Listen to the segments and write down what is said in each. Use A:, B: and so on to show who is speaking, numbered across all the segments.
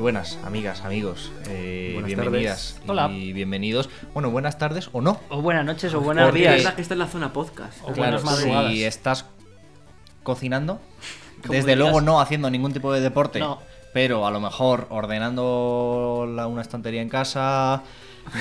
A: buenas, amigas, amigos. Eh,
B: Buenas
A: bienvenidas
C: tardes. Hola.
A: y bienvenidos. Bueno, buenas tardes o no.
C: O buenas noches o
A: O
C: buenos
A: días.
C: días.
A: Días.
B: verdad que está en la zona podcast.
C: O
A: claro,
C: buenas madrugadas.
A: si estás cocinando,
C: Como
A: desde
C: digas-
A: luego no haciendo ningún tipo de deporte,
C: No.
A: pero a lo mejor ordenando la- una estantería en casa.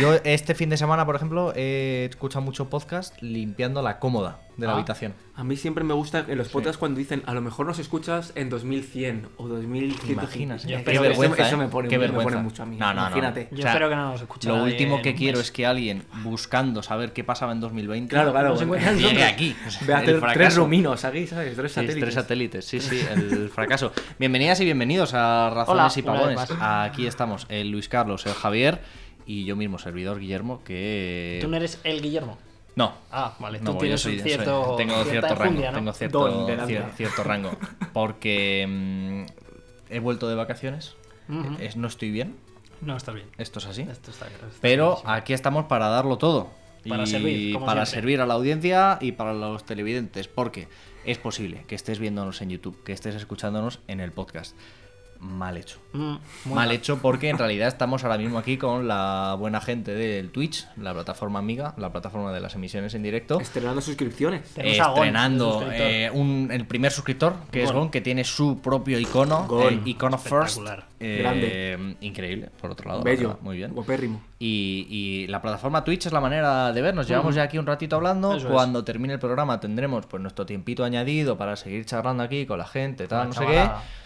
A: Yo este fin de semana, por ejemplo, he escuchado mucho podcast limpiando la cómoda de la
C: Ah.
A: habitación.
B: A mí siempre me gusta en los podcasts cuando dicen a lo mejor nos escuchas en 2100 o 2100.
A: ¿Te imaginas?
C: Yo
A: Qué
C: espero-
A: vergüenza,
B: Eso, eso
A: ¿eh?
B: me, pone,
A: Qué
B: me pone
A: vergüenza.
B: mucho a mí.
A: No, no, no.
B: Imagínate.
C: Yo espero que no nos escuche
A: Lo
C: nadie
A: último
C: en
A: que
C: un
A: quiero
C: mes.
A: es que alguien buscando saber qué pasaba en 2020
B: Claro, claro.
C: No se
B: bueno.
C: encuentran
A: llegue
C: nunca.
A: aquí. O sea,
B: Ve a
A: el
B: hacer tres
A: fracaso.
B: ruminos aquí, ¿sabes? Tres
A: Sí,
B: satélites.
A: tres satélites, sí, sí, el fracaso. Bienvenidas y bienvenidos a
C: Hola,
A: Razones y
C: una vez
A: Pavones.
C: más.
A: Aquí estamos, el Luis Carlos, el Javier y yo mismo, servidor Guillermo, que...
C: Tú no eres el Guillermo.
A: No.
C: Ah, vale. Tú
A: No,
C: tienes
A: yo soy-
C: un
A: soy-
C: cierto,
A: tengo
C: cierta
A: cierto rango,
C: enjundia, ¿no?
A: tengo cierto,
B: Don delante.
A: cier- cierto rango, porque mm, he vuelto de vacaciones,
C: Ujú.
A: es- no estoy bien,
C: No, está bien.
A: esto es así,
C: Esto está claro, está
A: pero
C: clarísimo.
A: aquí estamos para darlo todo.
C: Para servir, como
A: para
C: siempre.
A: servir a la audiencia y para los televidentes, porque es posible que estés viéndonos en YouTube, que estés escuchándonos en el podcast. Mal hecho.
C: Mm, muy
A: Mal hecho porque en realidad estamos ahora mismo aquí con la buena gente del Twitch, la plataforma amiga, la plataforma de las emisiones en directo.
B: Estrenando suscripciones.
C: Tenemos a Gon,
A: estrenando
C: el suscriptor.
A: eh, un- el primer suscriptor, que es
C: Gon.
A: Gon, que tiene su propio icono,
B: Gon.
A: el icono First.
C: Espectacular.
A: Eh,
B: Grande.
A: Increíble, por otro lado. la
B: Bello.
A: verdad, Muy bien.
B: Guapérrimo.
A: Y, y la plataforma Twitch es la manera de vernos. Llevamos ya aquí un ratito hablando.
C: Eso es.
A: Cuando termine el programa tendremos pues nuestro tiempito añadido para seguir charlando aquí con la gente, tal,
C: Una
A: no
C: chavalada.
A: sé qué.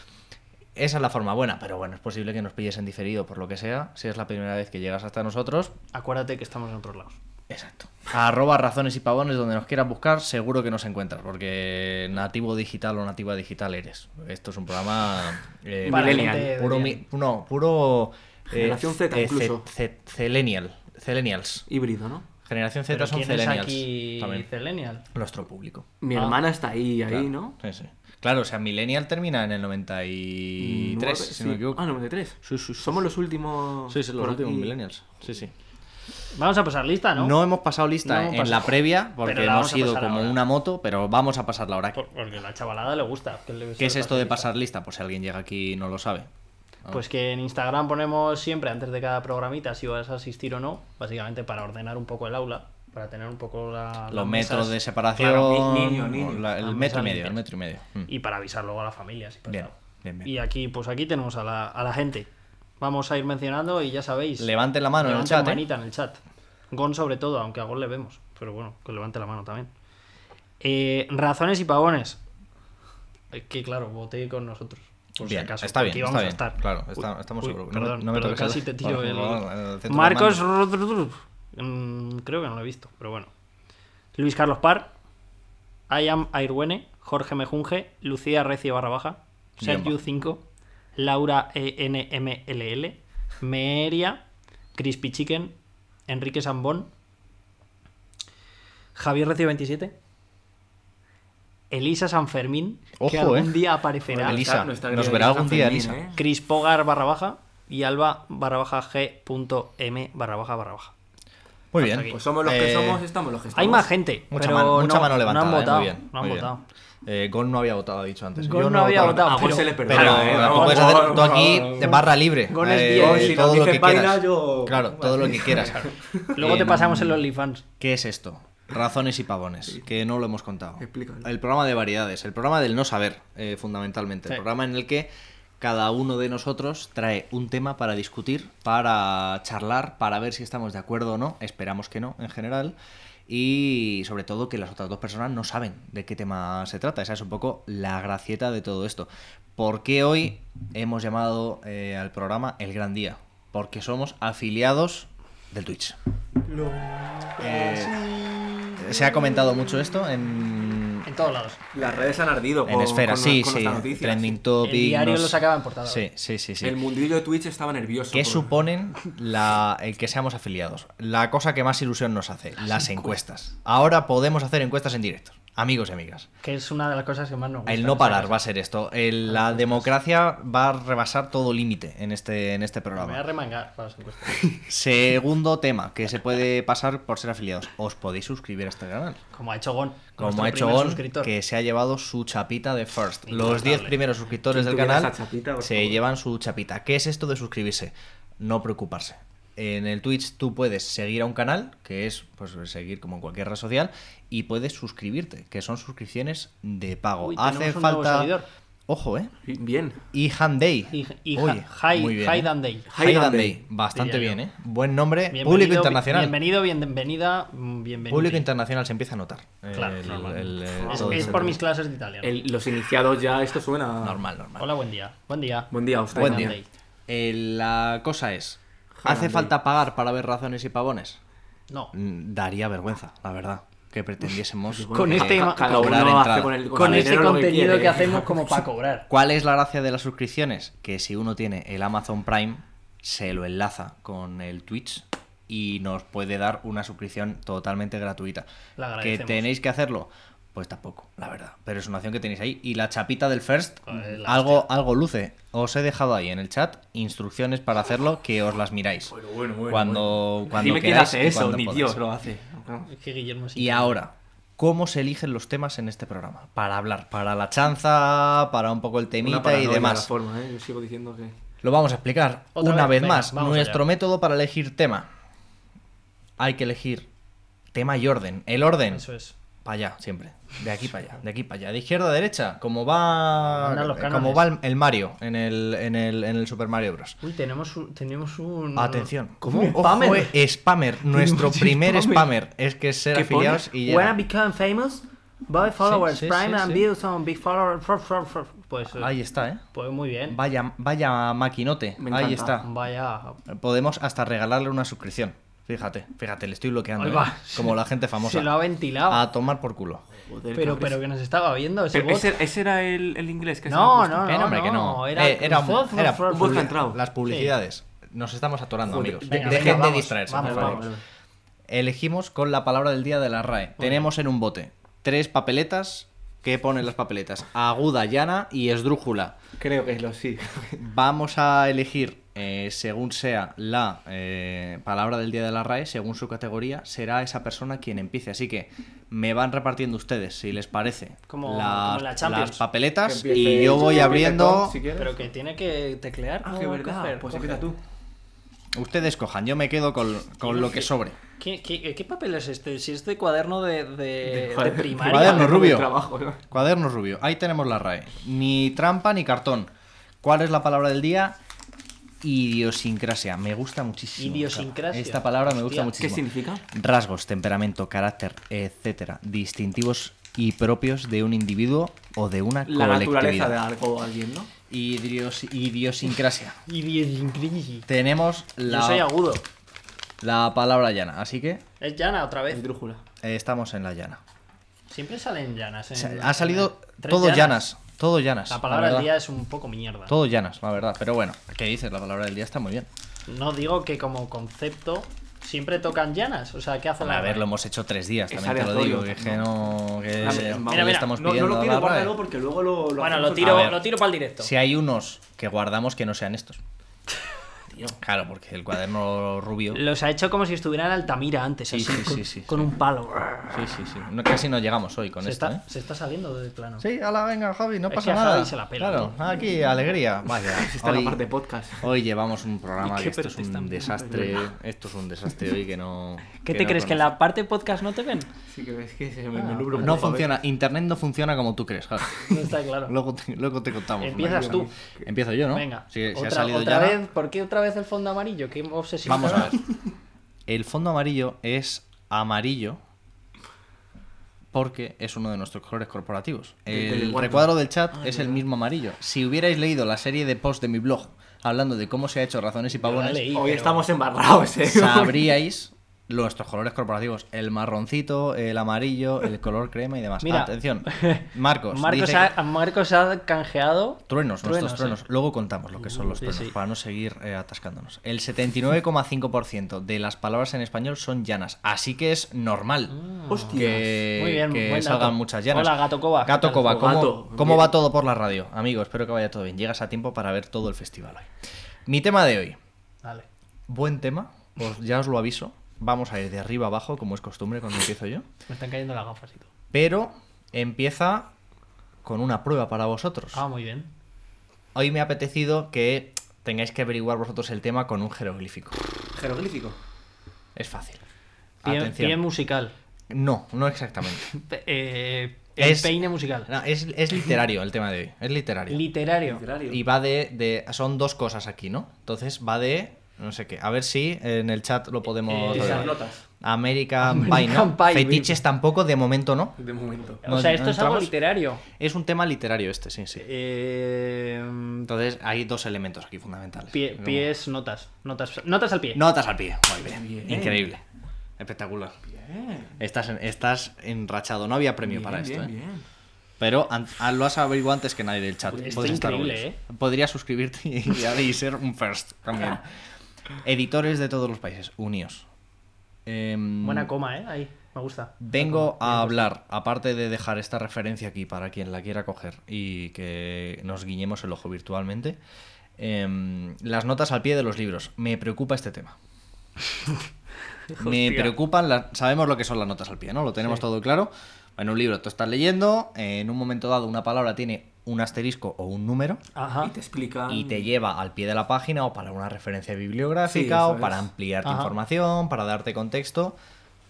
A: Esa es la forma buena, pero bueno, es posible que nos pilles en diferido por lo que sea. Si es la primera vez que llegas hasta nosotros,
C: Acuérdate que estamos en otros lados.
A: Exacto. Arroba razones y pavones, donde nos quieras buscar, seguro que nos encuentras, porque nativo digital o nativa digital eres. Esto es un programa eh,
C: Para
B: Millennial.
C: gente de
A: Puro,
C: bien.
A: mi- no, puro
B: Generación Z
A: ce-
B: incluso.
A: ce- celenial. Celenials.
B: Híbrido, ¿no?
A: Generación Z
C: Pero
A: son
C: ¿quién es
A: celenials.
C: aquí
A: también.
C: Celenial?
A: Nuestro público.
B: Mi
C: Ah.
B: hermana está ahí, ahí,
A: Claro.
B: ¿no?
A: Sí, sí. Claro, o sea, Millennial termina en el 93,
B: Nueve,
A: si
B: sí.
A: no me equivoco.
B: Ah, 93.
A: Sí, sí, sí.
B: Somos los últimos.
A: Sí, sí, los
B: por
A: últimos
B: aquí.
A: Millennials. Sí, sí.
C: Vamos a pasar lista, ¿no?
A: ¿no? hemos pasado lista
C: No hemos
A: en
C: pasado.
A: la previa, porque
C: Pero la
A: hemos
C: vamos a
A: ido
C: pasar
A: como
C: ahora.
A: una moto, pero vamos a pasarla ahora.
C: Por- Porque a la chavalada le gusta. que le-
A: ¿Qué es esto de
C: lista.
A: pasar lista? Pues si alguien llega aquí y no lo sabe. Ah.
C: Pues que en Instagram ponemos siempre antes de cada programita si vas a asistir o no, básicamente para ordenar un poco el aula, para tener un poco la, las
A: Los metros
C: mesas
A: de separación.
C: Claro,
B: ni- niño, niño.
A: o la- el metro
C: Las mesas
A: y medio, el
C: limpias.
A: metro y medio. Mm.
C: y para avisar luego a la familia. si pasa
A: Bien,
C: algo.
A: bien, bien.
C: Y aquí, pues aquí tenemos a la, a la gente. Vamos a ir mencionando y ya sabéis.
A: Levanten la mano en el
C: levanten
A: chat, ¿eh?
C: manita en el chat. Gon sobre todo, aunque a Gon le vemos. Pero bueno, que levante la mano también. Eh, razones y pavones. Es que claro, voté con nosotros. Por si
A: Bien,
C: acaso,
A: está bien,
C: porque
A: está
C: íbamos a
A: bien.
C: estar.
A: Claro,
C: Uy,
A: está- estamos
C: uy,
A: seguros. No me- no
C: Perdón,
A: me
C: perdón,
A: toques el-
C: casi te tiro
A: por
C: el.
A: favor, el centro del
C: Marcos.
A: mando.
C: Rodríguez. Mm, creo que no lo he visto, pero bueno. Luis Carlos Par. I am Airwene, Jorge Mejunge, Lucía Recio barra baja,
A: Bien
C: Sergio
A: bajo.
C: 5, Laura E ENMLL, Meeria, Crispy Chicken, Enrique Sambón, Javier Recio 27, Elisa Sanfermín, que
A: Ojo,
C: algún
A: eh.
C: día aparecerá,
A: Elisa,
B: Está- no está
A: nos
B: Elisa
A: verá algún día,
B: Fermín,
A: Elisa.
B: ¿eh?
C: Crispogar barra baja y Alba barra baja G.M barra baja barra baja.
A: Muy bien.
C: aquí.
B: Pues somos los que
A: Eh,
B: somos, estamos los que estamos.
C: Hay más gente,
A: Mucha,
C: pero
A: mano,
C: no,
A: mucha mano
C: no
A: levantada.
C: han
A: eh,
C: votado,
A: muy bien,
C: no han
A: muy bien.
C: votado.
A: Eh, Gol no había votado, ha dicho antes.
C: Gol
A: Yo
C: no había
A: votaba.
C: votado,
B: A Gon
C: pero-
B: Ah, se le perdona.
A: Pero
B: ¿eh?
A: la
B: No,
A: puedes
B: no,
A: hacer
B: no,
A: tú aquí
B: no, no.
A: de barra libre.
C: Gon es
A: Eh,
C: diez.
B: Si nos
A: todo lo
B: dices
A: que
B: baila,
A: quieras.
B: yo-
A: Claro, todo lo que quieras.
C: Luego te
A: Em,
C: pasamos el OnlyFans.
A: ¿Qué es esto? Razones y pavones, que no lo hemos contado.
B: Explícalo.
A: El programa de variedades, el programa del no saber, eh, fundamentalmente. El
C: Sí.
A: programa en el que cada uno de nosotros trae un tema para discutir, para charlar, para ver si estamos de acuerdo o no. Esperamos que no, en general. Y sobre todo que las otras dos personas no saben de qué tema se trata. Esa es un poco la gracieta de todo esto. ¿Por qué hoy hemos llamado eh, al programa El Gran Día? Porque somos afiliados del Twitch. Eh, se ha comentado mucho esto en,
C: En todos lados.
B: Las redes han ardido
A: en
B: con,
A: Esfera,
B: con-
A: sí,
B: con
A: sí.
B: estas noticias.
A: Trending topic.
C: El diario
A: nos-
C: lo sacaba en portada.
A: Sí, sí, sí. sí.
B: El mundillo de Twitch estaba nervioso.
A: ¿Qué
B: por-
A: suponen la, el que seamos afiliados? La cosa que más ilusión nos hace, las, encuestas. Ahora podemos hacer encuestas en directo. Amigos y amigas.
C: Que es una de las cosas que más nos gusta.
A: El no parar va a ser esto. El- la democracia va a rebasar todo límite en este, en este
C: Me voy a
A: programa.
C: remangar para las encuestas.
A: Segundo tema que se puede pasar por ser afiliados. Os podéis suscribir a este canal.
C: Como ha hecho Gon.
A: Como
C: nuestro
A: ha hecho
C: primer
A: Gon,
C: suscriptor.
A: que se ha llevado su chapita de First. Los
C: Intratable.
A: 10 primeros suscriptores
B: ¿Quién
A: del
B: tuviera
A: canal
B: esa chapita, por
A: se
B: favor?
A: llevan su chapita. ¿Qué es esto de suscribirse? No preocuparse. En el Twitch tú puedes seguir a un canal, que es pues seguir como en cualquier red social, y puedes suscribirte, que son suscripciones de pago.
C: Uy, tenemos
A: Hace
C: un nuevo
A: falta.
C: seguidor.
A: Ojo, eh.
B: Bien.
A: Y Handay.
C: Y, y
A: Oye,
C: Ha- Hai-
A: muy bien, eh.
C: Haidan Day.
A: Haidan
B: Haidan
A: Day.
B: Day.
A: Bastante
C: Diría yo.
A: bien, eh. Buen nombre.
C: Bienvenido,
A: Público
C: bi-
A: internacional.
C: Bienvenido, bienvenida, mm, bienvenido.
A: Público internacional se empieza a notar.
C: Claro,
A: El-
C: normal.
A: el- el-
C: Es,
A: todo
C: es
A: ese
C: por
A: tema.
C: mis clases de italiano.
B: El- los iniciados ya, esto suena.
A: Normal, normal.
C: Hola, buen día. Buen día.
B: Buen día, Oscar.
A: Buen
C: Haidan
A: día.
C: Day.
A: Eh, la cosa es,
B: Haidan
A: ¿hace
B: Day.
A: falta pagar para ver razones y pavones?
C: No.
A: Mm, Daría vergüenza, la verdad, que pretendiésemos
B: Bueno,
C: Con
B: ca-
C: este-
B: ca- cada
A: cobrar
B: uno hace
A: entrada.
B: con el
C: Con
B: el
C: este
B: dinero lo
C: contenido que,
B: quiere.
C: hacemos como para cobrar.
A: ¿Cuál es la gracia de las suscripciones? Que si uno tiene el Amazon Prime, se lo enlaza con el Twitch y nos puede dar una suscripción totalmente gratuita.
C: La
A: ¿Que
C: agradecemos.
A: tenéis que hacerlo? Pues tampoco, la verdad. Pero es una opción que tenéis ahí. Y la chapita del First,
C: Joder, la
A: algo, algo luce. Os he dejado ahí en el chat instrucciones para hacerlo que os las miráis.
B: Bueno, bueno, bueno,
A: cuando,
B: bueno.
A: cuando
B: Dime quién
A: queráis y
B: hace eso,
A: cuando
B: ni
A: podáis.
B: Dios lo hace. ¿no?
C: Es que Guillermo es
A: Y ahora, ¿cómo se eligen los temas en este programa? Para hablar, para la chanza, para un poco el
B: Una
A: temita y
B: paranoia
A: demás.
B: la forma, ¿eh? Yo sigo diciendo que.
A: Lo vamos a explicar
C: Otra
A: una vez,
C: vez, venga,
A: más.
C: vamos
A: Nuestro
C: allá.
A: método para elegir tema. Hay que elegir tema y orden. El orden,
C: Eso es.
A: para allá, siempre. De aquí para allá, de aquí para allá. De izquierda a derecha, como va, eh,
C: Mandan los cánones.
A: como va el, el Mario en el, en, el, en el Super Mario Bros.
C: Uy, tenemos un. Tenemos un...
A: Atención.
C: ¿Cómo?
A: Ojo,
C: Spammer.
A: eh, spammer. Nuestro
B: Sí,
A: primer spammer.
B: spammer.
A: Es que es ser
B: ¿Qué pone?
A: afiliados y
C: When I
A: ya.
C: become famous, buy followers,
A: sí,
C: prime
A: sí,
C: and
A: sí.
C: views on big followers. fr- fr- fr- Pues, eh,
A: Ahí está, ¿eh?
C: pues muy bien.
A: Vaya, vaya maquinote.
B: Me
A: Ahí
B: encanta.
A: está.
C: Vaya.
A: Podemos hasta regalarle una suscripción. Fíjate, fíjate, le estoy bloqueando.
C: Ahí
A: ¿eh?
C: va.
A: Como la gente famosa. Ah,
C: Se lo ha ventilado.
A: A tomar por culo.
B: Joder,
C: pero,
B: cabrón.
C: pero que nos estaba viendo ese
B: Pero
C: bot.
B: ese, ese era el, el inglés que se me
C: No,
B: ha puesto.
C: no,
A: Eh,
C: Ah, no,
A: hombre, que no.
C: Era,
A: Eh, era un-
C: Fr-
A: era
C: fr-
B: un buen
C: fr-
A: publi-
B: entrado.
A: Las publicidades. Nos estamos atorando,
B: Joder,
A: amigos.
C: venga,
A: Dejen
C: venga,
A: de
C: vamos,
A: distraerse,
C: vamos,
A: por favor.
C: vamos.
A: Elegimos con la palabra del día de la RAE. Tenemos en un bote tres papeletas. ¿Qué ponen las papeletas? Aguda, llana y esdrújula.
B: Creo que es lo sí.
C: Ah,
A: Vamos a elegir, eh, según sea la eh, palabra del día de la RAE, según su categoría, será esa persona quien empiece. Así que me van repartiendo ustedes, si les parece,
C: Como-
A: las,
C: como la Champions.
A: las papeletas
B: Que empiece-
A: y yo voy
B: que empiece
A: abriendo.
B: Tom, si quieres.
C: Pero que tiene que teclear.
B: Ah,
C: ¿no?
B: qué verdad.
C: Coger,
B: pues
C: coger.
B: empieza tú.
A: Ustedes cojan, yo me quedo con, con lo que sobre.
C: ¿Qué, qué, qué papel es este? Si es de cuaderno de, de, Eh, de
B: Joder,
C: primaria.
A: Cuaderno
B: el
A: rubio.
B: trabajo, ¿no?
A: Cuaderno rubio, ahí tenemos la RAE. Ni trampa ni cartón. ¿Cuál es la palabra del día? Idiosincrasia. Me gusta muchísimo.
C: Idiosincrasia.
A: Esta palabra me gusta
C: Hostia.
A: muchísimo.
B: ¿Qué significa?
A: rasgos, temperamento, carácter, etcétera, distintivos y propios de un individuo o de una
B: La naturaleza de
A: colectividad.
B: algo o alguien, ¿no?
A: Idios- idiosincrasia.
C: Y de- de- de-
A: Tenemos
C: Yo soy
A: la,
C: agudo.
A: la palabra llana, así que
C: Es llana otra vez.
B: Esdrújula.
A: eh, estamos en la llana.
C: Siempre salen llanas. en-
A: O sea, ha salido
C: Eh, Tres
A: todo llanas, todo llanas.
C: La palabra
A: verdad.
C: del día es un poco mierda.
A: Todo llanas, la verdad. Pero bueno, ¿qué dices? La palabra del día está muy bien.
C: No digo que como concepto siempre tocan llanas. O sea, ¿qué hace
A: A
C: la
A: ver, lo hemos hecho tres días,
B: Es
A: también te lo digo.
B: aleatorio,
A: Que es que no. que
B: Vamos,
A: le
B: mira,
C: mira,
A: estamos
B: No, no
A: pidiendo
B: lo
A: a
B: tiro,
A: la RAE.
B: guárdalo porque luego lo. lo
C: Bueno,
B: hacemos
C: lo
A: A
C: tiro,
A: ver.
C: lo tiro para el directo.
A: Si hay unos que guardamos que no sean estos. Claro, porque el cuaderno rubio.
C: Los ha hecho como si estuviera en Altamira antes,
A: Sí,
C: así,
A: sí,
C: con,
A: sí, sí,
C: con un palo.
A: Sí, sí, sí. No, casi no llegamos hoy con
C: Se
A: esto,
C: está,
A: ¿eh?
C: se está saliendo del plano.
A: Sí, ala, venga, Javi, no
C: Es
A: pasa
C: que a
A: nada.
C: Javi se la pela,
A: claro,
C: tío.
A: aquí, alegría. Vaya,
B: Está la
A: hoy,
B: parte podcast.
A: hoy llevamos un programa
B: ¿Y
A: que
B: qué
A: esto es un
B: pretextan?
A: desastre. Esto es un desastre hoy que no.
C: ¿Qué te
A: no
C: crees? ¿Que en
A: conozco.
C: la parte podcast no te ven?
B: Sí que es que se me, me nubla un
A: No
B: poco, a ver.
A: funciona, internet no funciona como tú crees, Javi.
C: No está claro.
A: Luego te, luego te contamos. una
C: Empiezas
A: cosa.
C: tú.
A: Empiezo yo, ¿no?
C: Venga,
A: Si, si
C: otra,
A: ha salido
C: otra
A: ya.
C: vez, ¿por qué otra vez el fondo amarillo? Qué obsesión.
A: Vamos a ver. El fondo amarillo es amarillo porque es uno de nuestros colores corporativos.
B: Del- del
A: El
B: cuarto. Ah,
A: recuadro del chat es el mismo amarillo. Si hubierais leído la serie de post de mi blog hablando de cómo se ha hecho Razones y
C: la
A: Pavones,
C: leí.
B: Hoy
C: pero-
B: estamos embarrados, eh.
A: sabríais nuestros colores corporativos, el marroncito, el amarillo, el color crema y demás.
C: Mira.
A: Atención, Marcos.
C: Marcos
A: dice
C: ha,
A: que-
C: Marcos ha canjeado.
A: Truenos, nuestros truenos.
C: sí.
A: Luego contamos lo que son los
C: Sí,
A: truenos
C: sí.
A: para no seguir eh, atascándonos. El 79,5% de las palabras en español son llanas, así que es normal
B: Hostia.
A: que,
C: Mm. Muy bien,
A: que
C: buen dato.
A: salgan muchas llanas.
C: Hola, Gato Cova, ¿qué
A: Gato
C: tal?
A: Cova, ¿cómo,
B: Gato,
A: cómo
B: bien.
A: va todo por la radio? Amigo, espero que vaya todo bien. Llegas a tiempo para ver todo el festival hoy. Mi tema de hoy,
C: Vale.
A: buen tema, os- ya os lo aviso. Vamos a ir de arriba abajo, como es costumbre cuando empiezo yo.
C: Me están cayendo las gafas y todo.
A: Pero empieza con una prueba para vosotros.
C: Ah, muy bien.
A: Hoy me ha apetecido que tengáis que averiguar vosotros el tema con un jeroglífico.
B: Jeroglífico.
A: Es fácil.
C: Pie,
A: Atención.
C: pie musical.
A: No, no exactamente.
C: Pe- eh, el
A: Es-
C: peine musical.
A: No, es, es literario el tema de hoy. Es literario.
C: Literario.
B: Literario.
A: y va de, de- Son dos cosas aquí, ¿no? Entonces va de. No sé qué. A ver si en el chat lo podemos.
C: Eh,
A: arreglar.
B: Charlotas.
A: American, Pie,
C: American
A: ¿no?
C: Pie,
A: Fetiches tampoco, de momento no.
B: De momento.
C: o
A: ¿No-
C: sea, esto
A: no
C: es algo
A: entramos?
C: literario.
A: Es un tema literario este, sí, sí.
C: Eh,
A: Entonces hay dos elementos aquí fundamentales.
C: pie-
A: Como-
C: pies, notas. Notas notas al pie.
A: Notas al pie. Muy bien.
B: Bien.
A: Increíble. Espectacular.
B: Bien.
A: Estás, en- estás enrachado. No había premio para esto.
B: bien,
A: ¿eh?
B: bien.
A: Pero an- a- lo has averiguado antes que nadie del chat.
B: Pues
C: Esto
A: Puedes
C: es
A: estar
C: increíble,
A: orgulloso.
B: eh.
A: Podrías suscribirte y, y- y ser un first también. Editores de todos los países, unidos.
C: Buena coma, ¿eh? Ahí, me gusta.
A: Vengo
B: pues
A: a hablar, aparte de dejar esta referencia aquí para quien la quiera coger y que nos guiñemos el ojo virtualmente, em, las notas al pie de los libros. Me preocupa este tema. Me
C: Hostia.
A: preocupan, las- sabemos lo que son las notas al pie, ¿no? Lo tenemos todo claro. En un libro tú estás leyendo, en un momento dado una palabra tiene un asterisco o un número
C: Ajá.
B: Y te explican.
A: Ah, y te lleva al pie de la página o para una referencia bibliográfica
B: Sí, eso
A: o para
B: es.
A: ampliar tu
C: Ajá.
A: información, para darte contexto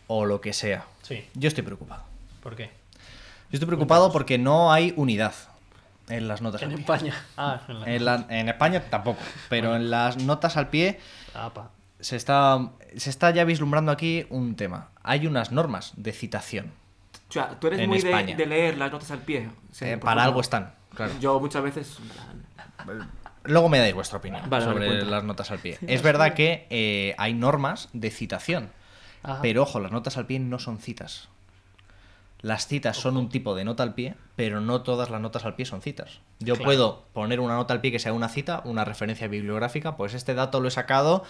A: o lo que sea.
C: Sí,
A: Yo estoy preocupado.
C: ¿por qué?
A: Yo estoy preocupado porque no hay unidad en las notas
C: En
A: al pie.
C: España. Ah, en la...
A: En, la- en España tampoco, pero en las notas al pie
C: Apa.
A: se está, se está ya vislumbrando aquí un tema. Hay unas normas de citación.
B: O sea, tú eres
A: en
B: muy de,
A: España.
B: de leer las notas al pie. O sea,
A: Eh,
B: por
A: para
B: ejemplo,
A: algo están, claro.
B: Yo muchas veces.
A: Luego me dais vuestra opinión
B: Vale, vale,
A: sobre
B: cuenta.
A: las notas al pie. Es verdad que eh, hay normas de citación,
C: Ajá.
A: pero ojo, las notas al pie no son citas. Las citas son un tipo de nota al pie, pero no todas las notas al pie son citas. Yo
C: Claro.
A: puedo poner una nota al pie que sea una cita, una referencia bibliográfica, pues este dato lo he sacado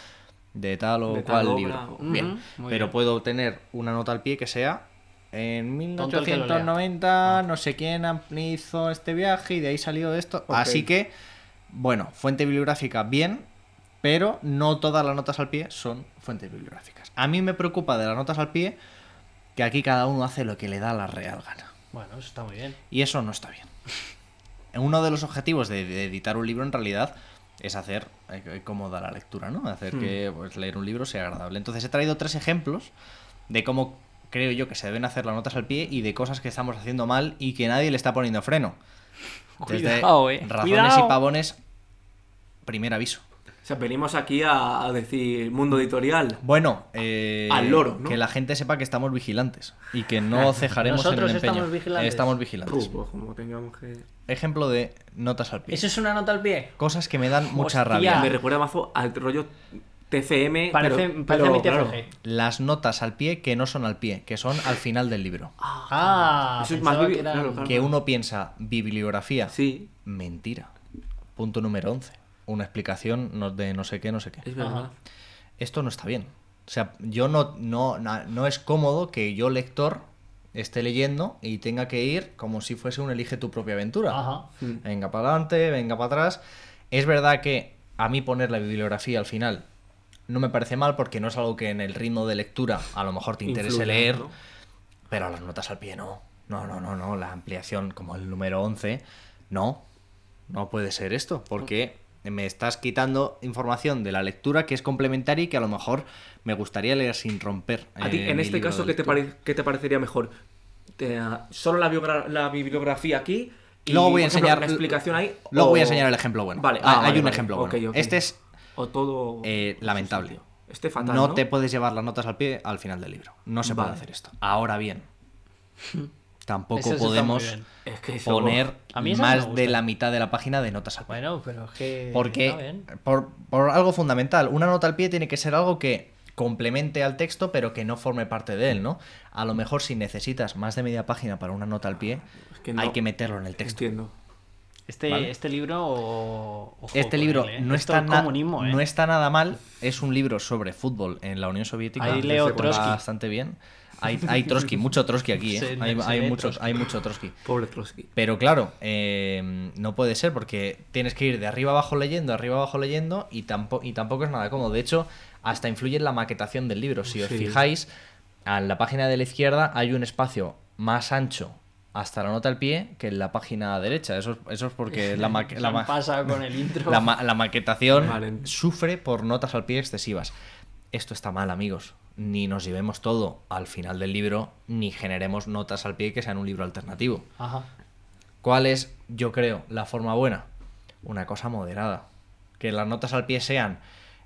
A: de tal o
B: De tal
A: cual
B: obra
A: libro.
B: o-
A: Bien,
B: Ujú, muy
A: pero
B: bien.
A: puedo tener una nota al pie que sea en
C: Tonto el que lo lea. Ah.
A: 1890, no sé quién am- hizo este viaje y de ahí salió esto.
B: Ok.
A: Así que, bueno, fuente bibliográfica bien, pero no todas las notas al pie son fuentes bibliográficas. A mí me preocupa de las notas al pie que aquí cada uno hace lo que le da la real gana.
C: Bueno, eso está muy bien.
A: Y eso no está bien. Uno de los objetivos de, de editar un libro en realidad es hacer eh, cómoda la lectura, ¿no? Hacer
C: Hmm.
A: que pues, leer un libro sea agradable. Entonces he traído tres ejemplos de cómo creo yo que se deben hacer las notas al pie y de cosas que estamos haciendo mal y que nadie le está poniendo freno.
C: Cuidado, eh.
A: Razones
C: Cuidado.
A: y pavones, primer aviso.
B: O sea, venimos aquí a, a decir mundo editorial.
A: Bueno, eh,
B: Al loro, ¿no? Ah.
A: que la gente sepa que estamos vigilantes y que no cejaremos en
C: Nosotros
A: el empeño.
C: estamos vigilantes.
A: Estamos vigilantes.
B: Uf, pues como tengamos que.
A: Ejemplo de notas al pie.
C: ¿Eso es una nota al pie?
A: Cosas que me dan mucha
C: Hostia.
A: rabia.
B: Me recuerda mazo al rollo TCM.
C: Ah. Parece,
B: pero-
C: parece
B: pero,
C: mi tía
B: claro,
C: Jorge.
A: Las notas al pie que no son al pie, que son al final del libro.
C: Ah,
B: Eso es
C: pensaba
B: más vivi-
C: que eran-
B: claro, claro.
A: Que uno piensa bibliografía.
B: Sí,
A: Mentira. Punto número 11. Una explicación no- de no sé qué, no sé qué.
B: es verdad.
C: Ajá.
A: Esto no está bien. O sea, yo no, no, na- no es cómodo que yo, lector, esté leyendo y tenga que ir como si fuese un elige tu propia aventura.
C: Ajá.
B: Mm.
A: Venga para adelante, venga para atrás. Es verdad que a mí poner la bibliografía al final no me parece mal porque no es algo que en el ritmo de lectura a lo mejor te interese
B: Influye,
A: leer,
B: ¿no?
A: pero las notas al pie no. No, no, no, no. La ampliación como el número 11, no. No puede ser esto porque me estás quitando información de la lectura que es complementaria y que a lo mejor me gustaría leer sin romper.
B: A ti,
A: eh,
B: en
A: mi
B: este
A: libro
B: caso,
A: de
B: ¿qué te,
A: lectura.
B: pare- qué te parecería mejor? Te- ah, solo la, biogra- la bibliografía aquí. Y,
A: Luego voy a
B: por ejemplo,
A: enseñar
B: La explicación ahí.
A: Luego
B: o-
A: voy a enseñar el ejemplo bueno.
B: Vale,
A: Ah,
B: ah,
A: hay
B: vale,
A: un
B: vale.
A: ejemplo
B: Ok,
A: bueno.
B: ok.
A: Este es
B: O todo.
A: Eh, lamentable.
B: Sí, sí. Este fatal.
A: no,
B: No,
A: te puedes llevar las notas al pie al final del libro. No se puede
B: Vale.
A: hacer esto. Ahora bien, tampoco
C: Eso sí está
A: podemos
C: muy bien.
B: Es que eso-
A: poner
C: A mí eso no me
A: más
C: gusta.
A: de la mitad de la página de notas al pie.
C: Bueno, Ah, pero es que. está
A: Porque,
C: bien.
A: por, por algo fundamental, una nota al pie tiene que ser algo que complemente al texto, pero que no forme parte de él, ¿no? A lo mejor si necesitas más de media página para una nota al pie,
B: Es que no-
A: hay que meterlo en el texto.
B: Entiendo.
C: Este,
A: Vale.
C: este libro. o- ojo
A: Este
C: con
A: libro
C: él, ¿eh?
A: no,
C: Esto
A: está
C: es
A: na-
C: comunismo, ¿eh?
A: no está nada mal. Es un libro sobre fútbol en la Unión Soviética.
C: Ahí
A: que
C: leo
A: se cuenta
C: Trotsky.
A: Bastante bien. Hay, hay Trotsky, mucho Trotsky aquí. ¿eh?
C: Se-
A: hay,
C: se
A: hay
C: lee
A: muchos,
C: Trotsky.
A: hay mucho Trotsky.
B: Pobre Trotsky.
A: Pero claro, eh, no puede ser porque tienes que ir de arriba abajo leyendo, arriba abajo leyendo y, tampo- y tampoco es nada cómodo. De hecho, hasta influye en la maquetación del libro. Si os
B: Sí.
A: fijáis, a la página de la izquierda hay un espacio más ancho hasta la nota al pie que en la página derecha. Eso, es- eso es porque la, ma-
C: Se
A: la
C: han
A: ma-
C: pasado con el intro.
A: la, ma- la maquetación
B: Vale.
A: sufre por notas al pie excesivas. Esto está mal, amigos. Ni nos llevemos todo al final del libro, ni generemos notas al pie que sean un libro alternativo.
C: Ajá.
A: ¿Cuál es, yo creo, la forma buena? Una cosa moderada. Que las notas al pie sean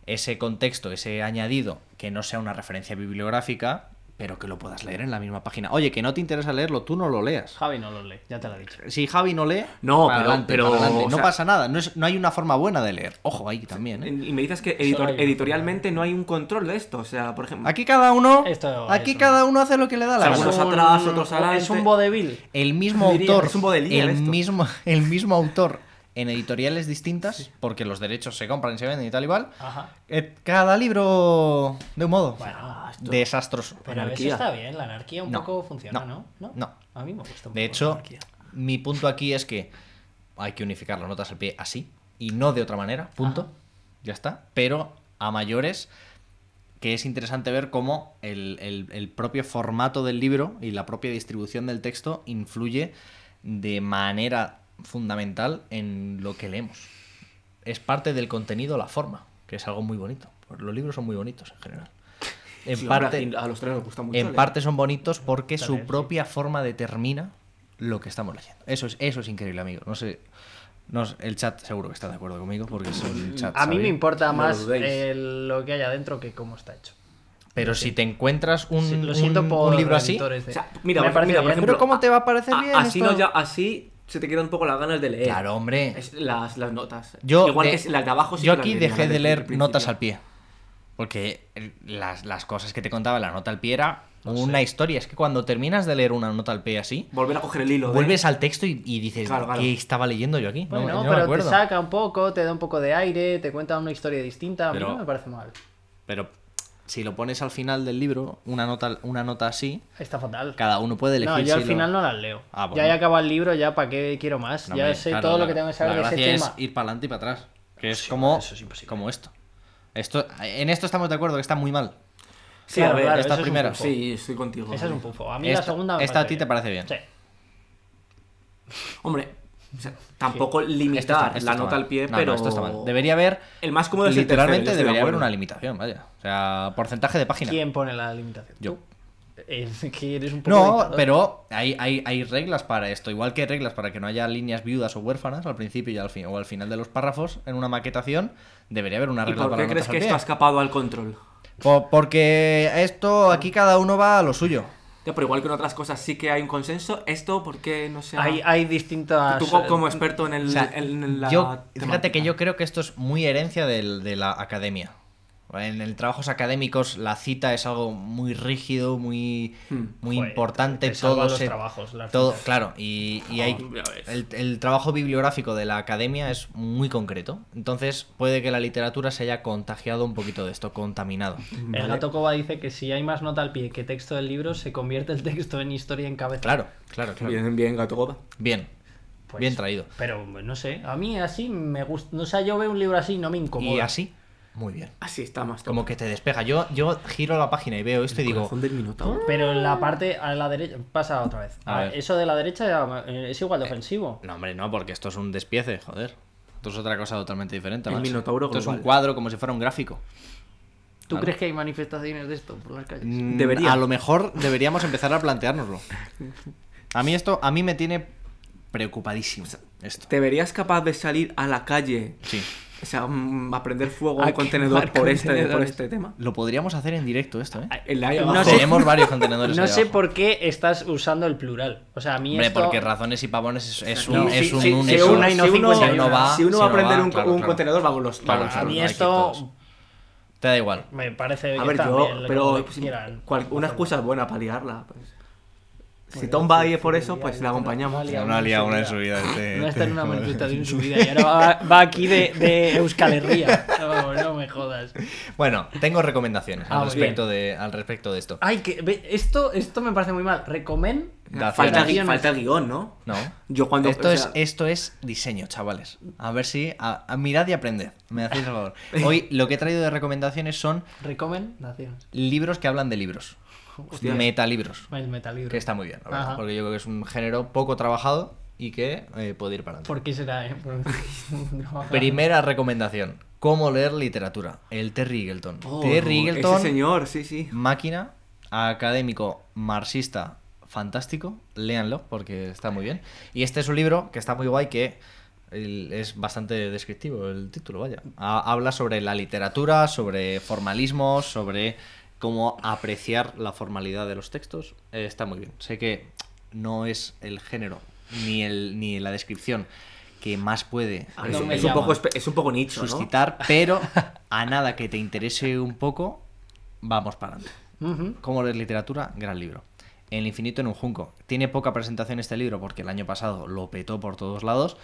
A: ese contexto, ese añadido, que no sea una referencia bibliográfica, pero que lo puedas leer en la misma página. Oye, que no te interesa leerlo, tú no lo leas.
C: Javi no lo lee, ya te lo he dicho.
A: Si Javi no lee,
B: No,
A: para
B: pero-
A: adelante,
B: pero,
A: para adelante.
B: o
A: no
B: sea-
A: pasa nada. No, es- no hay una forma buena de leer. Ojo ahí también. ¿eh?
B: Y me dices que editor-
C: Solo hay una
B: editorialmente no hay un control de esto. O sea, por ejemplo,
A: Aquí cada uno,
C: Esto-
A: aquí
C: eso.
A: cada uno hace lo que le da la
B: Algunos
A: gana.
C: Es un-
B: atrás, otros adelante.
C: Es un vodevil.
A: El mismo
B: Diría,
A: autor,
B: es un vodevil
A: el
B: esto.
A: mismo, el mismo autor en editoriales distintas, porque los derechos se compran y se venden y tal y cual.
C: Ajá.
A: Eh, Cada libro de un modo.
C: Bueno,
B: esto-
A: Desastroso.
C: pero a veces
B: Anarquía.
C: está bien, la anarquía un
A: No,
C: poco funciona,
A: no,
C: ¿no?
A: no.
C: A mí me gusta un
A: De
C: poco la
A: hecho,
C: anarquía.
A: mi punto aquí es que hay que unificar las notas al pie así y no de otra manera. Punto.
C: Ajá.
A: Ya está. Pero a mayores, que es interesante ver cómo el, el- el propio formato del libro y la propia distribución del texto influye de manera fundamental en lo que leemos. Es parte del contenido la forma, que es algo muy bonito. Los libros son muy bonitos en general. En
B: sí, hombre,
A: parte,
B: y a los tres nos gusta mucho.
A: en
B: leer.
A: parte son bonitos porque
C: Está
A: su
C: bien, sí.
A: propia forma determina lo que estamos leyendo. Eso es, eso es increíble, amigo. No sé. no sé, el chat seguro que está de acuerdo conmigo porque es un chat.
C: A mí me
A: sabido.
C: importa
B: No
C: más
B: lo dudéis.
C: eh, lo que hay adentro que cómo está hecho.
A: Pero si te encuentras un,
C: Sí, lo
A: un-
C: siento por
A: un libro así.
C: editores de-
B: O sea, mira,
C: Me
B: por-
C: parece
B: mira, por
C: bien.
B: ejemplo,
A: Pero ¿cómo te va a parecer
B: A-
A: bien?
B: así,
A: esto?
B: no, ya, así se te quedan un poco las ganas de leer.
A: Claro, hombre.
B: Es las, las notas.
A: Yo,
B: Igual
A: de-
B: que las de abajo sí
A: yo
B: que las
A: aquí
B: leería,
A: dejé
B: las
A: de
B: del
A: leer
B: principio.
A: notas al pie. Porque el- las, las cosas que te contaba la nota al pie era una historia. Es que cuando terminas de leer una nota al pie así,
B: Volver a coger el hilo. de-
A: vuelves al texto y, y dices,
B: Claro, claro.
A: ¿qué estaba leyendo yo aquí? No me-
C: Bueno,
A: no, me
C: pero te
A: acuerdo.
C: saca un poco, te da un poco de aire, te cuenta una historia distinta. A mí
A: Pero-
C: no me parece mal.
A: Pero si lo pones al final del libro, una nota, una nota así,
C: Está fatal.
A: cada uno puede elegir.
C: No, yo al
A: si lo-
C: final no las leo.
A: Ah, bueno.
C: Ya he acabado el libro, ya para qué quiero más.
A: No,
C: ya
A: hombre,
C: sé
A: claro,
C: todo
A: la-
C: lo que tengo que saber
A: la
C: de ese
A: gracia
C: tema.
A: es ir para adelante y para atrás. Que es
C: Sí,
A: como,
C: eso es imposible.
A: como esto. esto. En esto estamos de acuerdo que está muy mal.
B: Sí,
C: Claro,
B: a ver,
C: claro,
A: estas
C: eso es un
A: primeras.
C: pufo.
B: Sí, estoy contigo.
C: Esa es un pufo. A mí la
A: Esta-
C: segunda me
A: esta a ti te parece bien.
C: Sí.
B: Hombre, o sea, tampoco limitar
A: Esto está- esto
B: la
A: está
B: nota
A: mal.
B: al pie,
A: No, no,
B: pero.
A: esto está mal. Debería haber.
B: El más cómodo es el
A: Literalmente
B: tercero, yo estoy de
A: debería haber
B: acuerdo.
A: una limitación, vaya. O sea, porcentaje de página.
C: ¿Quién pone la limitación?
A: Yo.
C: Tú. Eh, que eres un poco
A: No,
C: dictador.
A: pero hay, hay, hay reglas para esto, igual que hay reglas para que no haya líneas viudas o huérfanas al principio y al fin, o al final de los párrafos en una maquetación, debería haber una
B: ¿Y
A: regla
B: por
A: para
B: qué crees
A: notas al
B: que
A: pie.
B: esto ha escapado al control?
A: Po- Porque esto aquí cada uno va a lo suyo.
B: Ya, pero igual que en otras cosas sí que hay un consenso, esto, ¿por qué no se ha-
C: Hay, hay distintas. eh,
B: Tú co- como experto en el.
A: O sea,
B: en la
A: yo, fíjate
B: temática.
A: que yo creo que esto es muy herencia del- de la academia. En el trabajos académicos la cita es algo muy rígido, muy,
B: Hmm.
A: muy
C: Joder,
A: importante.
C: te salva
A: todo
C: los
A: se-
C: trabajos, las
A: todo,
C: citas.
A: claro, y, y hay,
B: Joder, ya ves.
A: el, el trabajo bibliográfico de la academia es muy concreto. Entonces puede que la literatura se haya contagiado un poquito de esto, contaminado.
C: El gato Coba dice que si hay más nota al pie que texto del libro, se convierte el texto en historia en cabeza.
A: Claro, claro, claro.
B: Bien, bien, gato goba.
A: Bien,
C: Pues,
A: bien traído.
C: Pero pues, no sé, a mí así me gusta. No sé, yo veo un libro así y no me incomoda.
A: Y así, muy bien.
B: Así está más.
A: Como que te despeja. Yo, yo giro la página y veo esto y
B: El
A: digo,
B: corazón del minotauro.
C: Pero en la parte a la derecha. Pasa otra vez.
A: A
C: Ah,
A: ver.
C: Eso de la derecha eh, es igual de ofensivo.
A: No, hombre, no, porque esto es un despiece, joder. Esto es otra cosa totalmente diferente.
B: El
A: macho.
B: minotauro
A: Esto es un
B: global.
A: cuadro como si fuera un gráfico.
C: ¿Tú
A: claro.
C: crees que hay manifestaciones de esto por las calles?
A: Mm,
B: Debería.
A: A lo mejor deberíamos empezar a planteárnoslo. A mí esto, a mí me tiene preocupadísimo. Esto.
B: ¿Te verías capaz de salir a la calle?
A: Sí.
B: O sea, mm, a prender fuego a
C: A
B: un contenedor
C: quemar
B: por este, por
C: contenedores.
B: este tema.
A: Lo podríamos hacer en directo esto, ¿eh?
B: El de ahí
C: No
B: abajo.
C: sé.
A: Tenemos varios contenedores.
C: No
A: ahí
C: sé
A: abajo.
C: por qué estás usando el plural. O sea, a mí
A: Hombre,
C: esto-
A: porque razones y pavones es, es un.
C: No,
A: es
C: sí,
A: un,
C: sí,
A: un-
C: sí,
A: es un-
C: una y no
B: si uno,
A: si uno va-
B: si uno
A: si
B: va a
A: uno va,
B: prender un,
A: claro,
B: un
A: claro.
B: contenedor, vamos los
A: Claro,
B: vamos
C: a
A: claro,
B: los-
C: mí
A: no hay que
C: esto
A: todos. Te da igual.
C: Me parece
B: A
C: que
B: ver,
C: está
B: yo,
C: bien lo
B: pero
C: que
B: si-
C: quieran
B: cual- una
C: hacerlo.
B: excusa buena para liarla. pues. Si
C: Bueno,
B: Tom
C: Pues
B: va
C: sí,
B: ahí
C: sí,
B: por
C: sí,
B: eso,
C: ya,
B: pues
C: ya
B: la
C: está,
B: acompañamos.
C: vale.
A: No ha liado una en su vida. este-
C: No está en una
A: este-
C: manifestación en su vida y ahora va, va aquí de, de Euskal Herria. No, no me jodas.
A: Bueno, tengo recomendaciones
C: Ah,
A: al,
C: muy Ah,
A: respecto de, al respecto de esto.
C: Ay, que ve, esto, esto me parece muy mal. Recomen.
A: Daciones.
B: Falta, gui-
C: Daciones.
B: falta el guión, ¿no?
A: No.
B: Yo cuando.
A: Esto,
B: o
A: es,
B: sea,
A: esto es diseño, chavales. A ver si. a- a- mirad y aprended. Me hacéis el favor. Hoy lo que he traído de recomendaciones son
C: Recomen naciones.
A: libros que hablan de libros.
B: Hostia.
A: Metalibros.
C: El metalibro.
A: Que está muy bien, la verdad,
C: Ajá.
A: Porque yo creo que es un género poco trabajado y que eh, puede ir para adelante.
C: ¿Por qué será? eh? Por-
A: Primera recomendación: ¿Cómo leer literatura? El Terry Eagleton.
B: Oh,
A: Terry Eagleton,
B: Ese señor, sí, sí.
A: máquina, académico, marxista, fantástico. Léanlo porque está muy bien. Y este es un libro que está muy guay, que el- es bastante descriptivo el título, vaya. Ha- habla sobre la literatura, sobre formalismos, sobre cómo apreciar la formalidad de los textos. Eh, está muy bien. Sé que no es el género ni, el, ni la descripción que más puede eh,
B: A ver,
C: Ah, No
B: es-
C: me
B: es, un
C: llama.
B: poco, espe- es un poco nicho, ¿no?
A: suscitar, pero a nada que te interese un poco, vamos para adelante.
C: Ujú.
A: Cómo leer literatura, gran libro. El infinito en un junco. Tiene poca presentación este libro porque el año pasado lo petó por todos lados.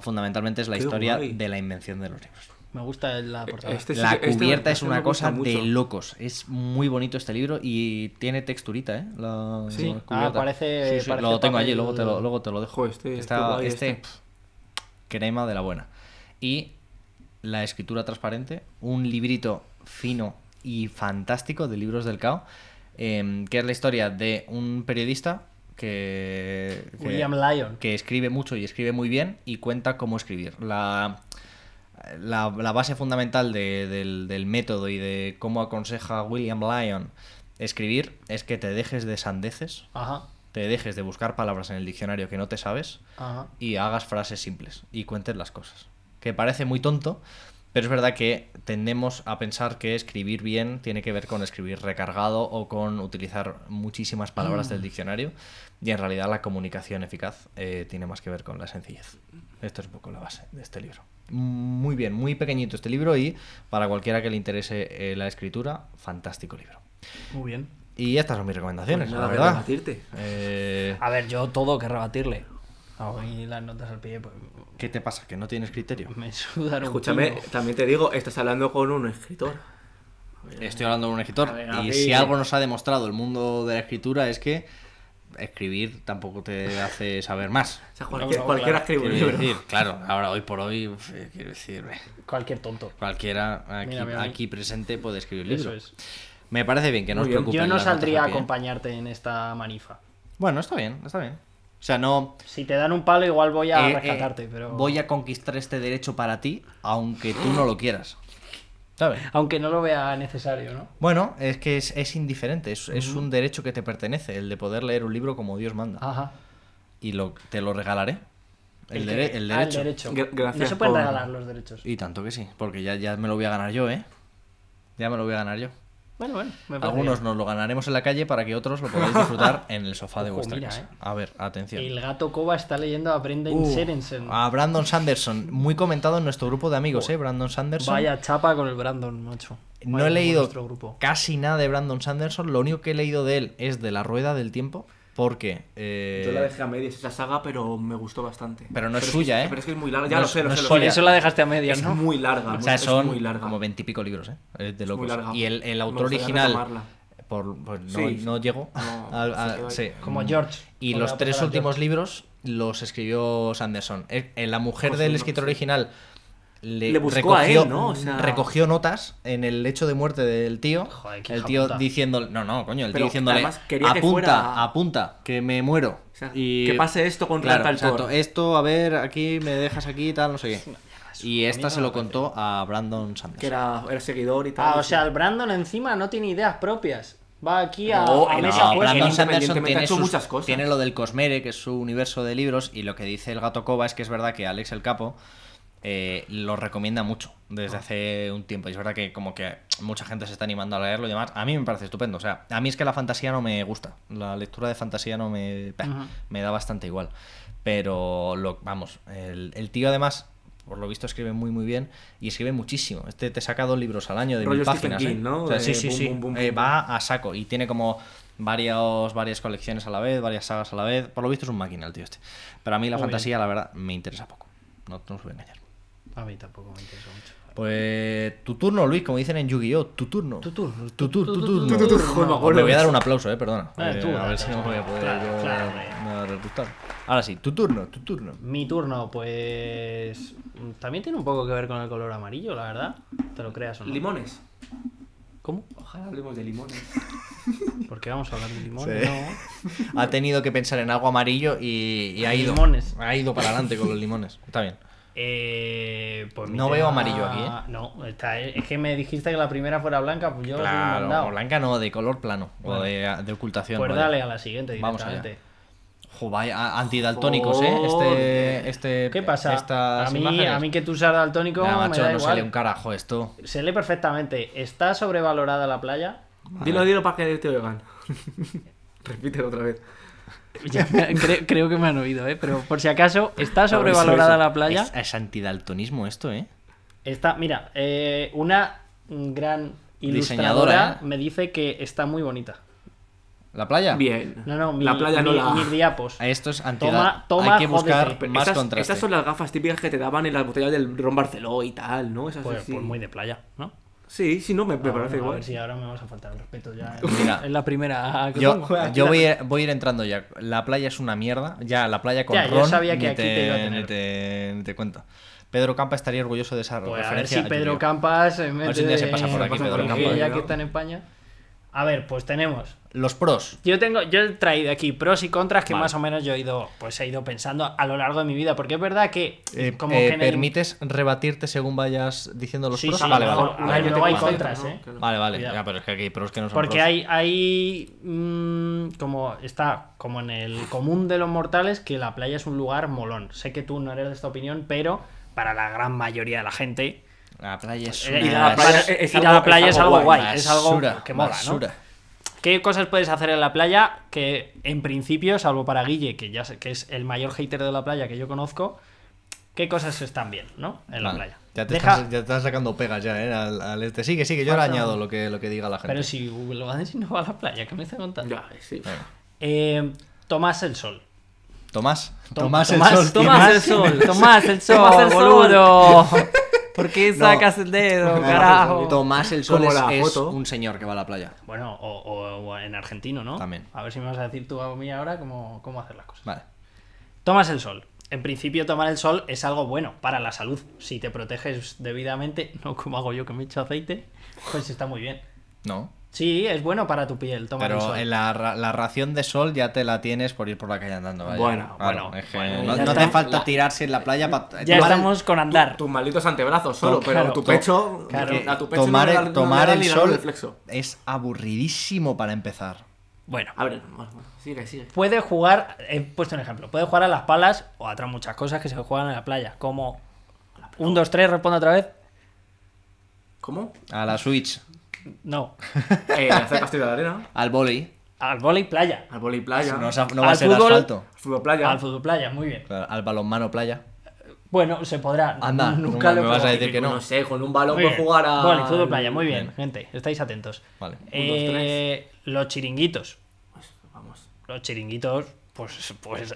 A: Fundamentalmente es la
B: Qué
A: historia
B: guay.
A: de la invención de los libros.
C: Me gusta la portada.
B: Este sí-
A: la
B: este-
A: cubierta
B: este
A: es
B: me
A: una
B: gusta
A: cosa de
B: mucho.
A: locos. Es muy bonito este libro y tiene texturita, ¿eh? La
C: Sí.
A: la
C: Ah,
A: cubierta.
C: parece-
A: Sí, sí,
C: parece
A: lo tengo
C: papel-
A: allí, luego te lo, luego te lo dejo.
B: Jo, este- este
A: Está-
B: guay,
A: este,
B: este.
A: pf, crema de la buena. Y la escritura transparente, un librito fino y fantástico de libros del cao, em, que es la historia de un periodista que, que-
C: William Lyon.
A: que escribe mucho y escribe muy bien y cuenta cómo escribir. La, la, la base fundamental de- del, del método y de cómo aconseja William Lyon escribir es que te dejes de sandeces,
C: Ajá.
A: te dejes de buscar palabras en el diccionario que no te sabes
C: Ajá.
A: y hagas frases simples y cuentes las cosas. Que parece muy tonto, pero es verdad que tendemos a pensar que escribir bien tiene que ver con escribir recargado o con utilizar muchísimas palabras
B: Mm.
A: del diccionario. Y en realidad la comunicación eficaz eh, tiene más que ver con la sencillez. Esto es un poco la base de este libro. Muy bien, muy pequeñito este libro y para cualquiera que le interese eh, la escritura, fantástico libro.
C: Muy bien.
A: Y estas son mis recomendaciones,
B: Pues
A: la
B: nada que
A: verdad.
B: debatirte.
A: Eh,
C: A ver, yo todo que rebatirle. A mí las notas al pie, pues
A: ¿Qué te pasa? ¿Que no tienes criterio?
C: me sudaron.
B: Escúchame, también te digo, estás hablando con un escritor.
A: Estoy hablando de un escritor.
B: A ver, a
A: y
B: ver.
A: si algo nos ha demostrado el mundo de la escritura es que escribir tampoco te hace saber más.
B: O sea,
C: No,
B: cualquier-
C: no,
B: cualquiera
C: claro.
B: escribe un
A: Quiero
B: libro.
A: decir, claro, ahora hoy por hoy, uf, eh, quiero decir, eh,
C: Cualquier tonto.
A: cualquiera aquí,
C: Mira, mira, mira.
A: aquí presente puede escribir un
C: Eso
A: libro.
C: es.
A: Me parece bien que no
B: Muy
A: os
B: bien.
A: preocupéis.
C: Yo no
A: las notas
C: saldría a
A: al pie, ¿eh?
C: acompañarte en esta manifa.
A: Bueno, está bien, está bien. O sea, no.
C: Si te dan un palo, igual voy a
A: eh, eh,
C: rescatarte, pero.
A: Voy a conquistar este derecho para ti, aunque tú no lo quieras. ¿Sabes?
C: Aunque no lo vea necesario, ¿no?
A: Bueno, es que es, es indiferente, es, es un derecho que te pertenece, el de poder leer un libro como Dios manda.
C: Ajá.
A: Y lo, te lo regalaré. El,
C: que-
A: dere- el
C: ah,
A: derecho.
B: Gra- gracias
C: no se pueden
B: por-
C: regalar los derechos.
A: Y tanto que sí, porque ya, ya me lo voy a ganar yo, ¿eh? Ya me lo voy a ganar yo.
C: Bueno, bueno. Me parece
A: Algunos
C: bien.
A: nos lo ganaremos en la calle para que otros lo podáis disfrutar en el sofá de
C: Ojo,
A: vuestra
C: mira,
A: casa.
C: eh.
A: A ver, atención.
C: El gato Coba está leyendo a Brenda
A: Uh,
C: Serensen.
A: a Brandon Sanderson, muy comentado en nuestro grupo de amigos, ¿eh? Brandon Sanderson.
C: Vaya chapa con el Brandon, macho.
A: No
C: Vaya,
A: he
C: con
A: leído
C: nuestro grupo.
A: casi nada de Brandon Sanderson. Lo único que he leído de él es de La Rueda del Tiempo. Porque. eh,
B: Yo la dejé a medias esa saga, pero me gustó bastante.
A: Pero no es suya,
B: que-
A: ¿eh?
B: Pero es que es muy larga. Ya
A: No
B: lo
A: es-
B: sé, lo
A: no
B: sé,
A: es
B: lo
A: suya.
B: sé.
C: Por eso la dejaste a medias,
B: Es
C: ¿no?
B: muy larga.
A: O sea,
B: es
A: son
B: muy larga.
A: como veintipico libros, ¿eh? Es de
B: Es
A: locos.
B: muy larga.
A: Y el, el
B: Me
A: autor
B: gustaría
A: original.
B: retomarla.
A: Por, pues no,
B: Sí.
A: no llegó.
B: No,
A: al- al-
B: se quedó ahí.
A: sí. Mm.
C: Como George.
A: Y
C: Como
A: los
C: la
A: tres
C: pasada
A: últimos
C: George.
A: libros los escribió Sanderson. Eh, eh, La mujer
B: Pues
A: del
B: no,
A: escritor
B: sí.
A: original le,
B: Le buscó a él,
A: recogió,
B: ¿no? O sea-
A: recogió notas en el hecho de muerte del tío.
C: Joder, qué
A: el
C: hija
A: tío
C: puta.
A: diciéndole. No, no, coño, el tío
B: Pero
A: diciéndole.
B: además quería que
A: apunta,
B: fuera-
A: apunta, que me muero.
B: O sea,
A: y...
B: que pase esto con
A: Claro,
B: Rata al
A: exacto.
B: Toro.
A: Esto, a ver, aquí me dejas aquí, tal, no sé qué. Y
C: A mí
A: esta
C: no
A: se
C: me
A: lo contó a Brandon Sanderson.
B: Que era, era seguidor y tal.
C: Ah,
B: y
C: o
B: sí.
C: sea, el Brandon encima no tiene ideas propias. Va aquí a,
B: No,
C: a
B: el-
C: mesa
A: No,
C: juega.
A: Brandon
B: Él
A: Sanderson
B: independientemente
A: tiene,
B: ha hecho
A: sus-
B: muchas cosas.
A: tiene lo del Cosmere, que es su universo de libros, y lo que dice el gato Coba es que es verdad que Alex el Capo eh, lo recomienda mucho desde
B: Ah.
A: hace un tiempo. Y es verdad que como que mucha gente se está animando a leerlo y demás. A mí me parece estupendo. O sea, a mí es que la fantasía no me gusta. La lectura de fantasía no me... bah,
C: Ujú.
A: Me da bastante igual. Pero, lo, vamos, el, el tío además por lo visto escribe muy muy bien y escribe muchísimo. Este te saca dos libros al año de
B: Rollo
A: mil
B: Stephen
A: páginas.
B: King,
A: ¿eh?
B: ¿no?
A: O sea,
B: Eh,
A: sí, sí,
B: boom,
A: sí.
B: boom, boom,
A: Eh,
B: boom.
A: va a saco y tiene como varios, varias colecciones a la vez, varias sagas a la vez. Por lo visto es un máquina el tío este. Pero a mí la
C: Muy bien.
A: fantasía, la verdad, me interesa poco. No, no os voy a engañar.
C: A mí tampoco me interesa mucho.
A: Pues tu turno, Luis, como dicen en Yu-Gi-Oh! Tu turno.
C: Tu turno.
A: Tu tur- tu
C: Tu
A: turno.
C: turno. Tu turno. Joder, me acuerdo
A: Me voy a dar
B: de
A: un aplauso, eh, perdona.
C: Ah,
A: Eh,
C: tú,
A: a
C: dale,
A: ver si no
C: claro,
A: voy a poder
C: claro,
A: yo
C: claro.
A: me va a reputar. Ahora sí, tu turno, tu turno.
C: Mi turno, pues. mm, También tiene un poco que ver con el color amarillo, la verdad. Te lo creas o no.
B: Limones.
C: ¿Cómo?
B: Ojalá hablemos de limones.
C: Porque vamos a hablar de limón,
A: Sí.
C: ¿no?
A: Ha tenido que pensar en algo amarillo y, y ha ido.
C: Limones.
A: Ha ido para adelante con los limones. Está bien.
C: Eh, pues mi
A: No veo amarillo aquí, ¿eh?
C: No, está- es que me dijiste que la primera fuera blanca, pues yo soy un mandado.
A: Claro, o blanca no, de color plano o
C: Bueno.
A: de, de ocultación.
C: Pues
A: vaya.
C: dale a la siguiente
A: Vamos
C: directamente.
A: Jo, vaya, antidaltónicos, ¿eh? Este, este,
C: ¿Qué pasa?
A: estas
C: a, mí,
A: imágenes.
C: a mí que tú seas daltónico,
A: Nah,
C: me
A: macho,
C: da
A: no
C: igual.
A: sale un carajo esto.
C: Se lee perfectamente. ¿Está sobrevalorada la playa?
B: Dilo, dilo para que te oigan. Repítelo otra vez.
C: creo, que me han oído, ¿eh? Pero por si acaso, ¿está
B: Eso,
C: sobrevalorada
B: eso.
C: la playa?
A: Es, es antidaltonismo esto, ¿eh?
C: Está, mira, eh, una gran
A: Diseñadora,
C: ilustradora
A: ¿eh?
C: me dice que está muy bonita.
A: ¿La playa.
B: Bien.
C: No, no, mi,
B: la playa no
C: mi- pues,
B: la.
C: mis diapos.
A: Esto es anti
C: Toma- toma,
A: Hay que buscar
C: jódete.
A: más
B: estas,
A: contraste.
B: estas son las gafas típicas que te daban en las botellas del Ron Barceló y tal, ¿no? Esas
C: Pues,
B: así.
C: pues muy de playa, ¿no?
B: Sí, sí, no, me, me
C: Ah,
B: parece
C: bueno, A
B: igual.
C: ver si ahora me vas a faltar el respeto ya.
A: Mira.
C: es la primera que
A: Yo,
C: pongo. Pues,
A: yo voy, a, voy a ir entrando ya. La playa es una mierda. Ya, la playa con
C: Ya, yo
A: ron.
C: sabía
A: ni
C: que aquí te iba a tener.
A: ni te, ni te cuento. Pedro Campa estaría orgulloso de esa
C: Pues a ver
A: referencia.
C: si Pedro
A: Yo-
C: Campas en
A: ver si un día se pasa por aquí Pedro
B: Campas,
C: Ya
B: ¿no?
C: que está en España. A ver, pues tenemos.
A: Los pros.
C: Yo tengo, yo he traído aquí pros y contras que
A: Vale.
C: más o menos yo he ido, pues he ido pensando a lo largo de mi vida, porque es verdad que
A: Eh,
C: como
A: eh,
C: que en el-
A: ¿Permites rebatirte según vayas diciendo los
C: Sí,
A: pros?
C: sí,
A: vale,
C: luego-
A: vale,
C: luego
A: vale.
C: hay
A: vale, vale.
C: contras, ¿eh?
A: Vale, vale.
C: Cuidado.
A: Ya, pero es que aquí hay pros que no son
C: Porque
A: pros.
C: hay, hay mm, como está como en el común de los mortales que la playa es un lugar molón. Sé que tú no eres de esta opinión, pero para la gran mayoría de la gente
A: La playa es
C: Eh,
A: una
C: ir a la playa es,
B: es
C: ir a
B: algo-
C: la playa es algo guay, es algo
A: basura,
C: que mola, ¿no?
A: basura.
C: ¿Qué cosas puedes hacer en la playa que, en principio, salvo para Guille, que ya sé que es el mayor hater de la playa que yo conozco, qué cosas están bien, ¿no? En la
A: Vale.
C: playa.
A: Ya te,
C: Deja-
A: estás, ya te estás sacando pegas ya, ¿eh? Al, al este. Sigue, sigue. Yo le
C: Falta-
A: añado lo que, lo que diga la gente.
C: Pero si Google va a decir no va a la playa, ¿qué me está contando?
B: Ya, sí.
A: Venga.
C: Eh, Tomás el sol.
A: Tomás.
C: To-
A: Tomás, el sol.
C: Tomás
A: Tomás.
C: el sol. Tomás el sol,
B: Tomás el sol.
C: boludo. ¿Por qué
A: No.
C: sacas el dedo,
B: Tomás el
C: carajo?
B: sol.
A: Tomás el sol
B: Como
A: es,
B: la
A: es
B: foto.
A: un señor que va a la playa.
C: Bueno, o, o- o en argentino, ¿no?
A: También.
C: A ver si me vas a decir tú a mí ahora cómo, cómo hacer las cosas.
A: Vale.
C: Tomas el sol. En principio, tomar el sol es algo bueno para la salud. Si te proteges debidamente, no como hago yo que me echo aceite, pues está muy bien.
A: No.
C: Sí, es bueno para tu piel tomar el
A: Pero
C: sol.
A: en la, ra- la ración de sol ya te la tienes por ir por la calle andando. vaya.
B: Bueno,
A: Claro,
C: bueno,
A: es que
C: bueno,
A: no,
C: ya
A: no hace
C: estamos-
A: falta tirarse en la playa para.
C: Ya estamos con andar.
B: Tus malditos antebrazos solo,
C: To-
B: pero
C: claro,
B: tu
C: to-
B: pecho.
C: claro.
B: A tu pecho
A: tomar
B: no le
A: el,
B: da- no
A: tomar
B: le da
A: el
B: ni la luz
A: sol
B: del flexo.
A: es aburridísimo para empezar.
C: Bueno,
B: A ver, bueno, bueno, sigue, sigue.
C: puede jugar, he puesto un ejemplo, puede jugar a las palas o a otras muchas cosas que se juegan en la playa, como un, dos, tres, responde otra vez.
B: ¿Cómo?
A: A la Switch,
C: No,
B: Eh, hacer castillo de arena.
A: al volei.
C: al volei playa,
B: Al boli playa.
A: No, sa- no va
C: Al
A: a ser
C: fútbol-
A: asfalto.
B: al Fútbol playa.
C: al fútbol playa, muy bien.
A: Claro, Al balonmano playa.
C: Bueno, se podrá.
A: Anda,
C: nunca
A: ¿cómo
C: lo
A: me
C: he
A: vas a
C: probado.
A: decir que no.
B: No sé, con un balón
C: Muy
B: puedes
C: bien.
B: jugar a.
C: Vóley, fútbol playa, muy bien,
A: Bien.
C: gente, estáis atentos.
A: Vale.
C: Eh, los chiringuitos.
B: Pues, vamos.
C: Los chiringuitos, pues, pues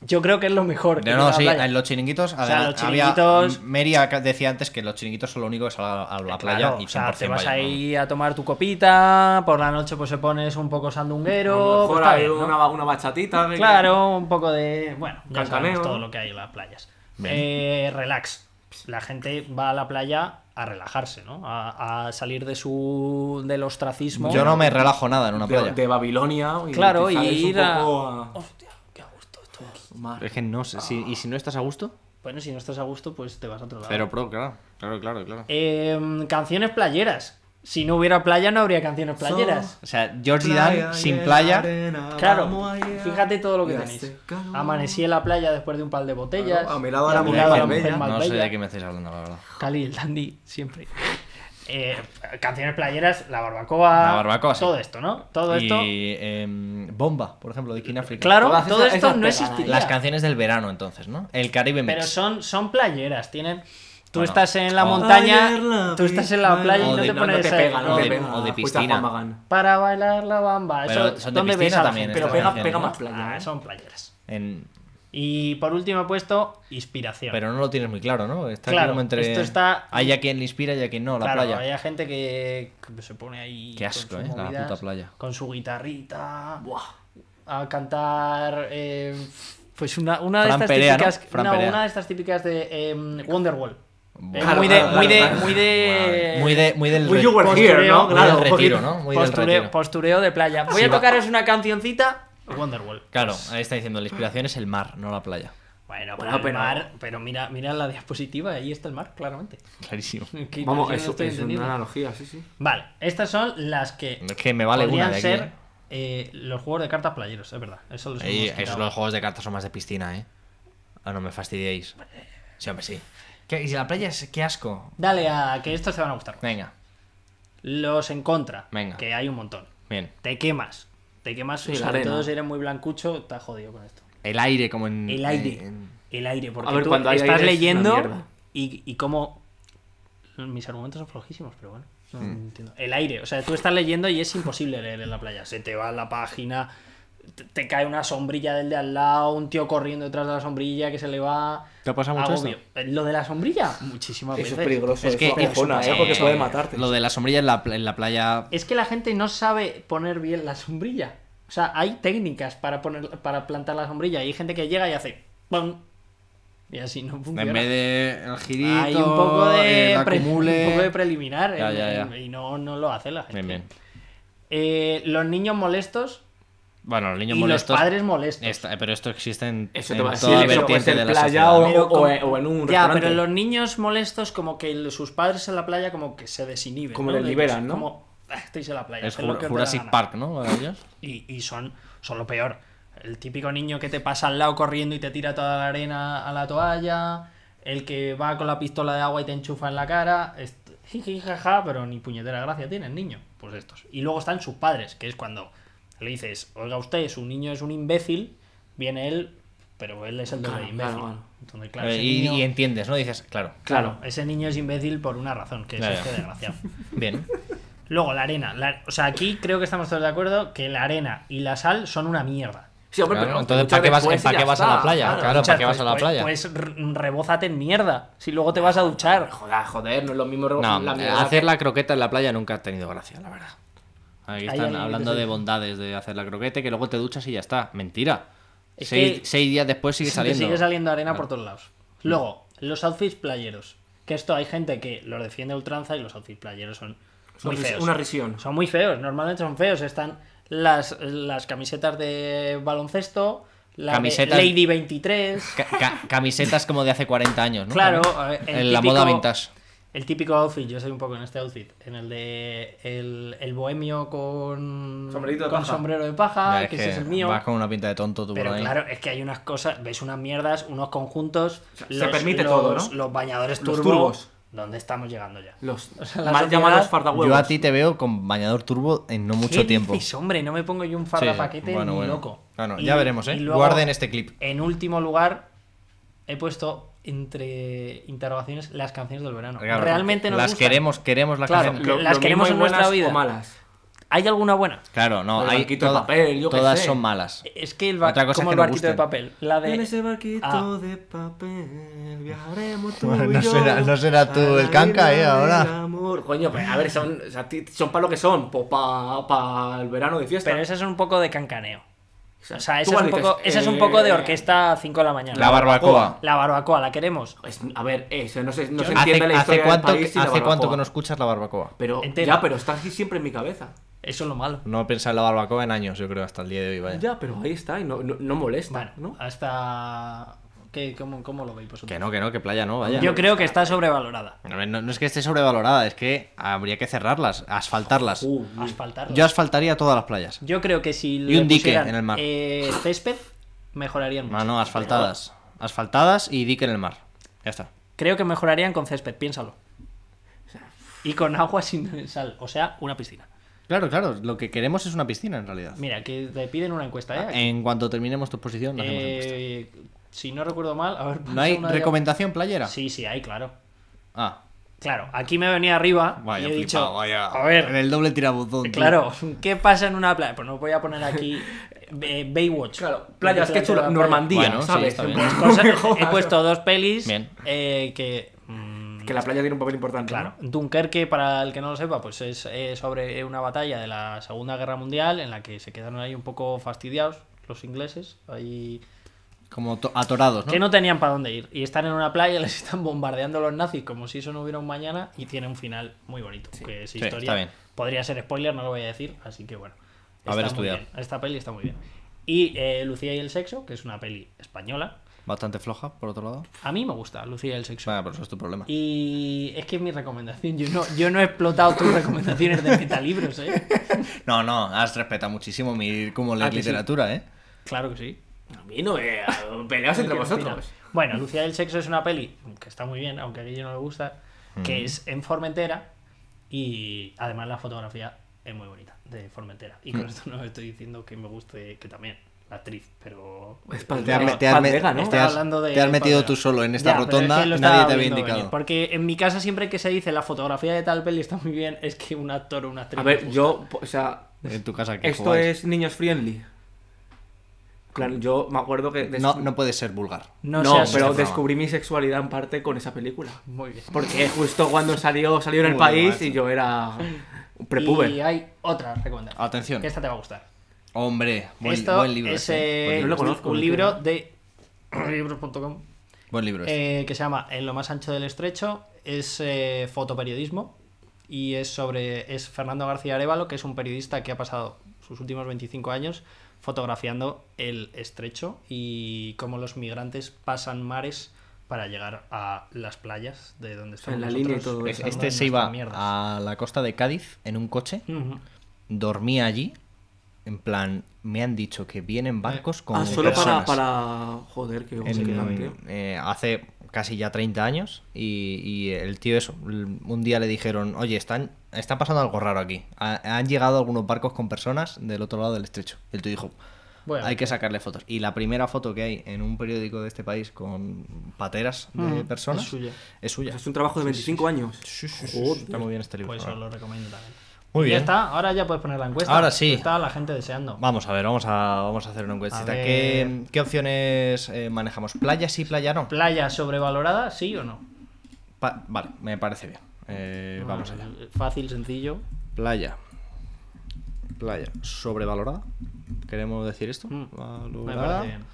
C: yo creo que es lo mejor. Pues que
A: No,
C: tiene
A: no,
C: la
A: sí,
C: playa.
A: en los chiringuitos.
C: sea,
A: adela-
C: los
A: había-
C: chiringuitos-
A: Mary ac- decía antes que los chiringuitos son lo único que salga a la playa
C: Claro,
A: y
C: o sea, te
A: 100%
C: vas
A: vaya, ¿no?
C: ahí a tomar tu copita, por la noche pues se pones un poco
B: A
C: sandunguero,
B: lo mejor
C: pues, está
B: hay
C: bien, ¿no?
B: una, una bachatita. que-
C: claro, un poco de, bueno, ya
B: Cancaneo.
C: sabemos todo lo que hay en las playas.
A: Bien.
C: Eh, relax. La gente va a la playa a relajarse, ¿no? A, a salir de su del ostracismo.
A: Yo no me relajo nada en una
B: De,
A: playa.
B: de Babilonia.
C: Claro,
B: te
C: y
B: sales un
C: ir a-
B: poco a-
C: Hostia, qué a gusto esto aquí.
B: Mar.
A: Es que no sé. si- ¿Y si no estás a gusto?
C: Bueno, si no estás a gusto, pues te vas a otro lado.
A: Pero pro, claro. Claro, claro, claro.
C: Em, canciones playeras. Si no hubiera playa, no habría canciones playeras.
A: O sea, Georgie
B: Playa
A: Dan
B: y
A: sin
C: eh,
B: en
A: playa.
B: arena,
C: Claro,
B: vamos allá.
C: fíjate todo lo que
B: Y
C: tenéis.
B: hace calor.
C: Amanecí en la playa después de un par de botellas.
B: Claro, a mi lado
C: y
B: era
C: a mi
B: mujer
C: lado
A: Eh,
C: la
B: más
C: mujer
B: bella.
C: más
A: No sé
C: bella.
A: de qué me estáis hablando, la verdad.
C: Cali, el dandy, siempre. eh, canciones playeras, la barbacoa,
A: La barbacoa, sí.
C: todo esto, ¿no? Todo esto.
A: Y em, Bomba, por ejemplo, de King Africa.
C: Claro,
D: todas
C: todo
D: esas-
C: esto
D: esas
C: no
D: pegan ahí.
C: existiría.
A: Las canciones del verano, entonces, ¿no? El Caribe Mix.
C: Pero son, son playeras, tienen. Tú
A: Bueno.
C: estás en la
A: O-
C: montaña,
B: Ayer la
C: tú
B: vi.
C: estás en la playa y
A: O
C: no
A: de-
C: te
A: no,
C: pones
A: no
D: te
C: esa-
D: pega, no
A: o
D: te
A: de-
D: pega.
A: o de
D: Escucha a
A: piscina.
D: Juan Magán.
C: Para bailar la bamba.
A: Pero
C: Eso,
A: son de
C: ¿dónde ves
A: piscina
C: a la
A: también
C: gente?
D: Pero
A: estas
D: pega,
A: canciones,
D: pega
A: ¿no?
D: más playa.
C: Ah,
D: ¿eh?
C: son playeras.
A: En-
C: Y por último he puesto inspiración.
A: Pero no lo tienes muy claro, ¿no? Está
C: Claro,
A: como entre...
C: esto está-
A: Hay a quien le inspira y a quien no, la
C: claro,
A: playa.
C: hay gente que, que se pone ahí.
A: Qué asco,
C: con sus
A: ¿eh? La
C: movidas,
A: puta playa.
C: Con su guitarrita.
D: Buah.
C: a cantar eh, pues una, una de
A: Fran
C: estas
A: Perea, ¿no?
C: típicas
A: Fran
C: no,
A: Perea.
C: una de estas típicas de em, Wonderwall Eh,
A: Claro,
C: muy de
D: claro,
C: muy de
D: claro.
C: muy de
A: Muy de... Muy del...
D: Well,
A: re-
D: you were
C: postureo,
D: here, ¿no?
C: muy
D: Claro,
A: del
D: un poquito.
A: retiro, ¿no? Muy del
C: postureo,
A: retiro.
C: postureo de playa voy
A: Sí,
C: a
A: va.
C: tocaros una cancioncita Wonderwall
A: Claro, ahí está diciendo, la inspiración es el mar, no la playa.
D: Bueno,
C: bueno, pero, el
D: pero-
C: mar- pero mira mira la diapositiva ahí está el mar claramente
A: Clarísimo.
C: ¿Qué
B: Vamos,
C: yo no
B: eso
C: estoy
B: es
C: entendiendo?
B: una analogía, sí, sí.
C: vale estas son las que
A: Es que me vale
C: podrían
A: una de aquí,
C: ser
A: ¿eh?
C: eh, los juegos de cartas playeros es verdad eso los
A: Ahí,
C: hemos
A: eso,
C: quitado.
A: los juegos de cartas son más de piscina, ¿eh? Ah, no me fastidiéis. Sí, hombre, sí. ¿Qué- y si la playa es... ¡Qué asco!
C: dale a que estos te van a gustar
A: Venga,
C: Los en contra,
A: Venga.
C: que hay un montón.
A: bien.
C: Te quemas. Te quemas,
B: Sí, la
C: sobre
B: arena.
C: todo si eres muy blancucho, está jodido con esto.
A: El aire como en... eh,
C: El aire.
A: en-
C: El aire, porque
B: A ver,
C: tú
B: cuando hay
C: estás
B: aire es una
C: leyendo
B: mierda.
C: y, y como... Mis argumentos son flojísimos, pero bueno. no
A: Mm.
C: entiendo. El aire, o sea, tú estás leyendo y es imposible leer en la playa. Se te va la página, te, te cae una sombrilla del de al lado, un tío corriendo detrás de la sombrilla que se le va...
A: ¿Te ha pasado mucho
C: Agobio. Lo de la sombrilla, muchísimas
B: Eso es
C: veces.
B: peligroso,
A: Es que
B: eso acojona,
A: eso
B: ¿eh? Porque
A: pasa.
B: puede matarte.
A: Lo de la sombrilla en la, pla- en la playa...
C: Es que la gente no sabe poner bien la sombrilla. O sea, hay técnicas para poner para plantar la sombrilla. Y hay gente que llega y hace ¡pum! Y así no funciona.
A: En vez de el girito, eh,
C: hay un poco de,
A: el
C: pre-
A: acumule.
C: un poco de preliminar
A: Ya,
C: en-
A: ya, ya.
C: en- y no, no lo hace la gente.
A: Bien, bien.
C: Eh, los niños molestos
A: Bueno, los niños
C: y
A: molestos.
C: los padres molestos.
A: Esta- pero esto existe en,
B: Eso
A: en
B: te va a decir,
A: toda
B: eso puede
A: vertiente
B: ser
A: de la
B: playa
A: sociedad.
B: o-
C: como-
B: en un
C: ya,
B: restaurante.
C: pero los niños molestos como que el- sus padres en la playa como que se desinhiben.
B: Como
C: ¿no?
B: les
C: De-
B: liberan, ¿no?
C: Como, "Ah, estáis en la playa.
A: Es
C: haced lo
A: Ju-
C: que os dé la
A: Jurassic
C: gana".
A: Park, ¿no? Para ellos.
C: Y, y son, son lo peor. El típico niño que te pasa al lado corriendo y te tira toda la arena a la toalla. El que va con la pistola de agua y te enchufa en la cara. Est- jiji, jaja, pero ni puñetera gracia tienen, niño. Pues estos. Y luego están sus padres, que es cuando le dices, oiga usted, su niño es un imbécil, viene él, pero él es el doble
B: Claro,
C: de imbécil.
B: claro, claro.
C: Entonces, claro,
A: Eh,
C: ese
A: y,
C: niño-
A: y entiendes, ¿no? Dices, claro.
C: claro, ese niño es imbécil por una razón, que es
A: Claro.
C: este desgraciado.
A: Bien.
C: Luego, la arena. la- O sea, aquí creo que estamos todos de acuerdo que la arena y la sal son una mierda.
B: Sí, hombre,
A: Claro,
B: pero
A: entonces,
B: muchas
A: ¿para qué vas-
B: veces
A: para
B: ya
A: qué vas a la
B: está,
A: playa? Claro. ¿para qué
C: Duchas,
A: vas a la
C: pues-
A: playa?
C: Pues, r- rebózate en mierda. Si luego te vas a duchar.
B: Joder, joder, no es lo mismo
A: No,
B: la
A: eh,
B: mierda
A: hacer
B: que-
A: la croqueta en la playa nunca ha tenido gracia, la verdad. Aquí están
C: alguien que
A: hablando
C: se-
A: de bondades de hacer la croqueta que luego te duchas y ya está. Mentira.
C: Es
A: Seis,
C: que-
A: seis días después sigue
C: te
A: saliendo.
C: sigue saliendo arena por todos lados. Luego, los outfits playeros. Que esto hay gente que los defiende a ultranza y los outfits playeros son
B: Son
C: muy
B: ris-
C: feos.
B: Una risión.
C: Son muy feos, normalmente son feos. Están las, las camisetas de baloncesto, la de
A: Camisetas-
C: Lady 23.
A: Ca- ca- camisetas como de hace 40 años, ¿no?
C: Claro,
A: También.
C: eh, el
A: En la
C: típico-
A: moda vintage.
C: El típico outfit, yo soy un poco en este outfit, en el de el, el bohemio con,
B: Sombrerito de
C: con
B: paja.
C: sombrero de paja,
A: Ya, es
C: Ah, que ese
A: que
C: es el mío.
A: Vas con una pinta de tonto tú
C: Pero
A: por ahí.
C: claro, es que hay unas cosas, ves unas mierdas, unos conjuntos.
B: sea, se permite
C: los-
B: todo, ¿no?
C: Los bañadores
B: Los
C: turbo,
B: turbos.
C: ¿Dónde estamos llegando ya?
B: Los
C: sea, la
B: mal
C: sociedad-
B: llamados fardahuevos.
A: Yo a ti te veo con bañador turbo en no mucho
C: ¿Qué
A: tiempo.
C: dices, hombre? No me pongo yo un
A: Sí,
C: farda
A: sí.
C: paquete
A: Bueno,
C: ni
A: bueno.
C: loco.
A: Bueno,
C: Y-
A: ya veremos, ¿eh?
C: y luego,
A: Guarden este clip.
C: En último lugar, he puesto entre interrogaciones las canciones del verano.
A: Claro,
C: Realmente nos
A: las
C: gustan.
A: queremos, queremos las
C: Claro,
A: canciones.
B: Lo-
C: las
B: lo
C: queremos
B: mismo
C: en
B: hay
C: nuestra
B: buenas
C: vida.
B: o malas.
C: ¿Hay alguna buena?
A: Claro, no,
B: El
A: hay
B: barquito de
A: toda-
B: papel, yo qué
A: todas
B: sé.
A: son malas.
C: Es que el ba-
A: Otra cosa
C: como
A: es que
C: el
A: no
C: barquito de
A: gusten.
C: papel. La de.
B: En ese barquito
C: Ah.
B: de papel viajaremos tú
A: Bueno,
B: y
A: no
B: yo
A: será- no será
B: a
A: tú
B: la
A: el canca,
B: isla
A: eh, ahora.
B: del amor. Coño, pues, a ver, son, o sea, ti- son para lo que son, pues para el verano de fiesta.
C: Pero ese es un poco de cancaneo. O sea,
B: tú
C: ese es, un
B: dices, Eh,
C: poco, ese es un poco de orquesta a 5 de la mañana.
A: La barbacoa.
C: La barbacoa, la queremos.
B: Es- pues, a ver, eso, no se, no se
A: ¿Hace,
B: entiende la
A: hace
B: historia
A: cuánto,
B: del país
A: que-
B: y la
A: hace cuánto
B: barbacoa.
A: que no escuchas la barbacoa?
B: Pero,
C: Entera.
B: ya, pero está aquí siempre en mi cabeza.
C: Eso es lo malo.
A: No he pensado en la barbacoa en años, yo creo, hasta el día de hoy. Vaya.
B: Ya, pero ahí está y no, no, no molesta,
C: Bueno,
B: ¿no?
C: hasta. ¿Qué, cómo, cómo lo veis vosotros?
A: Que no, que no, que playa no, vaya.
C: Yo creo que está sobrevalorada.
A: A ver, No, no es que esté sobrevalorada, es que habría que cerrarlas, asfaltarlas.
B: Uh,
C: Asfaltarla.
A: Yo asfaltaría todas las playas.
C: Yo creo que si le
A: Y un dique
C: pusieran,
A: en el mar.
C: eh, césped, mejorarían mucho.
A: Ah, no, asfaltadas. Asfaltadas y dique en el mar. Ya está.
C: Creo que mejorarían con césped, piénsalo. y con agua sin sal, o sea, una piscina.
A: Claro, claro, lo que queremos es una piscina en realidad.
C: Mira, que te piden una encuesta, ¿eh?
A: Ah, En cuanto terminemos tu exposición, nos hacemos encuesta.
C: Eh, si no recuerdo mal, a ver, pasa
A: ¿No hay
C: una de-
A: recomendación playera?
C: Sí, sí, hay, claro.
A: Ah,
C: Claro, aquí me venía arriba
A: vaya,
C: y he
A: flipado,
C: dicho,
A: vaya.
C: a ver,
A: En el doble tirabuzón. tío.
C: Claro, ¿qué pasa en una playa? Pues no voy a poner aquí eh, Baywatch.
B: Claro, playas,
C: Porque
B: qué chulo.
C: la playa-
B: Normandía,
A: Bueno, sí,
B: ¿sabes?
A: está bien.
B: En
C: Pues
B: plan,
C: cosas-
B: no me jodas.
C: he puesto dos pelis
A: Bien.
C: eh, que. mm,
B: Que la playa tiene un papel importante.
C: Claro,
B: ¿no?
C: Dunkerque, para el que no lo sepa, pues es eh, sobre una batalla de la Segunda Guerra Mundial en la que se quedaron ahí un poco fastidiados los ingleses. Ahí
A: Como to- atorados, ¿no?
C: que no tenían para dónde ir. Y están en una playa, les están bombardeando los nazis como si eso no hubiera un mañana. Y tiene un final muy bonito. Que es
A: Sí,
C: historia.
A: está bien.
C: Podría ser spoiler, no lo voy a decir. Así que bueno. Está
A: Haber
C: muy
A: estudiado.
C: bien, Esta peli está muy bien. Y eh, Lucía y el sexo, que es una peli española.
A: Bastante floja, por otro lado.
C: A mí me gusta Lucía y el sexo.
A: Bueno, pero eso es tu problema.
C: Y es que es mi recomendación. Yo no, yo no he explotado tus recomendaciones de metalibros, ¿eh?
A: No, no, has respetado muchísimo mi cómo
B: Ah,
A: leer
B: que sí.
A: literatura, ¿eh?
C: Claro que sí.
B: A mí no me... Peleaos entre vosotros.
C: Bueno, Lucía del Sexo es una peli que está muy bien, aunque a Guillo no le gusta,
A: Mm.
C: que es en Formentera y además la fotografía es muy bonita de Formentera. Y
A: Mm.
C: con esto no estoy diciendo que me guste, que también, la actriz, pero...
B: Es para
A: Te has, me- te has
B: Paz
A: me-
B: Vega, ¿no?
A: te
C: Estaba
A: has-
C: hablando de-
A: te has metido
C: Paz
A: tú
C: Vega.
A: solo en esta
C: Ya, pero es
A: rotonda
C: que lo
A: y
C: estaba
A: nadie te había
C: viendo venir,
A: indicado.
C: porque en mi casa siempre que se dice la fotografía de tal peli está muy bien, es que un actor o una actriz...
B: A
C: me
B: ver,
C: gusta.
B: yo, o sea,
A: En tu casa que
B: esto
A: jugáis.
B: es niños friendly. Claro, yo me acuerdo que... des-
A: No, no puede ser vulgar.
C: No,
B: No,
C: seas-
B: pero
A: este
B: descubrí mi sexualidad en parte con esa película.
C: Muy bien.
B: Porque justo cuando salió, salió en el
A: Muy
B: país
A: macho.
B: y yo era un
C: Y
B: prepuber.
C: hay otra recomendación.
A: Atención.
C: Que esta te va a gustar.
A: Hombre, buen,
C: Esto
A: buen libro.
C: es
A: ese, ¿eh? Buen
C: eh,
B: No
A: libro,
B: lo conozco,
C: un
B: me
C: libro
B: suena.
C: de libros.com
A: buen libro este.
C: eh, que se llama En lo más ancho del estrecho. Es eh, fotoperiodismo y es sobre. Es Fernando García Arevalo, que es un periodista que ha pasado sus últimos 25 años fotografiando el estrecho y cómo los migrantes pasan mares para llegar a las playas de donde estamos
B: En la
C: nosotros
B: línea y todo
A: Es-
B: eso.
C: pensando
A: este
C: en
A: se
C: nuestras
A: iba
C: mierdas.
A: a la costa de Cádiz en un coche,
C: Ujú.
A: dormía allí. En plan, me han dicho que vienen barcos con
B: Ah, solo para,
A: personas.
B: para... Joder, que
A: en-
B: obsequiante.
A: eh, hace casi ya 30 años y, y el tío eso, l- un día le dijeron, oye, están, está pasando algo raro aquí. Ha- han llegado algunos barcos con personas del otro lado del estrecho. El tío dijo,
C: Voy a
A: hay
C: ver".
A: que sacarle fotos. Y la primera foto que hay en un periódico de este país con pateras de
C: Ujú,
A: personas
C: Mm, es suya.
A: es suya.
B: Es un trabajo de 25 años.
A: Sí, sí, sí, sí, está muy bien este libro.
C: Pues eso lo recomiendo también.
A: Muy
C: Y
A: bien.
C: Ya está, ahora ya puedes poner la encuesta.
A: Ahora sí.
C: Está la gente deseando.
A: Vamos a ver, vamos a, vamos a hacer una encuestita.
C: ver.
A: ¿Qué, qué opciones eh, manejamos? ¿Playa sí, playa no?
C: ¿Playa sobrevalorada, sí o no?
A: Pa- vale, me parece bien. Eh,
C: Ah,
A: vamos allá.
C: Fácil, sencillo.
A: Playa. Playa. Sobrevalorada. ¿Queremos decir esto?
C: Mm, Me
A: Valorada.
C: parece bien.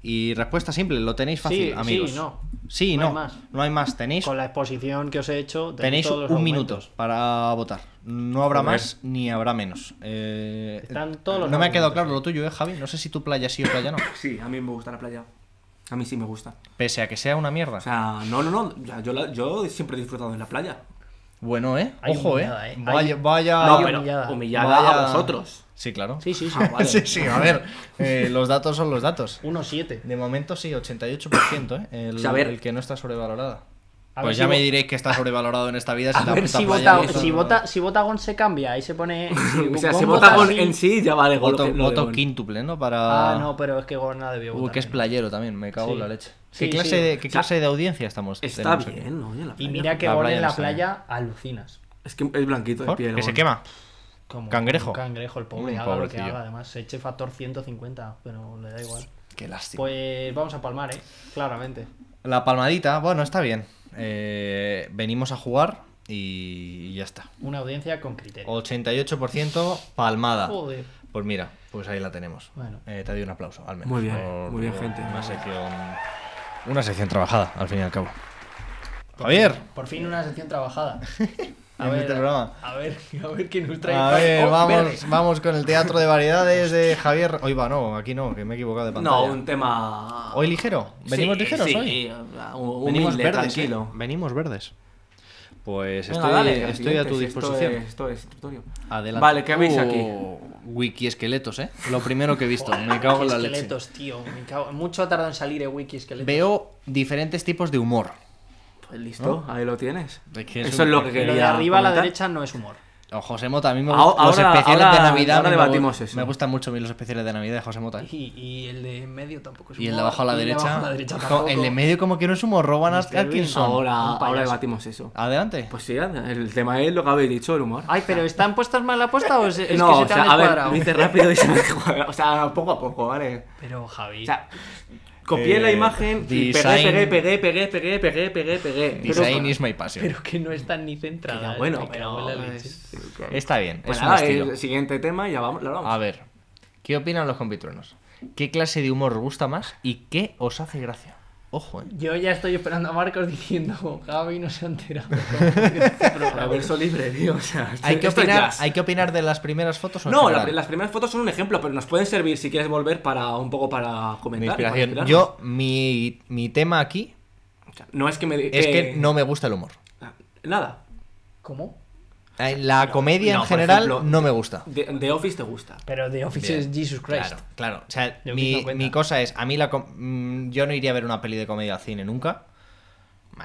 A: Y respuesta simple, lo tenéis fácil,
C: Sí, sí,
A: amigos.
C: no.
A: Sí,
C: No
A: no.
C: hay más.
A: No hay más. Tenéis,
C: Con la exposición que os he hecho,
A: tenéis
C: todos los
A: un
C: argumentos.
A: minuto para votar. No habrá
B: Joder.
A: más ni habrá menos. Eh,
C: Están todos los
A: no me ha quedado
C: argumentos,
A: claro
C: sí.
A: lo tuyo, ¿eh, Javi? No sé si tu playa sí o playa no.
B: Sí, a mí me gusta la playa. A mí sí me gusta.
A: Pese a que sea una mierda.
B: O sea, no, no, no. ya, Yo, la- yo siempre he disfrutado en la playa.
A: bueno, ¿eh?
C: Hay
A: Ojo,
C: humillada,
A: ¿eh?
C: ¿eh?
A: Vaya,
C: Hay-
A: vaya...
B: no,
C: hay
B: pero humillada,
C: humillada.
A: vaya-
B: a vosotros.
A: Sí, claro.
C: Sí, sí, sí.
B: Ah, vale.
A: Sí, sí, a ver. eh, los datos son los datos.
C: 1,7.
A: De momento sí, 88%, ¿eh? El,
B: O sea, a ver.
A: el que no está sobrevalorada.
C: A ver
A: Pues
C: si
A: ya
C: vo-
A: me diréis que está sobrevalorado en esta vida.
B: A
A: la
B: ver
A: puta
C: Si
A: playa
C: vota,
A: que hizo-
C: si, vota, si vota Gon se cambia, ahí se pone. Si
B: O sea,
C: Gon
B: si vota con
C: sí-
B: en sí, ya vale. gol-
A: Voto,
B: lo de
A: voto
B: gol.
A: quíntuple, ¿no? Para...
C: Ah, no, pero es que Gon no debió
A: Uy,
C: votar.
A: que es playero también, me cago en
C: Sí.
A: la leche.
C: Sí,
A: ¿Qué clase,
C: sí.
A: de, qué
B: O sea,
A: clase de audiencia estamos
B: Está
A: tenemos aquí?
B: bien, ¿no? En la
C: Y
B: playa.
C: mira que
A: La
C: Gon
A: playa ¿eh?
C: en
A: no
C: la
A: está
C: playa alucinas.
B: Es que es blanquito de
A: ¿Por?
B: piel.
A: ¿Que se
B: gol.
A: quema?
C: Como
A: Cangrejo.
C: un cangrejo, el pobre,
A: Mm,
C: haga lo que
A: pobrecillo.
C: haga, además. Se eche factor 150, pero le da igual.
A: Qué lástima.
C: Pues vamos a palmar, ¿eh? Claramente.
A: La palmadita, bueno, está bien. Eh, venimos a jugar y ya está.
C: Una audiencia con criterio.
A: 88% palmada.
C: Joder.
A: Pues mira, pues ahí la tenemos.
C: Bueno.
A: Eh, te doy un aplauso, al menos.
B: Muy bien,
A: por
B: muy bien, gente.
A: Una sección, una sección trabajada, al fin y al cabo. Javier,
C: Por fin una sección trabajada.
A: En este programa.
C: A ver, a ver quién nos trae.
A: a ver,
C: Oh, verde.
A: vamos, vamos con el teatro de variedades de Javier. Hoy va, no, aquí no, que me he equivocado de
B: No,
A: pantalla.
B: un tema.
A: Hoy ligero, venimos
B: Sí,
A: ligeros
B: sí,
A: hoy.
B: un-
A: venimos
B: humilde,
A: verdes,
B: tranquilo.
A: eh, venimos verdes. Pues
B: Venga,
A: estoy,
B: dale, al
A: estoy a
B: siguiente,
A: tu
B: si esto
A: disposición.
B: es- Esto es instructorio.
A: Adelante. Oh.
B: Vale, ¿qué habéis aquí?
A: Wiki esqueletos, ¿eh? Lo primero que he visto. me cago en la leche.
C: eh, Esqueletos, tío. Me cago... Mucho ha tardado en salir el wiki esqueleto.
A: Veo diferentes tipos de humor.
B: Pues listo, ahí lo tienes.
A: Es que es
B: Eso
A: un-
B: es lo que
C: Lo de
B: quería.
C: arriba a la
B: comentar.
C: derecha no es humor.
A: O José Mota, a mí me
B: Ahora-
A: gustan los
B: ahora-
A: especiales de
B: ahora-
A: Navidad.
B: ahora
A: me gu-
B: debatimos eso.
A: Me gustan mucho a mí los especiales de Navidad de José Mota. ¿eh?
C: Y, y el de en medio tampoco es humor.
A: Y el de abajo a la
C: y el de abajo
A: derecha.
C: a la derecha
A: jo,
C: tampoco.
A: el de medio, como que no es humor, roban a
C: Mr. Bean.
A: Atkinson.
B: Ahora,
C: un payaso.
B: ahora debatimos eso.
A: Adelante.
B: Pues sí, anda, el tema es lo que habéis dicho, el humor.
C: Ay, pero ¿están puestas mal la posta o es, es
B: no,
C: que se
B: o
C: te
B: sea,
C: han
B: a ver,
C: descuadrado?
B: lo hice rápido y se me ha descuadrado. O sea, poco a poco, ¿vale?
C: Pero Javi.
B: O sea, copié
A: Eh,
B: la imagen y
A: design-
B: pegué, pegué, pegué, pegué, pegué, pegué, pegué.
A: Design is my passion.
C: pero que no están ni centradas.
B: Ya, bueno,
C: me cago en
B: pero...
C: la leche.
B: es-
A: Está bien,
B: Pues
A: es un
B: nada,
A: estilo.
B: el siguiente tema y ya vamos, lo hablamos.
A: A ver, ¿qué opinan los compitruenos? ¿Qué clase de humor os gusta más y qué os hace gracia? Ojo, eh.
C: Yo ya estoy esperando a Marcos diciendo, Javi no se ha enterado. Pero,
B: Pero verso libre, tío. O sea,
A: ¿Hay que,
B: esto es
A: opinar,
B: jazz.
A: ¿Hay que opinar de las primeras fotos o en
B: No, la-
A: general?
B: las primeras fotos son un ejemplo, pero nos pueden servir si quieres volver para un poco para
A: Mi
B: comentar. para
A: inspiración.
B: inspirarnos.
A: Yo, mi, mi tema aquí
B: O sea, No es que me.
A: es que
B: eh,
A: no me gusta el humor.
B: Nada.
C: ¿Cómo?
A: Eh, La comedia
B: no,
A: en
B: por
A: general
B: ejemplo,
A: no me gusta.
B: The, The Office te gusta.
C: Pero The Office
A: Bien,
C: es Jesus Christ.
A: Claro, claro. O sea,
C: Yo
A: mi,
C: mismo cuenta.
A: mi cosa es, a mí la com- mm, yo no iría a ver una peli de comedia al cine nunca,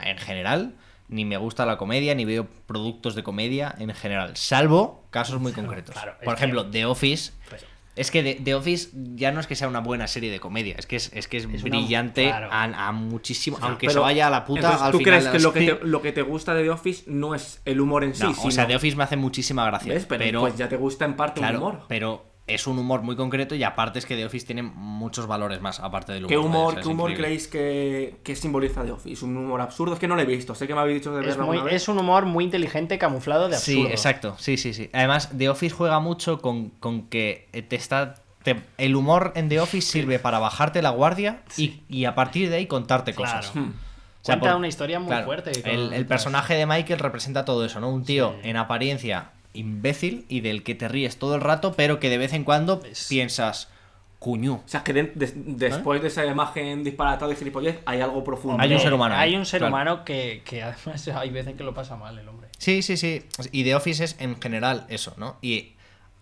A: en general. Ni me gusta la comedia, ni veo productos de comedia en general, salvo casos muy concretos.
C: claro, es
A: Por ejemplo, The Office.
C: Pues,
A: Es que The, The Office ya no es que sea una buena serie de comedia, es que es, es que es,
C: Es una-
A: brillante
C: claro.
A: a, a muchísimo, aunque
B: Pero-
A: se vaya a la puta
B: entonces,
A: al
B: ¿Tú
A: final
B: crees
A: de
B: que
A: la
B: lo que,
A: serie.
B: te, lo que te gusta de The Office no es el humor en sí?
A: No, o
B: sino-
A: sea, The Office me hace muchísima gracia,
B: ¿ves? Pero,
A: pero
B: pues ya te gusta en parte
A: Claro,
B: un humor.
A: pero es un humor muy concreto y aparte es que The Office tiene muchos valores más, aparte del humor.
B: ¿Qué
A: o
B: humor,
A: sea, es
B: qué humor
A: increíble.
B: creéis que, que simboliza The Office? ¿Un humor absurdo? Es que no lo he visto. Sé que me habéis dicho de
C: es,
B: verlo
C: muy-
B: alguna vez.
C: es un humor muy inteligente camuflado de absurdo.
A: Sí, exacto, sí, sí, sí. Además, The Office juega mucho con, con que te está... te- el humor en The Office sirve para bajarte la guardia y, y a partir de ahí contarte
C: Claro.
A: cosas.
B: Hmm.
A: O sea,
C: Cuenta
A: por-
C: una historia muy
A: claro,
C: fuerte. con-
A: El, el personaje de Michael representa todo eso, ¿no? Un tío en apariencia imbécil y del que te ríes todo el rato, pero que de vez en cuando
C: Es-
A: piensas, cuñú,
B: O sea, que de-
A: ¿Eh?
B: de- después de esa imagen disparatada de gilipollez hay algo profundo.
A: Hay un
C: Hombre,
A: ser humano ahí,
C: Hay un ser
A: claro.
C: humano que, que además hay veces que lo pasa mal el hombre.
A: Sí, sí, sí. Y The Office es en general eso, ¿no? Y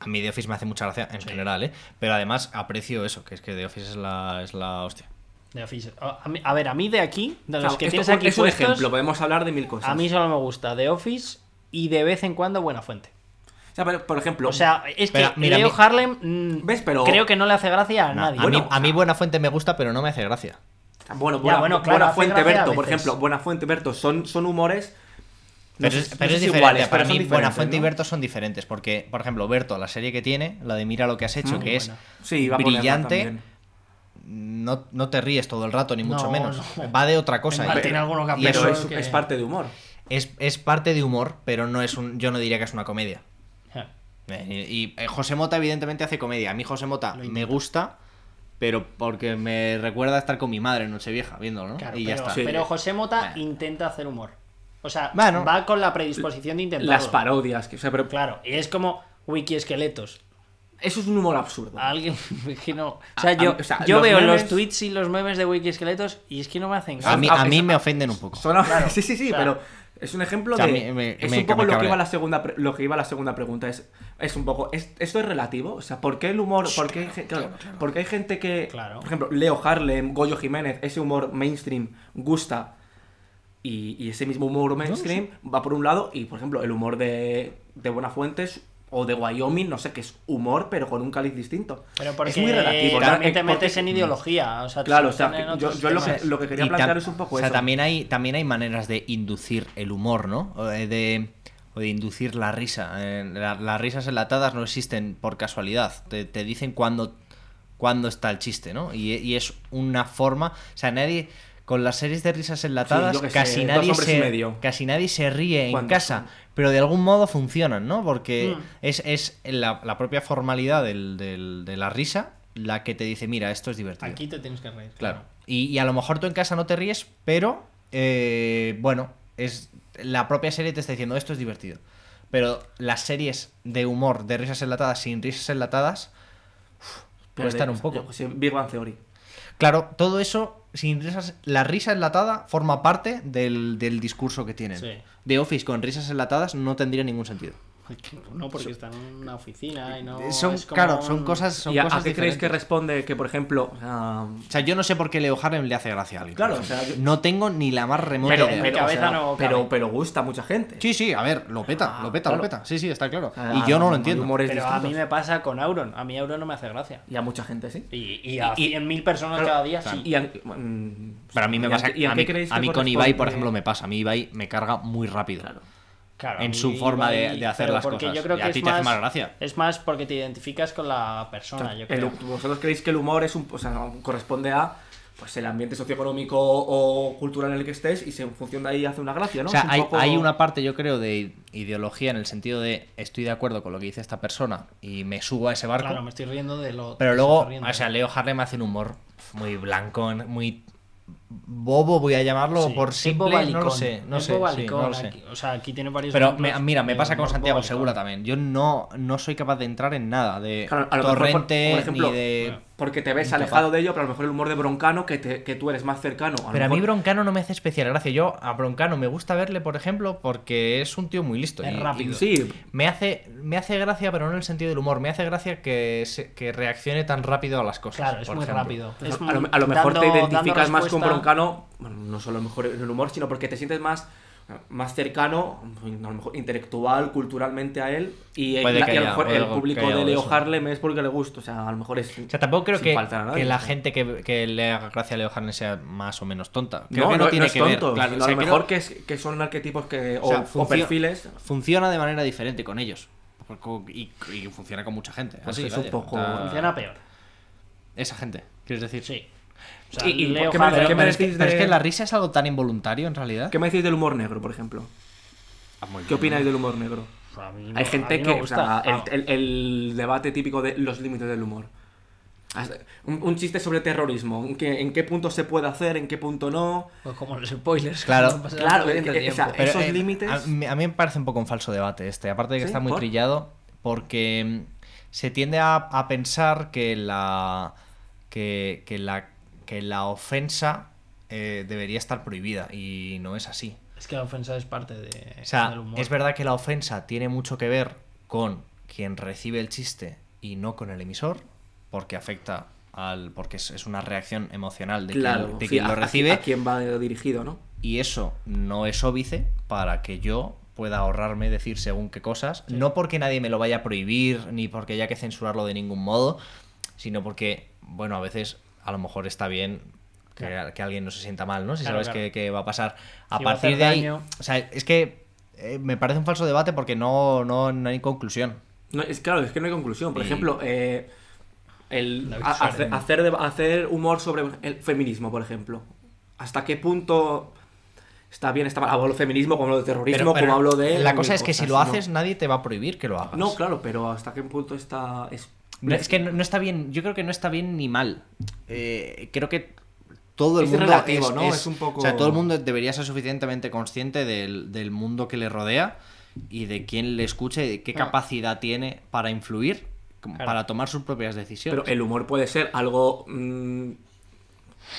A: a mí The Office me hace mucha gracia en general, ¿eh? Pero además aprecio eso, que es que The Office es la, es la hostia.
C: The Office. A, a mí- a ver, a mí de aquí, de los
B: Claro,
C: que
B: esto
C: tienes aquí
B: es un
C: puestos,
B: ejemplo, podemos hablar de mil cosas.
C: a mí solo me gusta The Office y de vez en cuando Buena Fuente.
B: O sea, pero, por ejemplo,
C: O sea, es que
A: Espera, mira,
C: Leo
A: mi-
C: Harlem mm,
B: ¿Ves? Pero-
C: creo que no le hace gracia a
A: No,
C: nadie.
A: a, mí,
B: Bueno,
A: a mí Buena Fuente me gusta, pero no me hace gracia.
B: bueno,
C: Ya,
B: buena,
C: bueno, claro,
B: Buena
C: hace
B: Fuente
C: gracia a
B: Berto, por
C: veces.
B: ejemplo, Buena Fuente Berto son, son humores. no
A: Pero
B: sé-
A: es,
B: no
A: pero
B: sé
A: es
B: si
A: diferente.
B: iguales,
A: Para
B: pero son
A: mí, Buena
B: diferentes,
A: Fuente y
B: ¿no?
A: Berto son diferentes. Porque, por ejemplo, Berto, la serie que tiene, la de Mira lo que has hecho, que es
C: buena.
B: Sí, va a ponerla
A: brillante,
B: también.
A: no, no te ríes todo el rato, ni mucho
C: No,
A: menos.
C: no.
A: Va de otra cosa.
C: Igual
A: Y-
C: tiene alguno que
A: y
B: Pero
A: eso
C: apretó.
A: es,
B: es,
C: que-
B: es parte de humor.
A: es- es parte de humor, pero no es un. Yo no diría que es una comedia.
C: Ja.
A: Eh, Y, y, eh, José Mota, evidentemente, hace comedia. A mí José Mota
C: Lo
A: me gusta, pero porque me recuerda a estar con mi madre en Nochevieja viéndolo, ¿no?
C: Claro,
A: y ya
C: pero,
A: está.
B: sí.
C: pero José Mota
A: Bueno.
C: intenta hacer humor. O sea,
A: Bueno.
C: va con la predisposición de intentarlo.
B: Las parodias. Que, o sea, pero
C: Claro, y es como wiki esqueletos.
B: Eso es un humor absurdo.
C: Alguien que no. O sea,
B: A-
C: yo,
B: a- o sea,
C: yo
B: los
C: veo
B: memes-
C: los tweets y los memes de wiki esqueletos y es que no me hacen
A: A
C: gracia.
A: mí, a mí me ofenden un poco.
B: Son- sí, sí, sí,
C: claro.
B: pero es un ejemplo
A: O sea,
B: de.
A: me- me-
B: es
A: me-
B: un poco
A: me
B: lo que
A: cabrea.
B: iba a la segunda, pre- lo que iba a la segunda pregunta. Es, es un poco. es- esto es relativo. O sea, ¿por qué el humor? ¿Por qué, hay gen- claro, por qué hay gente que.
C: Claro.
B: Por ejemplo, Leo Harlem, Goyo Jiménez, ese humor mainstream gusta. Y, y ese mismo humor mainstream va por un lado. Y por ejemplo, el humor de, de Buenafuentes o de Wyoming, no sé qué es humor, pero con un cáliz distinto.
C: Pero porque
B: es muy relativo. ¿no?
C: también te
B: Eh, porque-
C: metes en ideología. O sea,
B: Claro,
C: te
B: o sea,
C: meten en
B: yo-
C: otros
B: yo lo que-
C: temas.
B: lo que quería
A: Y tam-
B: plantear es un poco
A: o sea,
B: eso.
A: También hay, también hay maneras de inducir el humor, ¿no? O eh, de, o de inducir la risa. Eh, la- las risas enlatadas no existen por casualidad. Te, te dicen cuándo, cuándo está el chiste, ¿no? Y, y es una forma. O sea, nadie. Con las series de risas enlatadas,
B: yo qué sé,
A: casi,
B: Dos
A: nadie
B: hombres y
A: se,
B: medio.
A: casi nadie se ríe en
B: ¿Cuántos
A: casa,
B: son?
A: pero de algún modo funcionan, ¿no? Porque
C: Mm.
A: es, es la, la propia formalidad del- del- de la risa la que te dice, mira, esto es divertido.
C: Aquí te tienes que reír.
A: Claro. Y, y a lo mejor tú en casa no te ríes, pero eh, bueno, es la propia serie te está diciendo esto es divertido. Pero las series de humor, de risas enlatadas, sin risas enlatadas,
B: pero
A: cuestan
B: de-
A: un
B: yo
A: poco.
B: qué sé, Big Bang Theory.
A: Claro, todo eso, sin risas, la risa enlatada forma parte del, del discurso que tienen.
C: Sí.
A: De Office con risas enlatadas no tendría ningún sentido. Eh,
C: No, porque está en una oficina y
B: Eh,
C: no.
A: Son,
C: es como
A: claro, son
C: un-
A: cosas. Son
B: ¿Y a, a
A: cosas
B: qué creéis que
A: diferentes.
B: responde que, por ejemplo, ah,
A: O sea, yo no sé por qué Leo Harlem le hace gracia a alguien.
B: Claro, o sea, yo-
A: No tengo ni la más remota
C: Pero-
A: idea.
C: pero- cabeza no cabe.
B: pero, pero gusta a mucha gente?
A: Sí, sí, a ver, lo peta,
B: Ah,
A: lo peta,
B: claro.
A: lo peta. Sí, sí, está claro.
B: Ah,
A: y yo no lo
B: hay
A: entiendo.
B: humores
C: Pero a
B: distintos.
C: mí me pasa con Auron. A mí Auron no me hace gracia.
B: Y a mucha gente, sí.
C: Y, y a
B: Y- y-
C: 100.000 personas cada día sí.
B: Y a, mm,
A: Pero a mí me
B: ¿y
A: pasa.
B: qué- y
A: a
B: qué
A: mí,
B: creéis
A: a
B: que
A: mí con
B: corresponde?
A: Ibai, por ejemplo, me pasa. A mí Ibai me carga muy rápido.
B: Claro.
C: Claro, a
A: en
C: mí
A: su forma de-
C: Ibai-
A: de hacer
C: pero
A: las
C: porque
A: cosas.
C: Yo creo
A: Y
C: que
A: a
C: es
A: ti te hace más gracia.
C: Es más porque te identificas con la persona, Ah,
B: El-
C: yo creo.
B: ¿Vosotros creéis que el humor es un, o sea, corresponde a pues el ambiente socioeconómico o cultural en el que estés y se- en función de ahí hace una gracia, ¿no?
A: O sea,
B: Es un
A: hay,
B: poco-
A: hay una parte, yo creo, de ideología en el sentido de estoy de acuerdo con lo que dice esta persona y me subo a ese barco.
C: Claro, me estoy riendo de lo.
A: Pero
C: se
A: luego,
C: está riendo.
A: o sea, Leo Harlem hace un humor muy blanco, muy bobo, voy a llamarlo,
C: Sí.
A: por
C: Es
A: simple, no
C: bobalicón,
A: lo sé, no
C: es
A: sé, sí,
C: bobalicón,
A: no lo sé.
C: aquí- o sea, aquí tiene varios.
A: Pero
C: ejemplos
A: me- mira, me
C: de
A: pasa con
C: humor
A: Santiago
C: bobalicón.
A: Segura también. Yo no, no soy capaz de entrar en nada de
B: Claro, a lo mejor, por-
A: torrente
B: por ejemplo,
A: ni de.
B: Porque te ves
A: Incapaz.
B: alejado de ello, pero a lo mejor el humor de Broncano, que, te- que tú eres más cercano. lo
A: Pero a mí
B: mejor-
A: Broncano no me hace especial gracia. Yo a Broncano me gusta verle, por ejemplo, porque es un tío muy listo.
C: Es
A: y-
C: rápido.
B: Sí,
A: Me hace, me hace gracia, pero no en el sentido del humor. Me hace gracia que, se- que reaccione tan rápido a las cosas.
C: Claro, es
A: por
C: muy
A: ejemplo.
C: rápido.
B: Pues
C: Es
B: a, lo,
C: muy-
B: a lo mejor te
C: dando- dando
B: identificas más con
C: respuesta-
B: Broncano, bueno, no solo a lo mejor en el humor, sino porque te sientes más, más cercano, a lo mejor intelectual, culturalmente a él. Y, eh,
A: Puede
B: la-
A: que
B: y a lo
A: haya-
B: mejor
A: puede
B: el
A: que
B: público
A: haya
B: de
A: algo de
B: Leo
A: eso.
B: Harlem es porque le gusta. O sea, a lo mejor es.
A: O sea, tampoco creo
B: sin
A: que,
B: faltar a nadie,
A: que la
B: o sea.
A: gente que, que le haga gracia a Leo Harlem sea más o menos tonta. Creo
B: no,
A: que
B: no,
A: no,
B: no
A: tiene
B: es
A: que
B: tonto.
A: ver. Claro,
B: sino
A: o
B: a
A: sea,
B: lo
A: creo-
B: mejor que, es- que son arquetipos que, o,
A: sea,
B: o
A: funcio-
B: perfiles.
A: Funciona de manera diferente con ellos. Porque- Y, y funciona con mucha gente.
B: Pues
A: Así,
B: es un
A: vaya,
B: poco-
A: está-
C: Funciona peor.
A: Esa gente, quieres decir.
C: Sí. O sea,
B: Y- y
C: Leo
B: ¿por qué me-
C: Harlem-
B: qué me
A: Pero, es que,
B: decís
A: pero es
B: de-
A: que la risa es algo tan involuntario en realidad.
B: ¿Qué me decís del humor negro, por ejemplo?
A: Ah, muy
B: ¿Qué
A: bien.
B: opináis del humor negro?
C: A mí no-
B: Hay
C: a
B: gente
C: mí
B: que.
C: no
B: o
C: gusta.
B: sea,
A: Ah.
C: Vamos.
B: el, el- el debate típico de los límites del humor. Hasta- Un, un chiste sobre terrorismo. ¿En qué, en qué punto se puede hacer? ¿En qué punto no?
C: Pues como los spoilers.
A: Claro.
C: no pasa
B: Claro,
C: nada,
B: es que-
C: tiempo.
B: o sea,
A: Pero,
B: esos
A: eh,
B: límites-
A: A, mí- a mí me parece un poco un falso debate este. Aparte de que
B: ¿Sí?
A: está muy
B: ¿Por?
A: trillado, porque mm, se tiende a, a pensar que la. que, que la. que la ofensa eh, debería estar prohibida. Y no es así.
C: Es que la ofensa es parte de,
A: O sea,
C: eh, del humor.
A: es verdad que la ofensa tiene mucho que ver con quien recibe el chiste y no con el emisor, porque afecta al. porque es, es una reacción emocional de quien- de quien,
B: sí, a-
A: lo
B: a-
A: recibe.
B: A, quién va dirigido, ¿no?
A: Y eso no es óbice para que yo pueda ahorrarme decir según qué cosas. No porque nadie me lo vaya a prohibir, ni porque haya que censurarlo de ningún modo, sino porque, bueno, a veces a lo mejor está bien que, que alguien no se sienta mal, ¿no? Si
C: Claro,
A: sabes
C: claro.
A: Que, que va a pasar. A
C: Si va a
A: partir
C: hacer
A: de ahí.
C: daño.
A: O sea, es que eh, me parece un falso debate porque no, no, no hay conclusión.
B: No, es claro, es que no hay conclusión. Por
A: Y-
B: ejemplo, eh, el,
C: David
B: a-
C: Suárez,
B: hacer,
C: ¿no?
B: hacer de- hacer humor sobre el feminismo, por ejemplo. ¿Hasta qué punto está bien, está mal? Hablo de feminismo, como hablo de terrorismo, como hablo de.
A: la cosa es que si
B: cosas,
A: lo
B: ¿no?
A: haces, nadie te va a prohibir que lo hagas.
B: No, claro, pero ¿hasta qué punto está.? Es,
A: No, es que no, no está bien, yo creo que no está bien ni mal. Eh, creo que todo el
B: Es
A: mundo
B: relativo, ¿no? Es un poco-
A: O sea, todo el mundo debería ser suficientemente consciente del, del mundo que le rodea y de quién le escuche, de qué
C: Ah.
A: capacidad tiene para influir, como
C: Claro.
A: para tomar sus propias decisiones.
B: Pero el humor puede ser algo mm,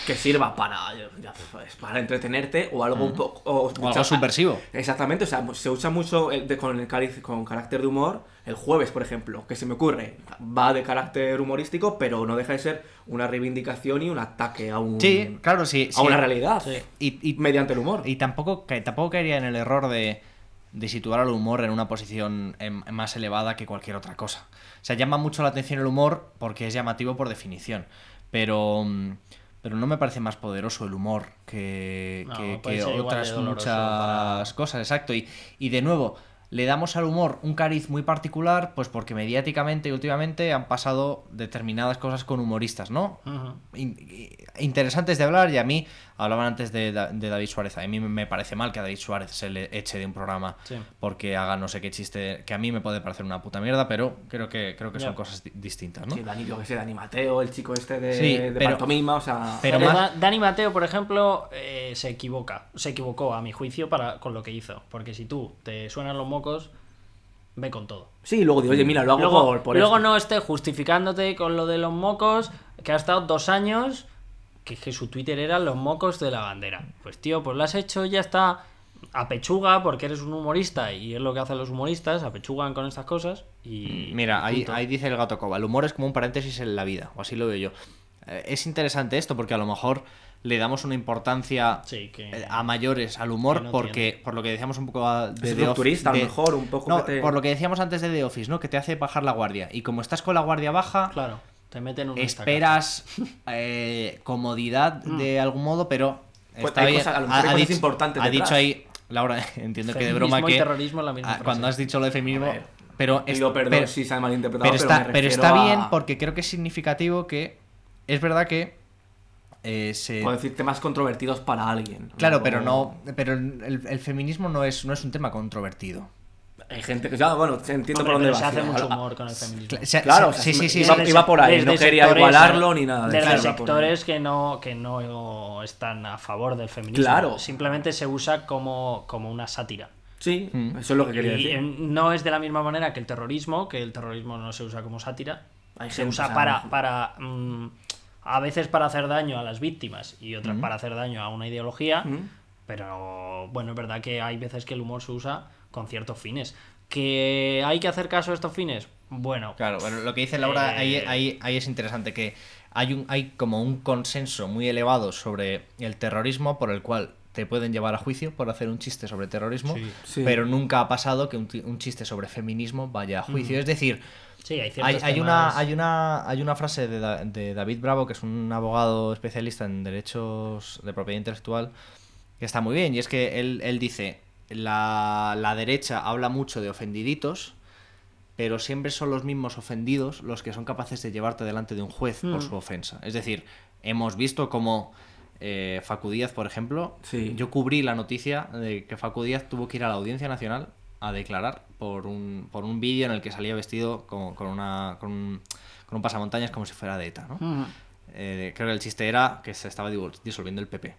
B: que sirva para, ya sabes, para entretenerte o algo un poco. O,
A: Mm. o algo subversivo.
B: Exactamente, o sea, se usa mucho el de- con el cariz- con carácter de humor. El jueves, por ejemplo, que se me ocurre, va de carácter humorístico, pero no deja de ser una reivindicación y un ataque a un.
A: Sí, claro, sí.
B: A
A: sí.
B: una realidad.
A: Y, y-
B: Mediante el humor.
A: y tampoco, ca- tampoco caería en el error de, de situar al humor en una posición em, más elevada que cualquier otra cosa. O sea, llama mucho la atención el humor porque es llamativo por definición. Pero, mm, pero no me parece más poderoso el humor que,
C: No,
A: que-
C: puede
A: que
C: ser igual de
A: otras
C: doloroso
A: muchas
C: para-
A: cosas, exacto. Y, y de nuevo, le damos al humor un cariz muy particular, pues porque mediáticamente y últimamente han pasado determinadas cosas con humoristas, ¿no?
C: Ujú.
A: in- i- interesantes de hablar y a mí hablaban antes de, Da- de David Suárez. A mí me parece mal que a David Suárez se le eche de un programa
C: Sí.
A: porque haga no sé qué chiste que a mí me puede parecer una puta mierda, pero creo que creo que son
C: Ya.
A: cosas di- distintas, ¿no?
B: Sí, Dani, yo que sé, Dani Mateo, el chico este de,
A: Sí,
B: de
A: pero-
B: pantomima, o sea.
A: pero
C: Pero
A: más-
C: Da- Dani Mateo, por ejemplo, eh, se equivoca. Se equivocó, a mi juicio, para, con lo que hizo. Porque si tú te suenan los mocos, ve con todo.
B: Sí, y luego digo, oye, mira, lo hago
C: luego
B: por, por
C: luego
B: esto.
C: no esté justificándote con lo de los mocos, que ha estado dos años, que, es que su Twitter era los mocos de la bandera. Pues tío, pues lo has hecho, ya está. apechuga porque eres un humorista y es lo que hacen los humoristas, apechugan con estas cosas y...
A: Mira,
C: y
A: ahí,
C: punto.
A: ahí dice el gato Coba, el humor es como un paréntesis en la vida, o así lo veo yo. Eh, Es interesante esto porque a lo mejor le damos una importancia
C: Sí, que-
A: eh, a mayores al humor
C: que no
A: porque
C: tiene.
A: por lo que decíamos un poco a- de
B: Es
A: The Office-
B: rupturista, a lo
A: de-
B: mejor, un poco
A: No,
B: que te-
A: por lo que decíamos antes de The Office, ¿no? Que te hace bajar la guardia y como estás con la guardia baja,
C: Claro, te meten un...
A: esperas eh, comodidad de algún modo, pero
B: Mm. Pues
A: está
B: hay
A: bien.
B: cosas- a lo mejor hay cosas
A: dicho,
B: importantes
A: ha
B: detrás.
A: dicho ahí, Laura, entiendo que de
C: Feminismo
A: broma
C: y
A: que
C: terrorismo en la misma
A: ah,
C: frase.
A: cuando has dicho lo de feminismo,
B: A ver,
A: pero es-
B: Pido perdón
A: pero-
B: si se ha malinterpretado,
A: pero
B: pero,
A: está,
B: me
A: pero
B: refiero
A: está
B: a-
A: bien porque creo que es significativo que es verdad que eh, se
B: Puedo decir temas controvertidos para alguien.
A: claro, pero no, pero el, el feminismo no es no es un tema controvertido.
B: Hay gente que. Ya, bueno, entiendo por dónde
C: Hombre, pero
B: vas.
C: se hace
B: sí, ah,
C: mucho
B: a- a-
C: humor con el feminismo.
A: Cla- se-
B: Claro,
A: se-
B: o sea,
A: sí, sí,
B: es-
A: sí,
B: es-
A: sí.
B: iba por ahí, no quería
C: sectores,
B: igualarlo ni nada de
C: Desde
B: eso, iba por
C: sectores que no, que no, no están a favor del feminismo.
B: Claro.
C: Simplemente se usa como, como una sátira.
B: Sí,
A: Mm.
B: eso es lo que quería
C: Y
B: decir.
C: eh, no es de la misma manera que el terrorismo, que el terrorismo no se usa como sátira.
B: Hay
C: se
B: gente, o
C: usa
B: sea,
C: para, para mm, a veces para hacer daño a las víctimas y otras para hacer daño a una ideología.
B: Mm.
C: Pero bueno, es verdad que hay veces que el humor se usa con ciertos fines. ¿Que hay que hacer caso a estos fines? Bueno,
A: Claro, bueno, lo que dice Laura
C: Eh,
A: ahí, ahí- ahí es interesante, que hay, un, hay como un consenso muy elevado sobre el terrorismo por el cual te pueden llevar a juicio por hacer un chiste sobre terrorismo,
C: Sí.
B: Sí.
A: pero nunca ha pasado que un, ti- un chiste sobre feminismo vaya a juicio. Es decir,
C: sí, hay
A: hay,
C: ciertos
A: hay
C: temas-
A: una, hay, una, hay una frase de, Da- de David Bravo, que es un abogado especialista en derechos de propiedad intelectual, que está muy bien, y es que él, él dice, la, la derecha habla mucho de ofendiditos, pero siempre son los mismos ofendidos los que son capaces de llevarte delante de un juez por su ofensa. Es decir, hemos visto como... Eh, Facu Díaz, por ejemplo,
B: Sí.
A: yo cubrí la noticia de que Facu Díaz tuvo que ir a la Audiencia Nacional a declarar por un, por un vídeo en el que salía vestido con, con una, con, un, con un pasamontañas como si fuera de ETA. ¿no?
C: Mm.
A: Eh, creo que el chiste era que se estaba divol- disolviendo el PP.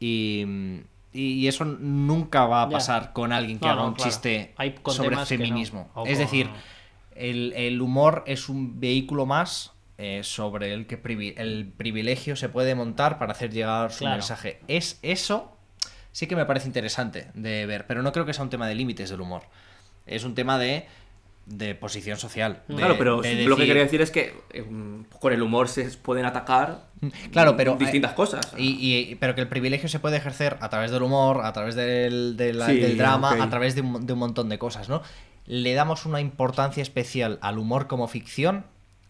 A: Y, mm, y eso nunca va a
C: Ya.
A: pasar con alguien que
C: No,
A: haga
C: no,
A: un
C: claro.
A: chiste
C: Hay con
A: sobre
C: temas que no.
A: feminismo.
C: O
A: Es
C: con-
A: decir, el, el humor es un vehículo más eh, sobre el que privi- el privilegio se puede montar para hacer llegar su
C: Claro.
A: mensaje. Es eso sí que me parece interesante de ver, pero no creo que sea un tema de límites del humor. Es un tema de, de posición social.
C: Mm.
A: de-
B: claro, pero
A: de
B: lo que
A: decir-
B: quería decir es que eh, con el humor se pueden atacar
A: Mm, Claro, pero,
B: distintas
A: eh,
B: cosas.
A: Y, y- pero que el privilegio se puede ejercer a través del humor, a través del, de la-
B: Sí,
A: del drama,
B: ok.
A: a través de un, mon- de un montón de cosas, ¿no? Le damos una importancia especial al humor como ficción,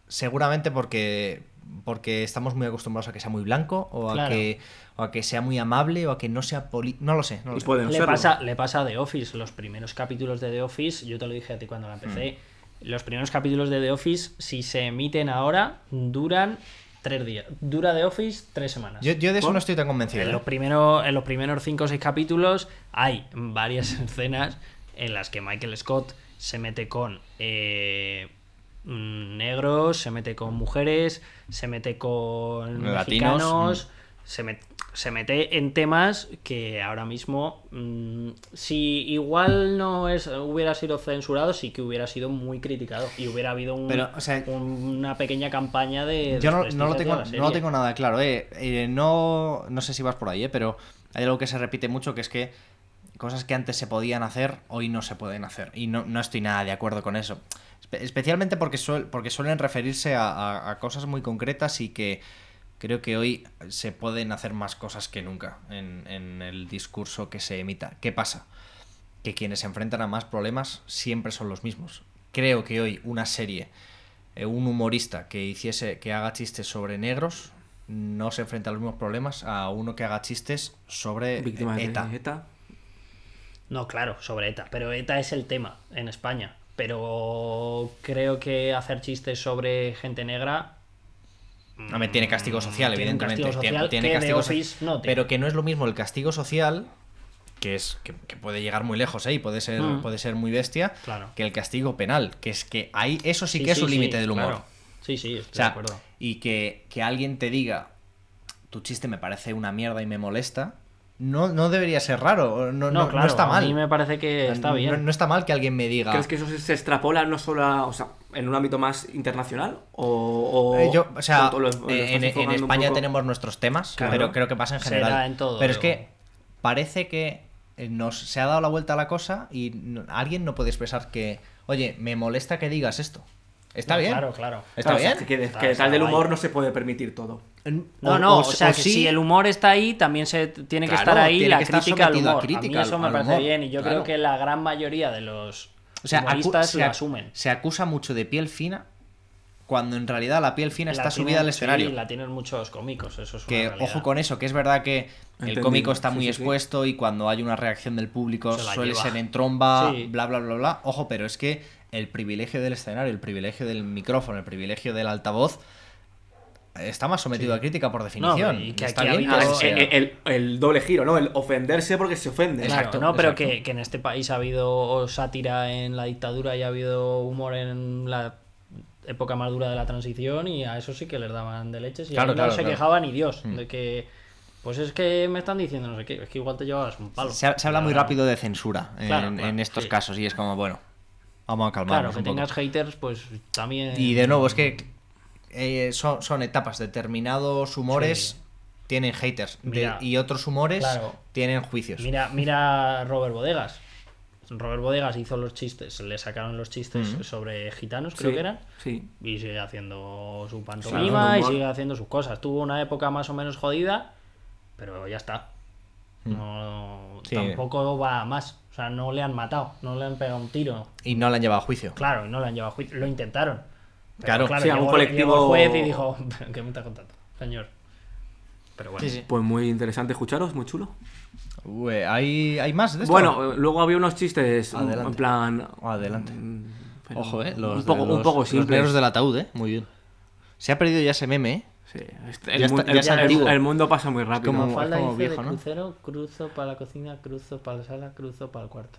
A: seguramente porque, porque estamos muy acostumbrados a que sea muy blanco, o, a
C: Claro.
A: que, o a que sea muy amable, o a que no sea poli... No lo sé, no lo
B: Y
A: sé.
B: pueden
C: Le
B: serlo.
C: pasa, le pasa a The Office, los primeros capítulos de The Office, yo te lo dije a ti cuando la empecé, los primeros capítulos de The Office, si se emiten ahora, duran tres días. Dura The Office tres semanas.
A: Yo, yo de eso
B: ¿Por?
A: no estoy tan convencido.
C: en,
A: ¿eh?
C: los primeros, en los primeros cinco o seis capítulos hay varias escenas en las que Michael Scott se mete con eh, mm, negros, se mete con mujeres, se mete con
A: Latinos, mm.
C: mexicanos, se, met- se mete en temas que ahora mismo, mm, si igual no es hubiera sido censurado, sí que hubiera sido muy criticado y hubiera habido un-
A: Pero, o sea,
C: una pequeña campaña de...
A: Yo no,
C: desprestigio
A: no lo
C: hacia
A: tengo,
C: la
A: no lo
C: serie.
A: tengo nada claro, eh. Eh, no, no sé si vas por ahí, eh, pero hay algo que se repite mucho, que es que cosas que antes se podían hacer, hoy no se pueden hacer. Y no, no estoy nada de acuerdo con eso. Espe- especialmente porque, suel- porque suelen referirse a, a- a cosas muy concretas y que creo que hoy se pueden hacer más cosas que nunca en, en el discurso que se emita. ¿Qué pasa? Que quienes se enfrentan a más problemas siempre son los mismos. Creo que hoy una serie eh, un humorista que hiciese que haga chistes sobre negros no se enfrenta a los mismos problemas a uno que haga chistes sobre
B: Víctimas de
A: Eh, ETA.
B: ETA.
C: No, claro, sobre ETA. Pero ETA es el tema en España. Pero creo que hacer chistes sobre gente negra.
A: No me tiene castigo social,
C: Mm, Tiene un
A: evidentemente.
C: castigo
A: Tiene-
C: social
A: tiene
C: que The
A: castigo so-
C: Office no tiene.
A: Pero que no es lo mismo el castigo social, que es que, que puede llegar muy lejos, ¿eh? Y puede ser,
C: Mm.
A: puede ser muy bestia,
C: Claro.
A: que el castigo penal, que es que ahí eso sí, que es un límite
C: sí,
A: del humor.
C: claro. Sí, sí, estoy
A: O sea,
C: de acuerdo.
A: y que, que alguien te diga, tu chiste me parece una mierda y me molesta, no, no debería ser raro, no, no- no
C: claro,
A: está mal.
C: A mí me parece que está
A: No-
C: bien.
A: No, está mal que alguien me diga.
B: ¿Crees que eso se, se extrapola no solo a- o sea, en un ámbito más internacional? O, o-
A: Eh, yo, o sea,
B: o lo- o lo
A: eh,
B: estás
A: en, en
B: enfocando un
A: España
B: poco-
A: tenemos nuestros temas,
B: Claro.
A: pero creo que pasa en
C: Se da
A: general.
C: en todo,
A: pero es
C: digo.
A: que parece que eh, nos, se ha dado la vuelta a la cosa y no- alguien no puede expresar que, oye, me molesta que digas esto. Está
C: No,
A: bien.
C: Claro, claro.
A: Está
B: Claro, o sea,
A: bien.
B: que, que
C: Está-
B: tal
C: está
B: del
C: guay.
B: humor no se puede permitir todo.
C: No,
A: O-
C: no, o,
A: s-
C: sea,
A: o
C: que
A: sí.
C: si el humor está ahí, también se t- tiene que
A: Claro,
C: estar ahí
A: tiene
C: la
A: que estar
C: crítica al
A: sometido a
C: humor.
A: crítica,
C: a mí eso
A: al-
C: me
A: al
C: parece
A: humor,
C: bien y yo
A: claro.
C: creo que la gran mayoría de los
A: O sea, acu-
C: humoristas
A: se
C: lo
A: ac-
C: asumen.
A: Se acusa mucho de piel fina cuando en realidad la piel fina
C: La
A: está
C: tienen-
A: subida al escenario.
C: Sí, la tienen muchos cómicos, eso es una
A: Que
C: realidad.
A: ojo con eso, que es verdad que el
B: Entendido,
A: cómico está
B: sí,
A: muy
B: sí, sí.
A: expuesto y cuando hay una reacción del público
C: Se la
A: suele
C: lleva.
A: ser en tromba,
C: Sí.
A: bla, bla, bla, bla. Ojo, pero es que el privilegio del escenario, el privilegio del micrófono, el privilegio del altavoz está más sometido a crítica por definición.
C: y que
A: está
C: aquí ha
A: bien
C: habido-
A: así
C: O
B: el,
A: sea.
B: el- el- el doble giro, ¿no? El ofenderse porque se ofende.
C: Claro,
A: Exacto,
C: no, pero
A: exacto.
C: que, que en este país ha habido sátira en la dictadura y ha habido humor en la época más dura de la transición y a eso sí que les daban de leches y
A: Claro,
C: ahí
A: claro,
C: no se
A: claro.
C: quejaban ni Dios
A: Mm.
C: de que pues es que me están diciendo no sé qué, es que igual te llevabas un palo.
A: Se, ha- se habla muy
C: Claro.
A: rápido de censura en,
C: Claro, claro,
A: en estos
C: sí.
A: casos y es como, bueno, vamos a
C: Claro,
A: calmarnos
C: que
A: un poco.
C: tengas haters pues también
A: Y de nuevo, es que eh, son, son etapas. Determinados humores
C: Sí.
A: tienen haters de-
C: Mira,
A: y otros humores
C: claro.
A: tienen juicios.
C: Mira, mira a Robert Bodegas. Robert Bodegas hizo los chistes, le sacaron los chistes
A: Ujú.
C: sobre gitanos, creo
B: Sí,
C: que eran.
B: Sí.
C: Y sigue haciendo su
B: Claro,
C: pantomima
B: con
C: y
B: humor.
C: sigue haciendo sus cosas. Tuvo una época más o menos jodida, pero ya está. No,
A: Hmm. Sí.
C: Tampoco va a más. O sea, no le han matado, no le han pegado un tiro.
A: Y no la han llevado a juicio.
C: Claro, y no le han llevado a juicio. Lo intentaron. Pero
A: Claro.
C: claro
B: Sí,
C: llegó,
B: algún
C: llegó el
B: colectivo-
C: juez y dijo, ¿qué me estás contando, señor? Pero bueno.
B: Pues muy interesante escucharos, muy chulo.
A: Ue, ¿hay, ¿Hay más de esto?
B: Bueno, eh, luego había unos chistes un-
A: Adelante.
B: en plan.
A: Adelante.
B: mm, pero
A: Ojo, eh. Los,
B: un poco,
A: de los-
B: un poco
A: los
B: simples.
A: negros del ataúd, eh. Muy bien. Se ha perdido ya ese meme, eh.
B: Sí, este-
A: Ya
B: el,
A: está-
B: mu-
A: ya
B: el-
A: es
B: el-
A: antiguo.
B: el mundo pasa muy rápido.
A: como-
B: ¿no?
A: Mafalda
C: Mafalda
A: como dice
C: dice
A: de viejo,
C: de
A: ¿no?
C: crucero, cruzo para la cocina, cruzo para la sala, cruzo para el cuarto.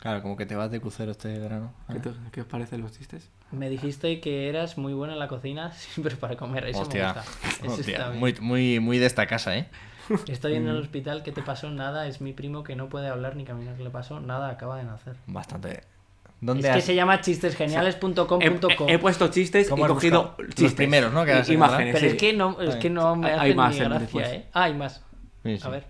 A: Claro, como que te vas de crucero este verano. Ah.
B: ¿Qué, te- qué os parecen los chistes?
C: Me dijiste que eras muy buena en la cocina, siempre para comer. Eso
A: Hostia.
C: me gusta. Eso
A: Hostia,
C: está bien.
A: Muy, muy, muy de esta casa, eh.
C: Estoy en el hospital, ¿qué te pasó? Nada, es mi primo que no puede hablar ni caminar, le pasó nada, acaba de nacer.
A: Bastante.
C: Es
A: ¿Dónde
C: que
A: has-
C: se llama chistesgeniales.com.co.
B: He, he- he puesto chistes y
A: ¿Cómo
B: he
A: has
B: cogido
A: buscado? Los
B: chistes.
A: primeros, ¿no? Que
B: I-
A: has encontrado.
B: Imágenes.
C: Pero es
B: sí.
C: que no, es que no me
B: Hay-
C: hace
B: hay más
C: ni
B: en-
C: gracia,
B: después.
C: ¿eh? Ah, hay más.
A: Sí, sí.
C: A ver.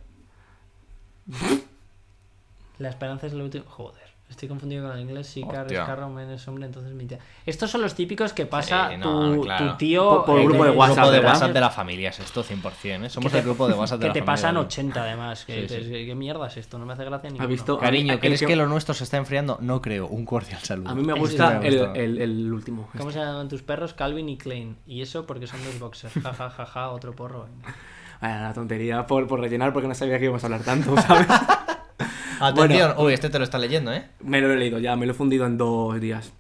C: La esperanza es lo último. Joder. Estoy confundido con el inglés. Sí, carro es
A: Hostia.
C: carro, menos hombre, entonces mi tía. Estos son los típicos que pasa
A: Sí,
C: tu,
A: Eh, no, claro.
C: tu tío.
B: Por- por
C: eh,
B: el grupo de
A: El grupo de
B: ¿verdad?
A: WhatsApp de la familia es esto, 100%, ¿eh? Somos
C: que te-
A: el grupo de WhatsApp de
C: Que
A: la
C: te
A: familia.
C: pasan
A: ¿no?
C: 80 además. Que
A: Sí,
C: dices,
A: sí.
C: ¿Qué mierda es esto? No me hace gracia ni.
B: ¿Has visto?
A: Cariño,
B: El
A: ¿crees
B: que-
A: que... lo nuestro se está enfriando? No creo. Un cordial saludo. Este
B: A mí me
C: Ese
B: gusta
A: me
B: el,
A: gusta.
B: el- el último.
C: ¿Cómo se llaman tus perros? Calvin y Klein. Y eso porque son dos boxers. Ja, ja, ja, ja, otro porro. venga.
B: Ah, la tontería por, por rellenar porque no sabía que íbamos a hablar tanto, ¿sabes?
A: Atención, uy, este te lo está leyendo, ¿eh?
B: me lo he leído ya, me lo he fundido en dos días.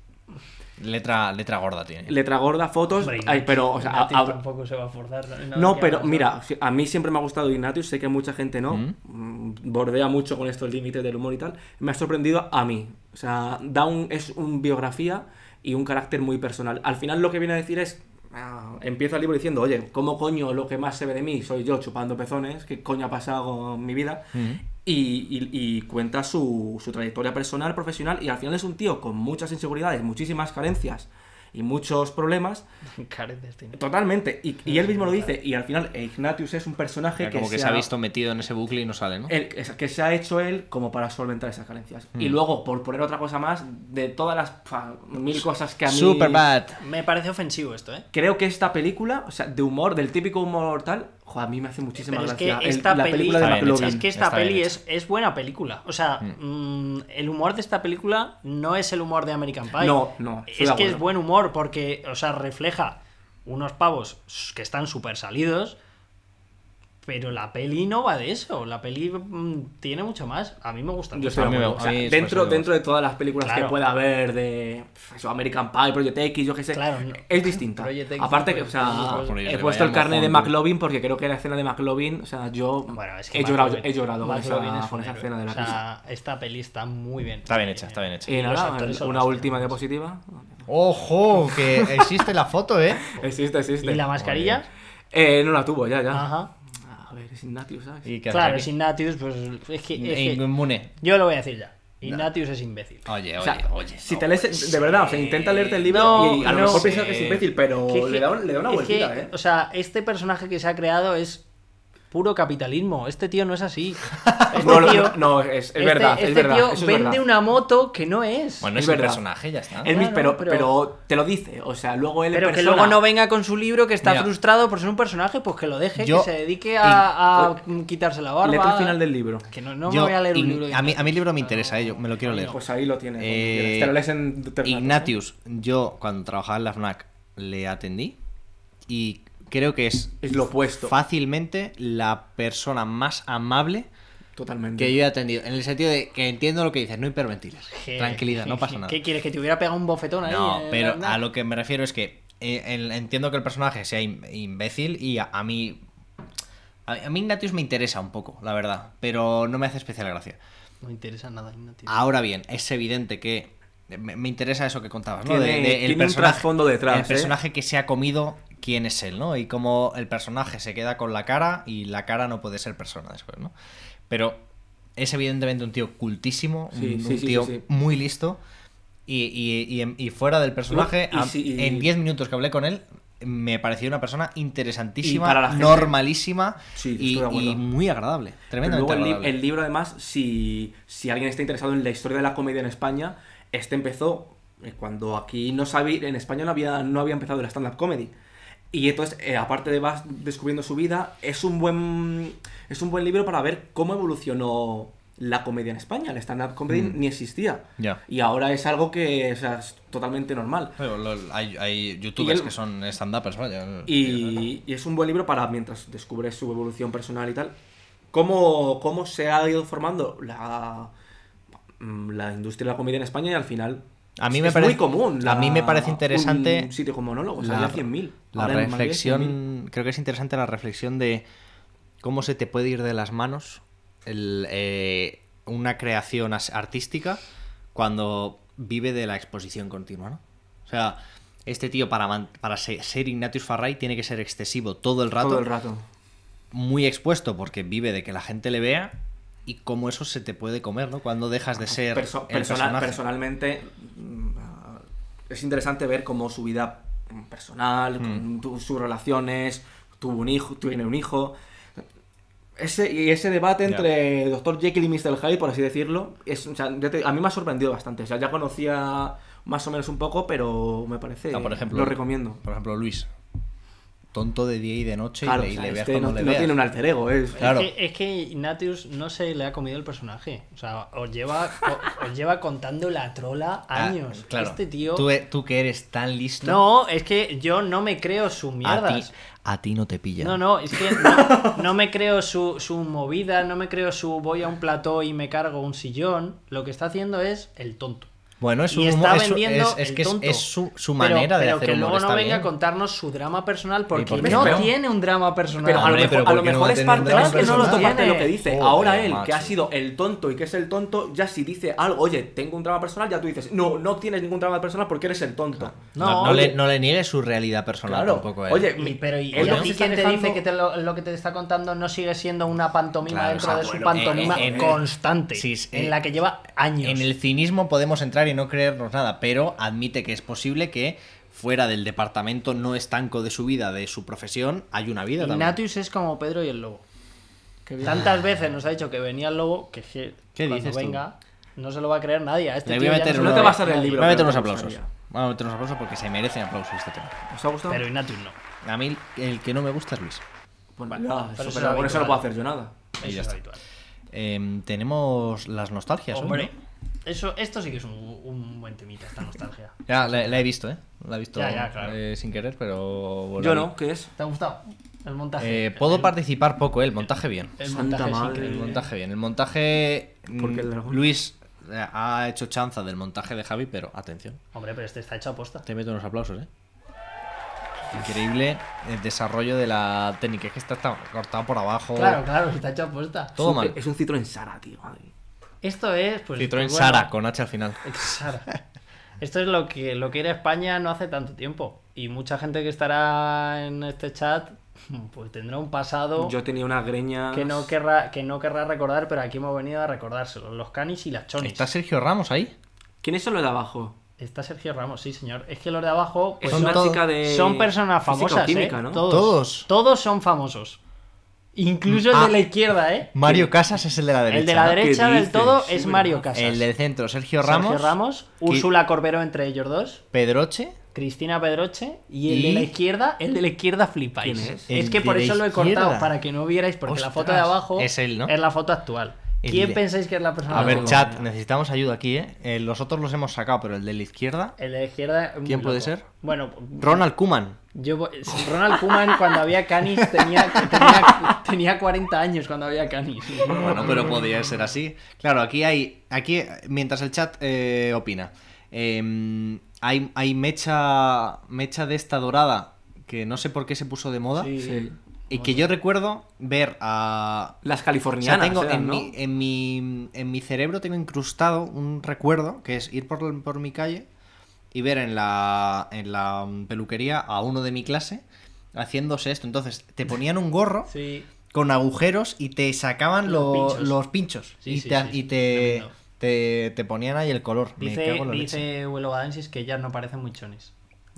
A: Letra, letra gorda tiene.
B: Letra gorda, fotos,
C: Hombre,
B: ay,
C: Ignatius-
B: pero, o sea, a-
C: Ignatius
B: a-
C: tampoco se va a forzar. nada
B: no,
C: que
B: pero
C: haga,
B: mira, si- a mí siempre me ha gustado Ignatius, sé que mucha gente no,
A: Mm.
B: mm, bordea mucho con estos límites del humor y tal, me ha sorprendido a mí, o sea, da un, es un biografía y un carácter muy personal. Al final lo que viene a decir es, ah, empieza el libro diciendo, oye, ¿cómo coño lo que más se ve de mí soy yo chupando pezones? ¿Qué coño ha pasado en mi vida? Y, y- y cuenta su, su trayectoria personal, profesional, y al final es un tío con muchas inseguridades, muchísimas carencias y muchos problemas,
C: ¿no? Careces, tiene.
B: Totalmente, y, y él mismo lo dice, y al final eh, Ignatius es un personaje
A: Ya
B: que,
A: como que se ha visto metido en ese bucle y no sale, ¿no?
B: él- es- que se ha hecho él como para solventar esas carencias.
A: Mm.
B: Y luego, por poner otra cosa más, de todas las fa, mil cosas que a mí...
A: Superbad.
C: Me parece ofensivo esto, ¿eh?
B: Creo que esta película, o sea, de humor, del típico humor tal, jo, a mí me hace muchísima
C: Pero es que
B: gracia. El-
C: esta
B: la
C: peli-
B: película de
A: Está bien
B: McLovin.
A: hecha.
C: Es que esta
A: Está bien
C: peli
A: hecho.
C: es, es buena película. O sea, mm, el humor de esta película no es el humor de American Pie.
B: No, no, estoy de
C: Es que
B: acuerdo.
C: es buen humor porque, o sea, refleja unos pavos que están súper salidos. Pero la peli no va de eso. La peli mm, tiene mucho más. A mí me gusta
B: Yo
C: mucho.
B: estoy
A: Pues
B: de
A: A mí me-
B: acuerdo. O sea,
A: a mí es
B: dentro,
A: bastante
B: dentro de todas las películas
C: Claro.
B: que pueda haber de pf, eso, American Pie, Project X, yo qué sé,
C: Claro, no.
B: es distinta.
C: Project X,
B: Aparte que, o
C: Project
B: sea,
C: X,
A: Project
B: he
A: X.
B: puesto el
A: Vaya
B: carne de
A: mojón, tú.
B: McLovin porque creo que la escena de McLovin, o sea, yo
C: Bueno, es que
B: he, llorado,
C: McLovin-
B: he llorado con esa,
C: McLovin es un
B: con esa
C: héroe.
B: escena de la
C: O sea,
B: risa.
C: esta peli está muy bien.
A: Está bien hecha, está bien hecha.
B: Y
C: los
B: nada,
C: actores son
B: una
C: los
B: última
C: temas.
B: diapositiva.
A: ¡Ojo! Que existe la foto, ¿eh?
B: Existe, existe.
C: ¿Y la mascarilla?
B: Eh, no la tuvo, ya, ya.
C: Ajá.
B: A ver, es Ignatius, ¿sabes?
A: Y que
C: Claro, sin Natius, pues. es que- es
A: E
C: que-
A: inmune.
C: Yo lo voy a decir ya. Ignatius es imbécil.
A: Oye, oye,
B: O sea,
A: oye.
B: si
A: no,
B: te lees, de verdad, o sea, intenta leerte el libro
C: No,
B: y a lo
C: no Eh,
B: mejor
A: sé.
B: piensas que es imbécil, pero
C: Que-
B: le da, un- le da una
C: es que,
B: vueltita, ¿eh?
C: O sea, este personaje que se ha creado es puro capitalismo. Este tío no es así. Este
B: No, lo-
C: tío-
B: no, es, es
C: este-
B: verdad, es
C: este
B: verdad.
C: tío
B: eso es
C: vende
B: verdad.
C: una moto que no es.
A: Bueno,
B: Es
A: es, el
B: verdad.
A: personaje, ya está.
B: Él mismo,
C: Claro,
B: pero,
C: pero-
B: pero... te lo dice. O sea, luego él. en
C: Pero que
B: persona-
C: luego no venga con su libro que está
A: Mira.
C: frustrado por ser un personaje, pues que lo deje,
A: Yo-
C: que se dedique a, a quitarse la barba.
B: Lee el Pues, final del libro.
C: Que no, no
A: Yo-
C: me voy a leer
A: Ign-
C: un libro. de
A: a mí- a mí el libro me
C: Ignatius.
A: interesa, eh, yo me lo quiero
C: A mí
A: leer.
B: Pues ahí lo tienes. cuando
A: Eh,
B: quieras. Te lo lees en Ternatos, ¿eh?
A: Ignatius, yo cuando trabajaba en la FNAC le atendí y creo que es
B: Es lo opuesto.
A: fácilmente la persona más amable
B: Totalmente.
A: que yo he atendido. En el sentido de que entiendo lo que dices, no hiperventiles.
C: Je-
A: Tranquilidad, no pasa nada.
C: ¿Qué quieres? ¿Que te hubiera pegado un bofetón ahí?
A: No,
C: eh,
A: pero
C: Bernat?
A: a lo que me refiero es que eh, el- entiendo que el personaje sea im- imbécil y a, a mí. A, a mí Ignatius me interesa un poco, la verdad, pero no me hace especial gracia.
C: No me interesa nada, Ignatius.
A: Ahora bien, es evidente que. Me, me interesa eso que contabas, ¿no?
B: Tiene- tiene un trasfondo detrás,
A: El
B: ¿eh?
A: personaje que se ha comido quién es él, ¿no? Y cómo el personaje se queda con la cara y la cara no puede ser persona después, ¿no? Pero es evidentemente un tío cultísimo,
B: Sí,
A: un,
B: sí,
A: un
B: sí,
A: tío
B: sí, sí.
A: muy listo. Y, y- y en- y fuera del personaje,
B: Y
A: a-
B: si- y-
A: en 10 minutos que hablé con él, me pareció una persona interesantísima,
B: Y para la gente.
A: normalísima
B: Sí,
A: y-
B: estoy de acuerdo.
A: y, muy agradable.
B: Pero
A: Tremendamente
B: luego el, li-
A: agradable.
B: el libro, además, si, si alguien está interesado en la historia de la comedia en España, este empezó eh, cuando aquí no sabía, en España no había, no había empezado el stand-up comedy. Y entonces, eh, aparte de vas descubriendo su vida, es un buen es un buen libro para ver cómo evolucionó la comedia en España. El stand-up comedy ni existía.
A: Mm. Ya.
B: Y ahora es algo que o sea, es totalmente normal.
A: Pero lo- hay, hay youtubers
B: Y el-
A: que son stand-uppers, vaya.
B: Y, y es un buen libro para mientras descubres su evolución personal y tal. Cómo, cómo se ha ido formando la, mm, la industria de la comedia en España y al final
A: A mí
B: es-
A: me
B: es
A: parece-
B: muy común.
A: a mí me parece interesante
B: Un sitio con monólogos,
A: la-
B: había 100.000.
A: La
B: ahora en Madrid hay 100.000.
A: reflexión, creo que es interesante la reflexión de cómo se te puede ir de las manos el, eh, una creación as- artística cuando vive de la exposición continua, ¿no? O sea, este tío para, man- para se- ser Ignatius Farray tiene que ser excesivo todo el rato,
B: Todo el rato.
A: muy expuesto porque vive de que la gente le vea y cómo eso se te puede comer, ¿no? Cuando dejas de ser
B: Ah, Perso-
A: el
B: personal-
A: personaje.
B: personalmente mm, ah, es interesante ver cómo su vida mm,
A: Hmm.
B: personal, con tu- sus relaciones, tuvo un hijo, tiene un hijo. Ese, y ese debate
A: Ya.
B: entre Dr. Jekyll y Mr. Hyde, por así decirlo, es, o sea, ya te- a mí me ha sorprendido bastante. O sea, ya conocía más o menos un poco, pero me parece.
A: Ah, por ejemplo,
B: lo recomiendo.
A: Por ejemplo, Luis. Tonto de día y de noche y
B: Claro,
A: le-
B: o
A: y
B: sea,
A: le veas
B: este
A: cuando
B: no,
A: le
B: no
A: veas.
B: tiene un alter ego. Es,
A: Claro.
C: Es, que, es que Ignatius no se le ha comido el personaje. O sea, os lleva, o- os lleva contando la trola
A: Ah,
C: años.
A: claro.
C: Este tío.
A: Tú, e- tú que eres tan listo.
C: No, es que yo no me creo su
A: a
C: mierda.
A: ti, a ti no te pillan.
C: No, no, es que no, no me creo su, su movida, no me creo su voy a un plató y me cargo un sillón. Lo que está haciendo es el tonto.
A: Bueno, es un
C: y
A: humor.
C: está
A: Es, su-
C: vendiendo
A: es- es
C: el
A: que es,
C: tonto.
A: es su, su
C: Pero-
A: manera de
C: pero
A: hacer
C: que
A: humor.
C: luego no
A: está
C: venga a
A: bien.
C: contarnos su drama personal porque
A: por qué
C: no
B: no?
C: tiene un drama personal.
B: Pero a lo
A: Hombre,
B: mejor,
A: pero
B: a
A: ¿por
B: lo
A: qué no
B: mejor
A: va a
B: es
A: tener
B: parte,
A: drama
B: es que no lo
C: personal?
B: comparte lo que
C: Tiene.
B: dice.
A: Joder,
B: Ahora él, que
A: macho.
B: ha sido el tonto y que es el tonto, ya si dice algo, oye, tengo un drama personal, ya tú dices, no, no tienes ningún drama personal porque eres el tonto.
A: No,
C: No,
A: no le,
B: oye.
A: no le niegues su realidad personal
B: Claro.
A: tampoco. a él.
B: Oye,
C: Y- pero ¿y,
B: Él
C: y
B: no
C: a ti
B: se está
C: quién te
B: dejando-
C: dice que te lo, lo que te está contando no sigue siendo una pantomima
A: Claro,
C: dentro
A: o sea,
C: de su
A: bueno,
C: pantomima
A: en- en-
C: constante?
A: sí, es-
C: en
A: eh,
C: la que lleva años.
A: En el cinismo podemos entrar y no creernos nada, pero admite que es posible que fuera del departamento no estanco de su vida, de su profesión, hay una vida también.
C: Ignatius es como Pedro y el lobo. Tantas veces nos ha dicho que venía el lobo que, es que
A: ¿Qué
C: cuando
A: dices tú?
C: venga no se lo va a creer nadie. A este
A: Le voy
C: tío
A: a
C: ya
A: meter
C: no se
A: uno
C: lo
A: de-
C: va
B: a meter el
A: Voy
B: libro,
A: a meter
B: pero
A: unos
B: me
A: aplausos.
B: gustaría.
A: Vamos a meter unos aplausos porque se merecen aplausos este tema.
B: ¿Os ha gustado?
C: Pero Ignatius no.
A: A mí el que no me gusta es Luis.
B: Bueno,
C: Vale.
B: ya,
C: Pero
B: eso,
C: eso
B: pero
C: es
B: con eso
C: habitual.
B: no puedo hacer yo nada.
A: Y
C: Eso
A: ya
C: es
A: está.
C: habitual.
A: Em, tenemos las nostalgias. hoy,
C: Hombre,
A: ¿no?
C: eso, esto sí que es un, un buen temita, esta nostalgia.
A: Ya, la, la he visto, ¿eh? La he visto
C: Ya, ya, claro.
A: eh, sin querer, pero... bueno,
B: Yo
A: la vi.
B: no, ¿qué es?
C: ¿Te ha gustado el montaje?
A: Eh, puedo
C: El-
A: participar poco, ¿eh? El montaje bien.
C: El
B: Santa
C: montaje es
B: madre,
A: El
C: increíble.
A: montaje bien. El montaje...
B: ¿Por qué el
A: mm,
B: dragón?
A: Luis eh, ha hecho chanza del montaje de Javi, pero atención.
C: Hombre, pero este está hecho a posta.
A: Te meto unos aplausos, ¿eh? Increíble el desarrollo de la técnica. Es que está, está cortado por abajo.
C: Claro, claro, está hecho a posta.
A: Todo
B: es un,
A: mal.
B: Es un Citroën Sara, tío. madre mía.
C: Esto es, pues.
A: Citroën
C: bueno,
A: Sara con H al final.
C: Sara. Esto es lo que, lo que era España no hace tanto tiempo. Y mucha gente que estará en este chat, pues tendrá un pasado
B: Yo tenía una greña.
C: que no, querrá, que no querrá recordar, pero aquí hemos venido a recordárselo. Los canis y las chonis.
A: ¿Está Sergio Ramos ahí?
B: ¿Quién es solo de abajo?
C: Está Sergio Ramos, sí, señor. Es que los de abajo pues,
B: es
A: son
C: son,
B: una
A: todos-
B: chica de.
C: son personas
B: física o
C: famosas.
B: química,
C: ¿eh?
B: ¿no?
C: Todos.
A: Todos.
C: Todos son famosos. Incluso el
A: Ah.
C: de la izquierda, ¿eh?
A: Mario Casas es el de la derecha.
C: el de la
A: ¿no?
C: derecha
B: ¿Qué
C: del
B: dices?
C: todo
B: Sí,
C: es
B: ¿verdad?
C: Mario Casas.
A: El del centro, Sergio Ramos,
C: Ramos, Ramos Úrsula Corberó entre ellos dos.
A: Pedroche.
C: Cristina Pedroche y el
A: Y-
C: de la izquierda, el de la izquierda flipáis.
B: ¿Quién
C: es?
B: es?
A: El
C: que por
A: de la
C: eso lo he
A: izquierda.
C: cortado, para que no vierais, porque la foto de
A: Ostras,
C: abajo
A: es él, ¿no?
C: la foto actual.
A: El
C: ¿Quién
A: de-
C: pensáis que es la persona
A: A
C: que
A: ver,
C: lo
A: chat,
C: gana?
A: necesitamos ayuda aquí, ¿eh? Eh, Los otros los hemos sacado, pero el de la izquierda.
C: El de la izquierda. es muy
A: ¿Quién puede
C: loco.
A: ser?
C: Bueno,
A: Ronald Kuman.
C: yo voy- Ronald Kuman cuando había Canis tenía, tenía, tenía 40 años cuando había Canis.
A: Bueno, pero podría ser así. Claro, aquí hay. Aquí, mientras el chat eh, opina. eh, hay, hay mecha. Mecha de esta dorada. Que no sé por qué se puso de moda.
C: Sí.
B: Sí.
A: Y que yo recuerdo ver a.
B: Las
A: O sea,
B: californianas.
A: tengo
B: eran,
A: en,
B: ¿no?
A: mi, en, mi, en mi cerebro tengo incrustado un recuerdo que es ir por, por mi calle y ver en la, en la mm, peluquería a uno de mi clase haciéndose esto. Entonces te ponían un gorro
C: Sí.
A: con agujeros y te sacaban
C: Los
A: lo- los
C: pinchos.
A: pinchos.
C: Sí,
A: y
C: sí,
A: te,
C: sí,
A: y
C: sí,
A: te,
C: tremendo.
A: te- te ponían ahí el color. Me
C: Dice,
A: cago en la leche.
C: dice Huelo Gadensis que ellas no parecen muy chonis.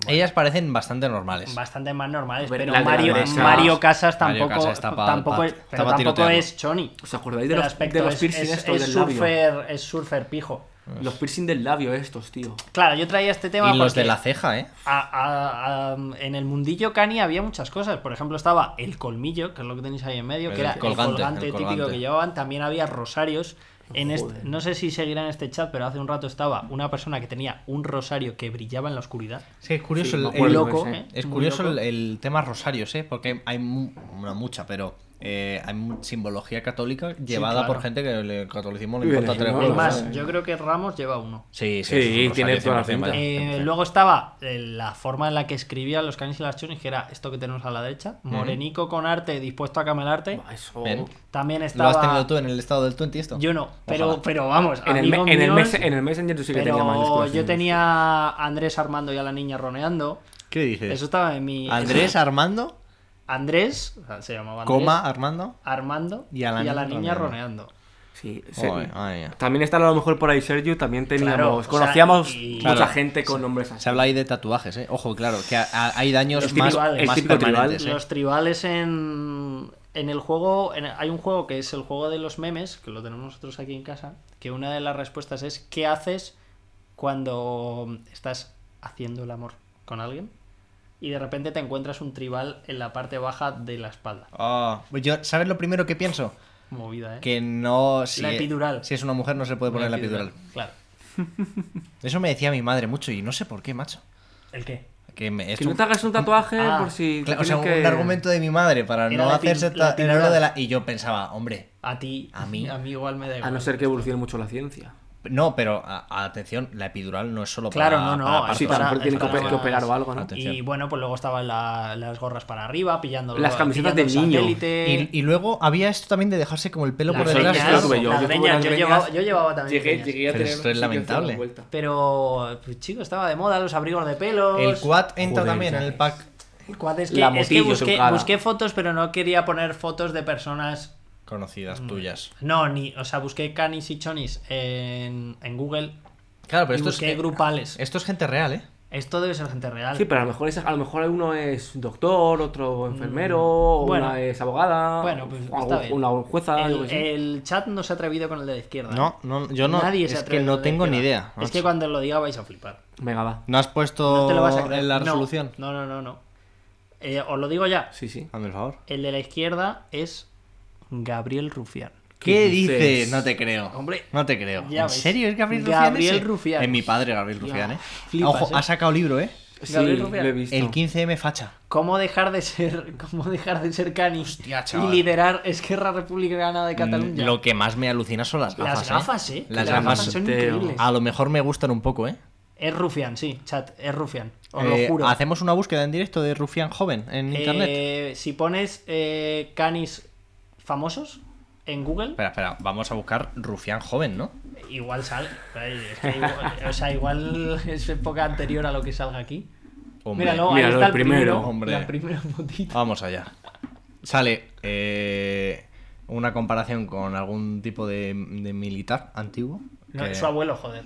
A: Ellas parecen bastante normales.
C: bastante más normales,
B: Ver,
C: pero
B: la de
C: Mario,
B: Casas.
C: Mario Casas
A: Mario
C: tampoco,
A: Casas está pa-
C: tampoco,
A: pa-
C: es-
A: está
C: pero
A: pa
C: tampoco
A: tirotearlo.
C: es Choni.
B: ¿Os acordáis de
C: El
B: los,
C: aspecto
B: de los
C: es,
B: piercing
C: es-
B: estos
C: es
B: del labio?
C: surfer, es surfer pijo.
B: Los piercing del labio estos, tío.
C: Claro, yo traía este tema
A: Y los
C: porque
A: de la ceja, ¿eh?
C: a- a- a- en el mundillo cani había muchas cosas. Por ejemplo, estaba el colmillo, que es lo que tenéis ahí en medio,
A: El
C: que era
A: colgante,
C: el colgante
A: el
C: típico
A: colgante.
C: que llevaban. También había rosarios. En este-
B: Joder.
C: no sé si seguirán este chat, pero hace un rato estaba una persona que tenía un rosario que brillaba en la oscuridad.
A: Es que es curioso
B: Sí, me
A: el- el,
B: acuerdo,
C: loco,
B: ese.
C: ¿eh?
A: Es
C: Muy
A: curioso el,
C: loco.
A: el tema rosarios, ¿eh? Porque hay, hay mu- una mucha, pero eh, hay mu- simbología católica llevada
C: claro.
A: por gente que el catolicismo le
B: Y
A: importa
B: el
A: tres
B: ejemplo,
A: huevos.
C: Es más,
A: ¿sabes?
C: yo creo que Ramos lleva uno.
A: Sí,
B: Sí, tiene toda la pinta.
C: Eh, luego estaba eh, la forma en la que escribía los canis y las chonis, que era esto que tenemos a la derecha. Morenico con arte, dispuesto a camelarte.
B: Buah, Eso.
A: Ven.
C: También
A: ¿Lo has
C: estaba...
A: tenido tú en el estado del 20 esto?
C: Yo no, pero,
A: Ojalá.
C: pero vamos,
B: En el,
C: amigo
B: me- en, el
C: mío,
B: mes- en el Messenger yo sí que
C: pero
B: tenía mayúsculas.
C: yo tenía a Andrés Armando y a la niña roneando.
A: ¿Qué dices?
C: Eso estaba en mi...
A: Andrés Armando,
C: Andrés, o sea, se llamaba Andrés,
A: coma Armando.
C: Armando
A: y a la niña
C: niña
A: roneando.
C: roneando.
B: Sí, sí.
A: Joder, madre mía.
B: También está a lo mejor por ahí Sergio, también teníamos,
C: Claro, o sea,
B: conocíamos
C: y-
B: mucha
A: Claro.
B: gente con nombres así.
A: Se habla ahí de tatuajes, ¿eh? Ojo, claro, que a- a- hay daños
C: Los
A: más,
C: tribales.
A: más
B: El típico tribal,
A: permanentes, ¿eh?
C: Los tribales en, en el juego, en- hay un juego que es el juego de los memes, que lo tenemos nosotros aquí en casa, que una de las respuestas es ¿qué haces cuando estás haciendo el amor con alguien? Y de repente te encuentras un tribal en la parte baja de la espalda.
A: Ah, pues yo, ¿Sabes lo primero que pienso?
C: Movida, ¿eh?
A: Que no... Si,
C: La epidural.
A: Si es una mujer no se le puede poner la epidural.
C: Claro.
A: Eso me decía mi madre mucho y no sé por qué, macho.
C: ¿El qué?
A: Que, me,
B: Que
A: esto-
B: no te hagas un tatuaje
C: Ah,
B: por si.
A: Cla-
B: te
A: o sea, un
B: tienes que-
A: argumento de mi madre para
C: Era
A: no
C: la
A: hacerse
C: pin- la
A: ta- dinero
C: pintada.
A: de la. Y yo pensaba, hombre,
C: A ti.
A: A mí.
C: A mí igual me da igual.
B: A no ser que evolucione mucho la ciencia.
A: no, pero a- a- atención, la epidural no es solo
C: Claro,
A: para.
C: no, no,
A: para
C: es
A: partos,
B: Sí, para
C: para-
B: mejor tienen que,
C: es para
B: oper- que operar o algo, ¿no?
A: Atención.
C: Y bueno, pues luego estaban la- las gorras para arriba, pillando
B: Las camisetas
C: pillando
B: del
C: el
B: niño.
C: satélite.
A: Y, y luego había esto también de dejarse como el pelo
C: Las
A: por
B: Eso-
A: detrás.
C: greñas,
B: eso lo
A: ¿no?
B: tuve yo.
C: las
B: Yo tuve
C: greñas,
B: unas
C: yo
B: greñas.
C: llevaba- yo llevaba también
B: Llegué,
C: greñas.
B: llegué a
A: Pero
B: tener.
A: esto es
B: sí que hacía
A: lamentable.
B: la vuelta.
C: Pero, pues, chico, estaba de moda los abrigos de pelos.
A: El quad entra
B: Joder,
A: también
B: ya
A: en el
B: ves.
A: pack.
C: El quad es que,
B: La
C: es que
B: motillo
C: busqué,
B: trucada.
C: busqué fotos, pero no quería poner fotos de personas. Mm.
A: Conocidas tuyas.
C: No, ni. O sea, busqué canis y chonis en, en Google.
A: Claro, pero
C: y
A: esto es,
C: busqué grupales.
A: esto es gente real, ¿eh?
C: Esto debe ser gente real.
B: Sí, pero a lo mejor, es, a lo mejor uno es doctor, otro enfermero,
C: bueno.
B: una es abogada,
C: Bueno, pues,
B: o
C: está
B: algún-
C: bien.
B: una jueza, yo
C: el, eh,
B: qué sé.
C: el chat no se ha atrevido con el de la izquierda. ¿eh?
A: No, no, yo no.
C: Nadie se ha
A: es que
C: atrevido con
A: no
C: el de la
A: tengo ni idea.
C: izquierda. Es que
A: macho.
C: cuando lo diga vais a flipar.
B: Venga, va.
A: ¿No has
C: No
A: puesto
C: te lo vas a creer.
A: en la
C: No,
A: resolución?
C: No, no, no, no. Eh, os lo digo ya.
B: Sí, sí.
A: Hazme el favor.
C: El de la izquierda es Gabriel Rufián.
A: ¿Qué,
B: ¿Qué
A: dices?
B: dices?
A: No te creo.
C: Hombre,
A: no te creo.
C: ya
A: ¿En
C: ves.
A: serio es Gabriel Rufián?
C: Gabriel
A: ese?
C: Rufián.
A: Es mi padre, Gabriel Rufián, ¿eh?
C: flipas,
A: Ojo,
C: ¿eh?
A: ha sacado libro, ¿eh?
B: Sí,
C: Gabriel
B: lo
C: Rufián.
B: he visto.
A: El 15M facha.
C: ¿Cómo dejar de ser, cómo dejar de ser cani
A: Hostia,
C: y
A: chaval.
C: liderar Esquerra Republicana de Cataluña?
A: Mm, Lo que más me alucina son las gafas.
C: Las gafas, ¿eh?
A: Las,
C: Las
A: gafas.
C: gafas son
B: Teo.
C: increíbles.
A: A lo mejor me gustan un poco, ¿eh?
C: Es Rufián, sí, chat, es Rufián. Os
A: Eh,
C: lo juro.
A: Hacemos una búsqueda en directo de Rufián joven en
C: Eh,
A: internet.
C: si pones eh, canis famosos en Google,
A: Espera, espera, vamos a buscar Rufián joven, ¿no?
C: igual sale. Es que igual- o sea, igual es época anterior a lo que salga aquí.
A: Hombre.
C: Míralo, ahí
B: Míralo,
C: está el
B: el primero.
C: primero.
A: Hombre.
C: La primera fotito.
A: Vamos allá. Sale eh, una comparación con algún tipo de, de militar antiguo.
C: No,
A: que-
C: Su abuelo, joder.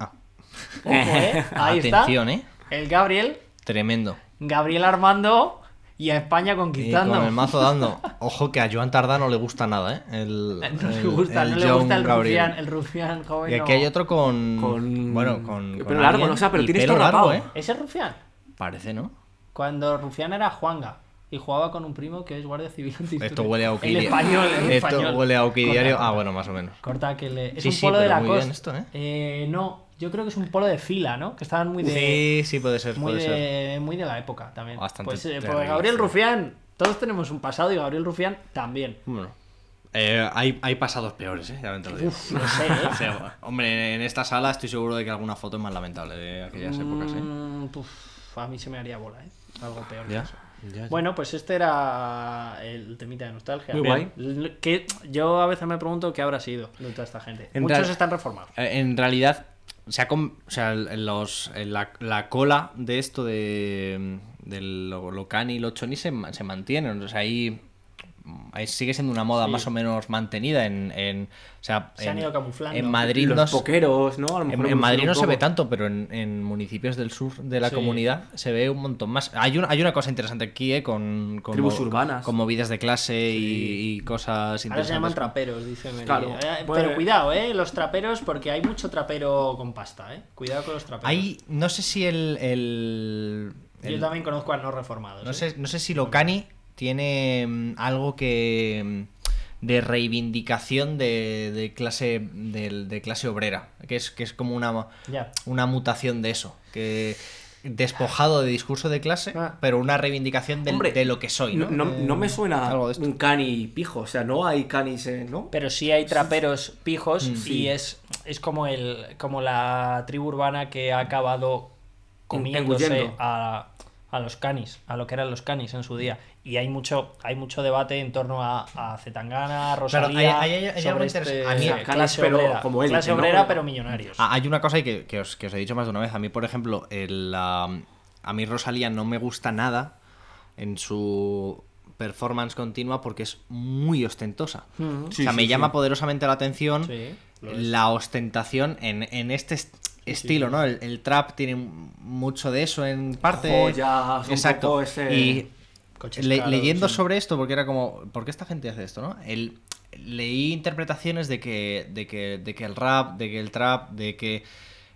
A: Ah.
C: Ojo, ¿eh? Ahí
A: Atención,
C: está.
A: ¿eh?
C: El Gabriel,
A: Tremendo.
C: Gabriel Armando y a España
A: Y
C: conquistando.
A: con el mazo dando. Ojo que a Joan Tardá no le gusta nada, ¿eh? El,
C: No le
A: el-
C: gusta,
A: el
C: no le gusta
A: John
C: el
A: Gabriel.
C: rufián, el rufián joven.
A: Y aquí
C: no.
A: hay otro con.
B: Con-
A: Bueno, con.
B: Pelo
A: con
B: largo,
A: alguien
B: ¿no? O sea, pero
A: y
B: tienes
A: pelo
B: todo rapado.
A: largo, ¿eh?
C: ¿Ese es rufián?
A: Parece, ¿no?
C: Cuando rufián era Juanga y jugaba con un primo que es guardia civil antitrucho.
A: Esto huele a
C: El
A: Oquidia.
C: español, el
A: Esto
C: español.
A: huele a Oquidiario.
C: Corta,
A: Ah, bueno, más o menos.
C: Corta que le... Es
A: Sí,
C: un
A: sí,
C: polo de
A: pero
C: la
A: muy
C: costa.
A: bien esto, ¿eh?
C: no, yo creo que es un polo de fila, ¿no? Que estaban muy de...
A: Sí, sí, puede ser,
C: muy
A: puede ser.
C: de, muy de la época también.
A: Bastante
C: pues, eh, pues
A: terrible,
C: Gabriel
A: sí.
C: Rufián, todos tenemos un pasado y Gabriel Rufián también.
A: Bueno. Eh, hay, hay pasados peores, ¿eh? Ya me te lo digo.
C: Uf, no sé, ¿eh?
A: O sea, hombre, en esta sala estoy seguro de que alguna foto es más lamentable de aquellas épocas, ¿eh?
C: Mm, puf, a mí se me haría bola, ¿eh? Algo peor. que
A: Ya,
C: eso.
A: ya, ya.
C: Bueno, pues este era el temita de nostalgia.
B: Muy guay.
C: L- Que yo a veces me pregunto qué habrá sido de toda esta gente.
A: En
C: Muchos
A: real-
C: están reformados.
A: Eh, En realidad, se ha com- o sea, el- el- los, el- la, la cola de esto de, mm, del lo, lo cani y lo choni se, ma- se mantienen. O sea, ahí, mm, ahí sigue siendo una moda
C: Sí.
A: más o menos mantenida. En, en- o sea,
C: Se han
A: en-
C: ido camuflando.
A: En Madrid,
B: Los
A: no, se-
B: poqueros, ¿no? A lo mejor
A: en, en
B: evolucionó
A: Madrid
B: un
A: no se
B: poco.
A: ve tanto, pero en, en municipios del sur de la
C: Sí.
A: comunidad se ve un montón más. Hay, un- hay una cosa interesante aquí, ¿eh? Con, con
B: Tribus urbanas.
A: Con movidas de clase y, y cosas interesantes.
C: Ahora se llaman traperos, dice Meli.
B: Claro,
C: Eh,
B: pues-
C: Pero cuidado, ¿eh? Los traperos, porque hay mucho trapero con pasta, ¿eh? Cuidado con los traperos.
A: Hay, no sé si el- el-
C: Yo
A: el-
C: también conozco a no reformados.
A: no,
C: ¿eh?
A: sé, no sé si Locani tiene mm, algo que mm, de reivindicación de, de clase del- de, clase obrera, que es que es como una
C: Ya.
A: una mutación de eso, que despojado de discurso de clase,
C: Ah.
A: pero una reivindicación del-
B: Hombre,
A: de lo que soy, ¿no?
B: No, no-
A: Eh,
B: no me suena
A: algo de esto.
B: un cani pijo, o sea, no hay canis, eh, ¿no?
C: Pero sí hay traperos pijos
B: Sí.
C: y es, es como el como la tribu urbana que ha acabado comiéndose
B: Engullendo.
C: a, a los canis, a lo que eran los canis en su día. Y hay mucho hay mucho debate en torno a, a Zetangana, a Rosalía,
A: hay- hay- hay algo
C: sobre
A: interesante.
C: este-
A: A mí-
C: o sea,
B: canis,
C: clase
B: pero
C: obrera,
B: como élite,
C: clase
B: ¿no?
C: obrera,
B: Como-
C: pero millonarios.
A: Ah, Hay una cosa ahí que, que os, que os he dicho más de una vez. A mí, por ejemplo, el, la- a mí Rosalía no me gusta nada en su performance continua porque es muy ostentosa.
C: Mm.
A: o
B: Sí,
A: sea,
B: sí,
A: me
B: sí.
A: llama poderosamente la atención
C: Sí, lo es.
A: la ostentación en, en este est- estilo, ¿no? El, el trap tiene mucho de eso en parte.
B: Joyas, un
A: Exacto.
B: poco ese-
A: Y
C: Coches
A: le-
C: caros,
A: leyendo
C: sí.
A: sobre esto, porque era como, ¿por qué esta gente hace esto, no? El, leí interpretaciones de que, de, que, de que el rap, de que el trap, de que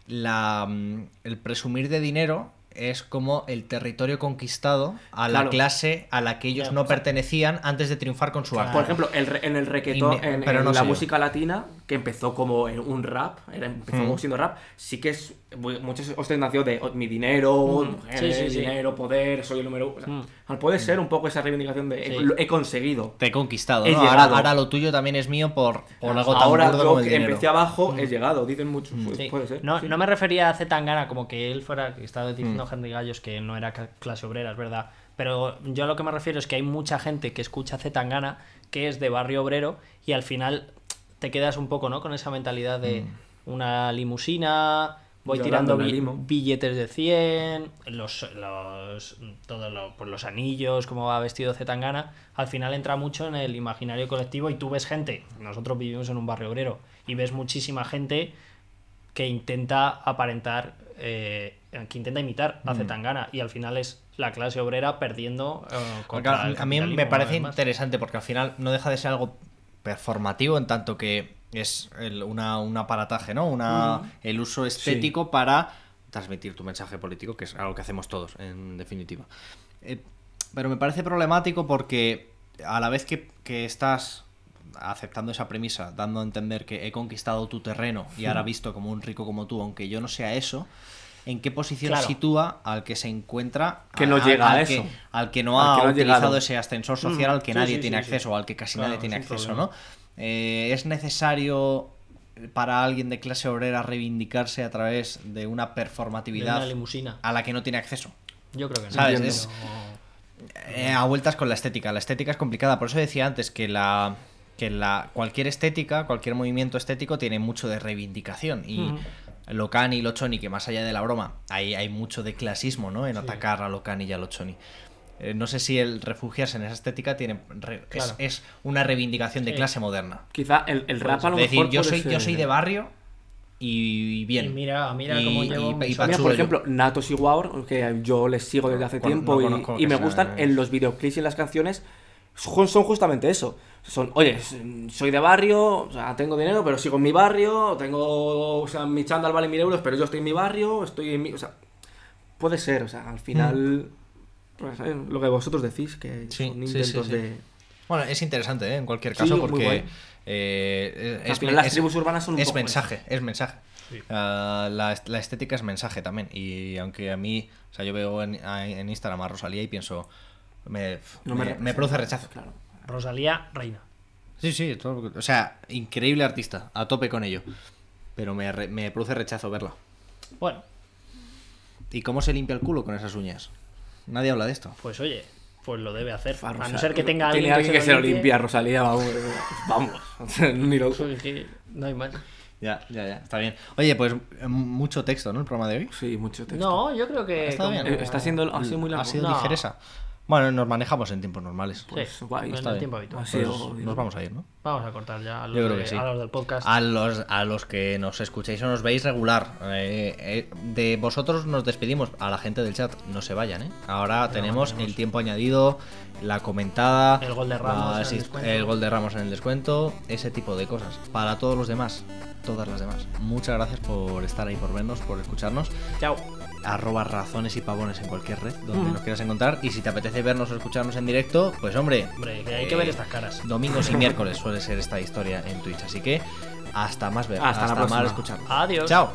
A: la, mm, el presumir de dinero es como el territorio conquistado a la
B: Claro. pues,
A: clase a la que ellos
C: Claro,
A: no
C: o sea,
A: pertenecían antes de triunfar con su arte.
B: Por ejemplo, el re- en el
A: Y
B: requetón,
A: me-
B: en,
A: pero
B: en
A: no
B: la
A: sé yo.
B: música latina, que empezó como en un rap, era- empezó
A: Mm.
B: siendo rap, sí que es mu- mucha ostentación de oh, mi dinero,
A: Mm.
B: mujeres,
C: Sí, sí, sí.
B: eh, dinero, poder, soy el número uno. O sea,
C: Mm.
B: Puede ser un poco esa reivindicación de
C: Sí.
B: "Lo he conseguido.
A: te he conquistado,
B: He
A: ¿no? Ahora,
B: llegado.
A: ahora lo tuyo también es mío por, por algo tan
B: Ahora
A: burdo
B: yo
A: como el
B: que
A: dinero. Mm.
B: empecé abajo, he llegado, dicen mucho. Pu-
C: Sí.
B: Puede ser.
C: No,
B: sí. Mm.
C: no me refería a Zetangana como que él fuera, que estaba diciendo Henry Gallos que no era ca- clase obrera, es verdad. Pero yo a lo que me refiero es que hay mucha gente que escucha Zetangana que es de barrio obrero y al final te quedas un poco, ¿no? Con esa mentalidad de una limusina, voy
B: Mm. Llorando
C: tirando
B: en la
C: bi-
B: limo.
C: billetes de 100, los, los, todos los, pues los anillos, cómo va vestido Zetangana, al final entra mucho en el imaginario colectivo y tú ves gente, nosotros vivimos en un barrio obrero, y ves muchísima gente que intenta aparentar, eh, que intenta imitar
A: Mm.
C: a Zetangana y al final es la clase obrera perdiendo eh,
A: Porque
C: contra el
A: a mí me
C: capitalismo,
A: parece
C: además.
A: interesante porque al final no deja de ser algo performativo en tanto que es el- una, un aparataje, ¿no? Una, El uso estético para transmitir tu mensaje político, que es algo que hacemos todos, en definitiva. Eh, pero me parece problemático porque a la vez que, que estás aceptando esa premisa, dando a entender que he conquistado tu terreno y ahora visto como un rico como tú, aunque yo no sea eso, ¿en qué posición
C: Claro.
A: sitúa al que se encuentra
B: Que no llega a
A: al
B: eso.
A: Que, al que no
B: Al
A: ha
B: que no ha
A: utilizado
B: llegado. Mm.
A: ese ascensor social al que
C: sí,
A: nadie
C: sí,
A: tiene
C: sí, sí.
A: acceso o al que casi
C: Claro,
A: nadie tiene
C: es un
A: acceso,
C: problema.
A: ¿no? Eh, es necesario para alguien de clase obrera reivindicarse a través de una
C: De
A: performatividad
C: una limusina.
A: a la que no tiene acceso.
C: Yo creo que no.
A: ¿Sabes?
C: Pero-
A: Es- Eh, a vueltas con la estética. La estética es complicada. Por eso decía antes que la. que la. cualquier estética, cualquier movimiento estético tiene mucho de reivindicación. Y
C: Ujú.
A: Locani y Lochoni, que más allá de la broma, hay, hay mucho de clasismo, ¿no? En atacar a Locani y a Lochoni. Eh, no sé si el refugiarse en esa estética tiene re-
C: Claro.
A: es, es una reivindicación de
C: Sí.
A: clase moderna.
B: Quizá el, el rap a lo
A: Es decir,
B: mejor
A: yo
B: puede
A: soy, yo
B: ser-
A: soy de barrio y bien.
C: Y mira, mira
A: Y-
C: cómo
A: y-
C: llevo
A: y
C: mucho-
A: pa-
B: Mira, por
A: Churro.
B: ejemplo, Nato Siguaur, que yo les sigo desde hace
A: Bueno, no
B: tiempo y-
A: conozco
B: y,
A: que
B: me
A: sea- eh.
B: gustan en los videoclips y en las canciones, son, son justamente eso. Son, oye, s- soy de barrio, o sea, tengo dinero, pero sigo en mi barrio, tengo, o sea, mi chándal vale mil euros, pero yo estoy en mi barrio, estoy en mi, o sea, puede ser, o sea, al final, pues, eh, lo que vosotros decís, que
A: Mm. Sí,
B: son
A: sí, sí,
B: intentos
A: sí.
B: de...
A: Bueno, es interesante, ¿eh? en cualquier
B: Sí,
A: caso,
B: muy
A: porque
B: guay.
A: eh,
B: Al final las tribus urbanas son un
A: es
B: poco
A: mensaje, es mensaje. Ah, la, est- la estética es mensaje también. Y aunque a mí, o sea, yo veo en, a- en Instagram a Rosalía y pienso, me,
B: no
A: me- me
B: representa,
A: produce rechazo.
B: Claro.
C: Rosalía, reina.
A: Sí, sí, todo- o sea, increíble artista, a tope con ello. Pero me, re- me produce rechazo verla.
C: Bueno,
A: ¿Y cómo se limpia el culo con esas uñas? Nadie habla de esto.
C: pues oye, pues lo debe hacer.
B: Fa,
C: a no
B: Rosa-
C: ser que tenga
B: tiene
C: alguien,
B: que se lo
C: limpie.
B: limpia, Rosalía, vamos, vamos, ni lo...
C: Pues que no hay más.
A: Ya, ya, ya, está bien. Oye, pues m- mucho texto, ¿no? El programa de hoy.
B: Sí, mucho texto.
C: No, yo creo que.
A: Está bien.
B: Eh, Está siendo ha sido muy largo.
A: Ha sido
C: No.
A: ligereza. Bueno, nos manejamos en tiempos normales.
C: Sí,
B: guay,
C: en
B: está
C: el
A: pues, bien.
C: tiempo
B: Ha
C: habitual.
A: Pues
B: sido-
A: nos vamos a ir, ¿no?
C: Vamos a cortar ya a los,
A: Yo creo
C: de-
A: que sí. Ah.
C: a los del podcast.
A: A los, a los que nos escucháis o nos veis regular, eh, eh, de vosotros nos despedimos, a la gente del chat no se vayan, ¿eh? Ahora tenemos el tiempo añadido, la comentada,
C: El gol de Ramos
A: la
C: en el
A: asist-
C: descuento.
A: el gol de Ramos en el descuento, ese tipo de cosas. Para todos los demás, todas las demás, muchas gracias por estar ahí, por vernos, por escucharnos.
C: Chao.
A: arroba razones y pavones en cualquier red donde
B: Ujú.
A: nos quieras encontrar y si te apetece vernos o escucharnos en directo pues hombre,
C: Hombre, que hay que ver estas caras.
A: domingos y miércoles suele ser esta historia en Twitch así que hasta más ver
B: Hasta la
A: más
B: próxima.
A: escucharnos
C: Adiós.
A: chao